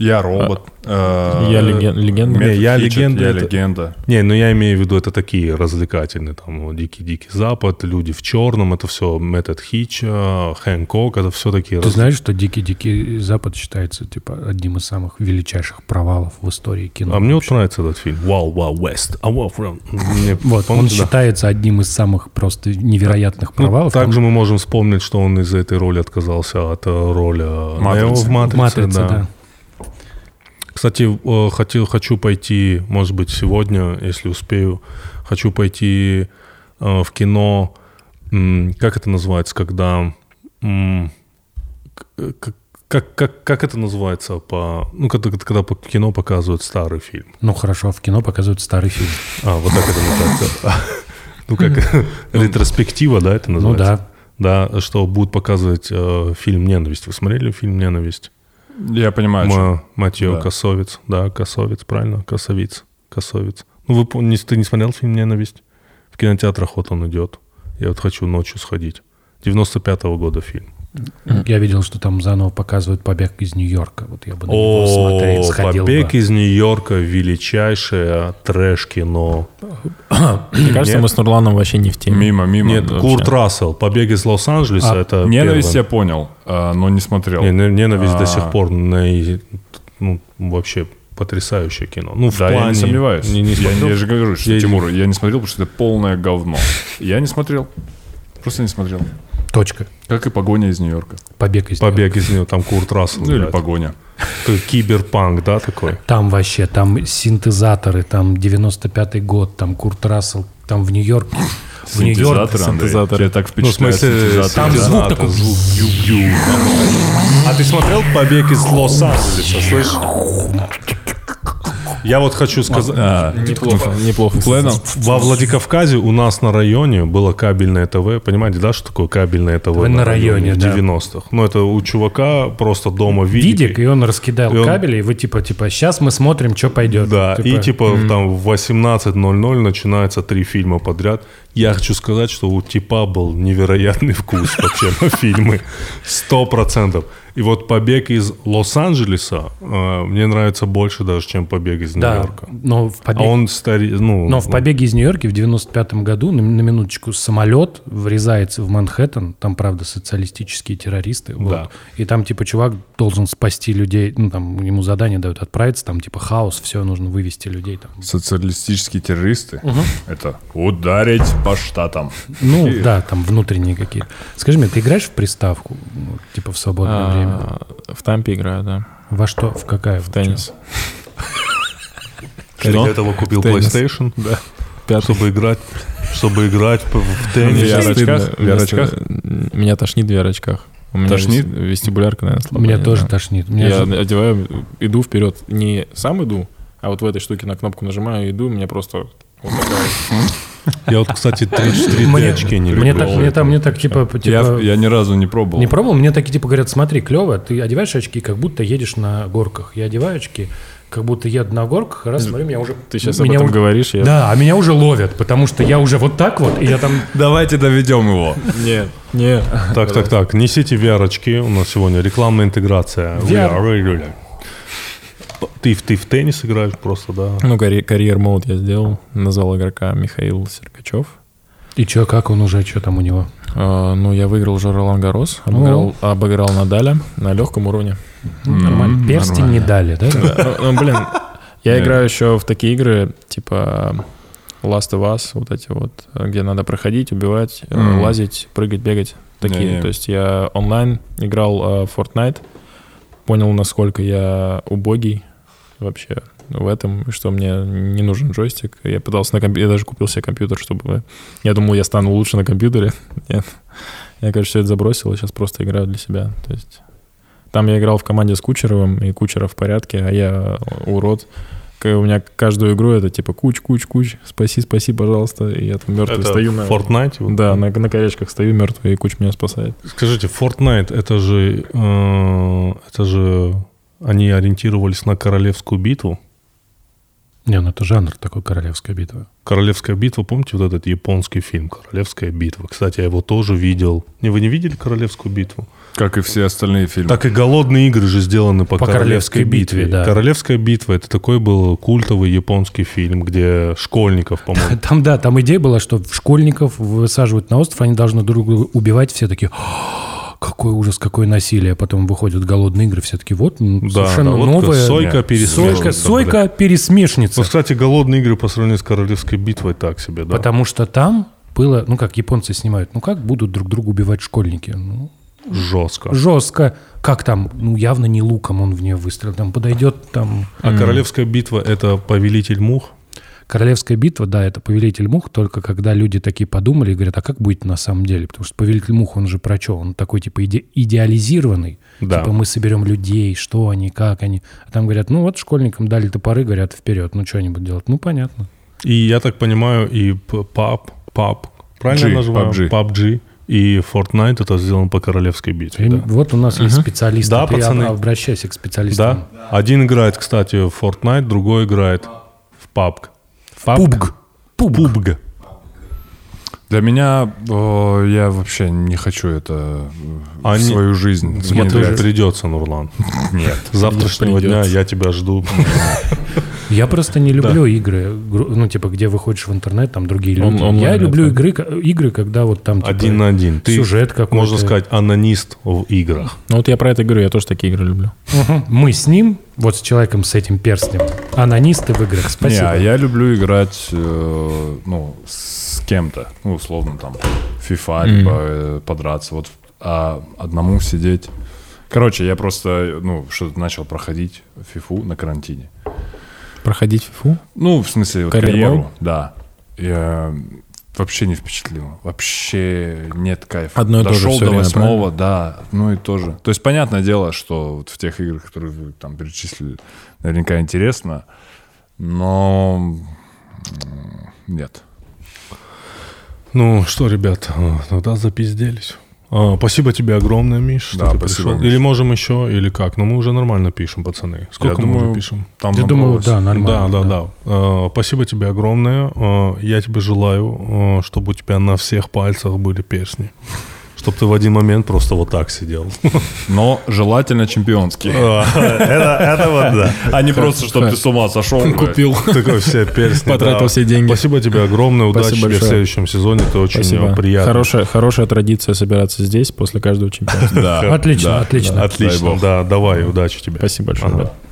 S2: Я робот. э,
S3: Я леген- легенда.
S2: Метод
S4: Не, я
S2: Хитчет,
S4: легенда,
S2: Я
S4: это-
S2: легенда.
S4: Не, ну я имею в виду, это такие развлекательные, там, вот, «Дикий-дикий запад», «Люди в черном», это все Мэтт Хитча, Хэнкок, это все такие...
S5: Ты
S4: раз-
S5: знаешь, что «Дикий-дикий Запад» считается типа одним из самых величайших провалов в истории кино?
S4: А мне вот
S5: вообще?
S4: нравится этот фильм. Wow, wow, West. А wow, from... Мне
S5: Вот, он
S4: помните, да?
S5: считается одним из самых просто невероятных
S4: Ну,
S5: провалов. потому
S4: также мы можем вспомнить, что он из этой роли отказался от э, роли э, Нео
S2: Матрицы.
S4: в «Матрице».
S5: Матрица,
S4: да.
S5: да.
S4: Кстати, э, хотел, хочу пойти, может быть, сегодня, если успею, хочу пойти э, в кино, м, как это называется, когда... м, к- э, как- как, как, как это называется по... Ну, когда, когда по кино показывают старый фильм.
S5: Ну хорошо, в кино показывают старый фильм.
S4: А, вот так это называется. Ну, как ретроспектива, да, это
S5: Ну
S4: называется?
S5: да.
S4: да, что будут показывать э, фильм «Ненависть». Вы смотрели фильм «Ненависть»?
S2: Я понимаю, о чём.
S4: Ма- Матьё
S2: Да.
S4: Косовец. Да, Косовец, правильно, Косовец. Косовец. Ну, вы, пом- не- ты не смотрел фильм «Ненависть»? В кинотеатрах вот он идет. Я вот хочу ночью сходить. 95-го года фильм.
S5: Я видел, что там заново показывают побег из Нью-Йорка. Вот я бы на него смотреть
S4: О,
S5: сходил
S4: «Побег
S5: бы.
S4: из Нью-Йорка» — величайшее трэш-кино.
S3: Мне кажется,
S4: Нет.
S3: мы с Нурланом вообще не в теме.
S2: Мимо, мимо.
S4: Нет,
S2: Да.
S4: Курт Рассел. «Побег из Лос-Анджелеса»
S5: А,
S4: это
S2: Ненависть
S4: первое.
S2: я понял, а, но не смотрел.
S4: Не, не- «Ненависть» до сих
S2: А.
S4: пор наи- ну, вообще потрясающее кино. Ну, в
S2: Да, я
S4: плане-
S2: не сомневаюсь.
S4: Не- не
S2: я,
S4: смотрел?
S2: я же говорю, что
S4: Я-
S2: Тимур, я не смотрел, потому что это полное говно. Я не смотрел. Просто не смотрел.
S5: Точка.
S2: Как и погоня из Нью-Йорка.
S5: Побег из
S4: Побег из него, там Курт Рассел.
S2: Ну или
S4: играет.
S2: погоня.
S4: Такой Киберпанк, да, такой?
S5: Там вообще, там синтезаторы, там 95-й год, там Курт Рассел, там в Нью-Йорк. В Нью-Йорк.
S2: Синтезатор, Андрей.
S3: синтезатор.
S2: Тебя так
S4: Ну,
S2: впечатляет синтезатор.
S5: там
S4: синтезатор,
S5: звук такой.
S4: звук бью-бью. А ты смотрел «Побег из Лос-Анджелеса», слышишь? Я вот хочу сказать,
S2: А, ну,
S3: Неплохо, неплохо.
S2: Леннон,
S4: во Владикавказе у нас на районе было кабельное ТВ. Понимаете, да, что такое кабельное ТВ?
S5: на районе,
S4: в
S5: да.
S4: 90-х. Ну, это у чувака просто дома видик.
S5: Видик, и он раскидал
S4: И он-
S5: кабели, и вы типа, типа, сейчас мы смотрим, что пойдет.
S4: Да, и типа там в 18.00 начинается три фильма подряд. Я хочу сказать, что у типа был невероятный вкус вообще на фильмы. Сто процентов. И вот «Побег из Лос-Анджелеса» э, мне нравится больше даже, чем «Побег из
S5: да.
S4: Нью-Йорка».
S5: Но в
S4: А
S5: побег
S4: он старе... Ну,
S5: Но в «Побеге из Нью-Йорка» в 95 году, на, на минуточку, самолет врезается в Манхэттен, там, правда, социалистические террористы, вот.
S4: Да.
S5: и там, типа, чувак должен спасти людей, ну, там, ему задание дают отправиться, там, типа, хаос, все, нужно вывести людей, там.
S2: Социалистические террористы. Это ударить по штатам.
S5: Ну, да, там, внутренние какие-то. Скажи мне, ты играешь в приставку, ну, типа, в свободное время?
S3: А, В тампе играю, да.
S5: Во что, в какая?
S3: В теннис.
S4: Я для этого купил
S3: Теннис.
S4: PlayStation,
S3: Пятый.
S4: чтобы играть, чтобы играть в- в теннис.
S2: VR
S3: Мне
S2: очках?
S3: стыдно.
S2: VR
S3: Мне
S2: очках?
S3: стыдно. Меня тошнит в VR очках. У меня
S2: Тошнит?
S3: вес- Вестибулярка, наверное, слабая,
S5: Меня
S3: не
S5: тоже
S3: знаю.
S5: тошнит. Меня
S3: ну, Я
S5: же-
S3: одеваю, иду вперед. Не сам иду, а вот в этой штуке на кнопку нажимаю и иду, у меня просто... вот такая
S4: Я вот, кстати, 3
S5: Мне-
S4: очки не
S5: Мне
S4: люблю.
S5: так, мне там, мне так, типа,
S2: Я,
S5: типа...
S2: я ни разу не пробовал.
S5: Не пробовал? Мне такие типа говорят, смотри, клево, ты одеваешь очки, как будто едешь на горках. Я одеваю очки, как будто еду на горках, раз, смотри, меня уже...
S3: Ты сейчас об
S5: меня
S3: этом
S5: уже-
S3: говоришь, я...
S5: Да, а меня уже ловят, потому что я уже вот так вот, и я там...
S2: Давайте доведем его.
S3: Не, не.
S4: Так, так, так, несите VR-очки. У нас сегодня рекламная интеграция.
S5: VR.
S4: VR. Ты, в- ты в теннис играешь просто, да?
S3: Ну, карьер, мод я сделал. Назвал игрока Михаил Серкачев.
S5: И чё, как он уже, что там у него?
S3: А, ну, я выиграл уже Ролан Гарос, обыграл, обыграл Надаля на легком уровне.
S5: Нормально. Перстень не дали, да?
S3: Ну, ну, блин, я
S2: Да.
S3: играю еще в такие игры, типа Last of Us, вот эти вот, где надо проходить, убивать, э,
S2: Мгм.
S3: лазить, прыгать, бегать. Такие.
S2: Не-не.
S3: То есть я онлайн играл э, в Fortnite, понял, насколько я убогий вообще в этом, и что мне не нужен джойстик. Я пытался на компьютере, я даже купил себе компьютер, чтобы... Я думал, я стану лучше на компьютере. Нет. Я, короче, все это забросил, и сейчас просто играю для себя. То есть там я играл в команде с Кучеровым, и Кучера в порядке, а я урод. К- У меня каждую игру это типа куч, куч, куч, спаси, спаси, пожалуйста. И я там мертвый
S4: Это
S3: стою на...
S4: в Fortnite? вот?
S3: Да, на, на колечках стою мертвый, и куч меня спасает.
S4: Скажите, Fortnite, это же... э, это же... Они ориентировались на королевскую битву.
S5: Не, ну это жанр такой, королевская битва.
S4: Королевская битва, помните вот этот японский фильм «Королевская битва»? Кстати, я его тоже видел. Не, вы не видели «Королевскую битву»?
S2: Как и все остальные фильмы.
S4: Так и голодные игры же сделаны по,
S5: По
S4: королевской,
S5: «Королевской
S4: битве.
S5: битве», да.
S4: Королевская битва это такой был культовый японский фильм, где школьников, по-моему,
S5: Там, да, там идея была, что школьников высаживают на остров, они должны друг друга убивать, все такие... «О, Какой ужас, какое насилие. Потом выходят голодные игры, все таки вот, м,
S4: Да,
S5: совершенно
S4: да, вот
S5: новая...
S4: сойка пересмешница,
S5: Сойка,
S4: бля.
S5: сойка пересмешница.
S4: Ну, кстати, голодные игры по сравнению с королевской битвой так себе, да.
S5: Потому что там было, ну как японцы снимают, ну как будут друг друга убивать школьники? Ну,
S4: Жестко.
S5: жестко. Как там? Ну явно не луком он в нее выстрелил. Там подойдет там...
S4: А королевская битва это повелитель мух.
S5: Королевская битва, да, это повелитель мух, только когда люди такие подумали и говорят, а как будет на самом деле? Потому что повелитель мух, он же про что? Он такой типа иде- идеализированный.
S4: Да.
S5: Типа мы соберем людей, что они, как они. А там говорят, ну вот школьникам дали топоры, говорят, вперед, ну что они будут делать? Ну понятно.
S4: И я так понимаю, и п- пап, пап, правильно
S2: G,
S4: я называю?
S2: PUBG.
S4: PUBG. И Fortnite это сделано по королевской битве.
S5: И
S4: да.
S5: Вот у нас есть специалисты.
S4: Да,
S5: Ты
S4: пацаны.
S5: об- обращайся к специалистам.
S4: Да? Один играет, кстати, в Fortnite, другой играет в PUBG. В PUBG. PUBG.
S2: Для меня э, я вообще не хочу это э,
S4: Они-
S2: в свою жизнь
S4: Мне тоже
S2: смотреть.
S4: придется, Нурлан.
S2: Нет.
S4: С Завтрашнего дня
S3: придется.
S4: я тебя жду.
S5: Я просто не люблю игры, гру- ну, типа, где выходишь в интернет, там другие
S3: Он-
S5: люди.
S3: онлайн
S5: Я
S3: это.
S5: люблю игры, к- игры, когда вот там, типа,
S4: Один на один. Ты,
S5: сюжет какой-то.
S4: можно сказать, анонист в играх.
S3: Ну вот я про это говорю, я тоже такие игры люблю.
S5: Мгм. Мы с ним, вот с человеком с этим перстнем, анонисты в играх.
S2: Не,
S5: Спасибо.
S2: а я люблю играть, э, ну, с кем-то, ну, условно, там, FIFA, либо э, подраться, вот, а одному сидеть. Короче, я просто, ну, что-то начал проходить FIFA на карантине.
S3: Проходить фифу?
S2: Ну, в смысле, вот
S3: Карьеру?
S2: карьеру, да. Я вообще не впечатлил. Вообще нет кайфа.
S3: Одно и то же
S2: Дошел
S3: всё
S2: до
S3: время,
S2: восьмого, да, ну и тоже. То есть, понятное дело, что вот в тех играх, которые вы там перечислили, наверняка интересно, но м, нет.
S4: Ну что, ребят, э, тогда запизделись. А, спасибо тебе огромное, Миш, что
S2: Да,
S4: ты
S2: спасибо,
S4: пришел.
S2: Миш.
S4: Или можем еще, или как? Но мы уже нормально пишем, пацаны. Сколько
S2: Я
S4: мы
S2: думаю,
S4: уже пишем?
S2: Там
S5: Я думаю,
S2: набралось.
S5: да, нормально.
S4: да, да, да. Э, спасибо тебе огромное. Э, я тебе желаю, э, чтобы у тебя на всех пальцах были перстни. Чтобы ты в один момент просто вот так сидел.
S2: Но желательно чемпионские.
S4: Это вот да.
S2: А не просто, чтобы ты с ума сошел. блядь.
S3: Купил.
S4: Такой все перстни.
S3: Потратил
S4: да.
S3: все деньги.
S4: Спасибо тебе огромное. Удачи
S3: Спасибо
S4: тебе в
S3: большое.
S4: следующем сезоне. Ты очень э,
S3: Спасибо.
S4: приятный.
S3: Хорошая, хорошая традиция собираться здесь после каждого чемпионата.
S2: Да.
S5: Отлично,
S2: да,
S5: отлично.
S2: да. Дай
S4: Отлично.
S2: бог.
S4: Да, давай, удачи тебе.
S3: Спасибо большое.
S4: Ага.
S3: ребят.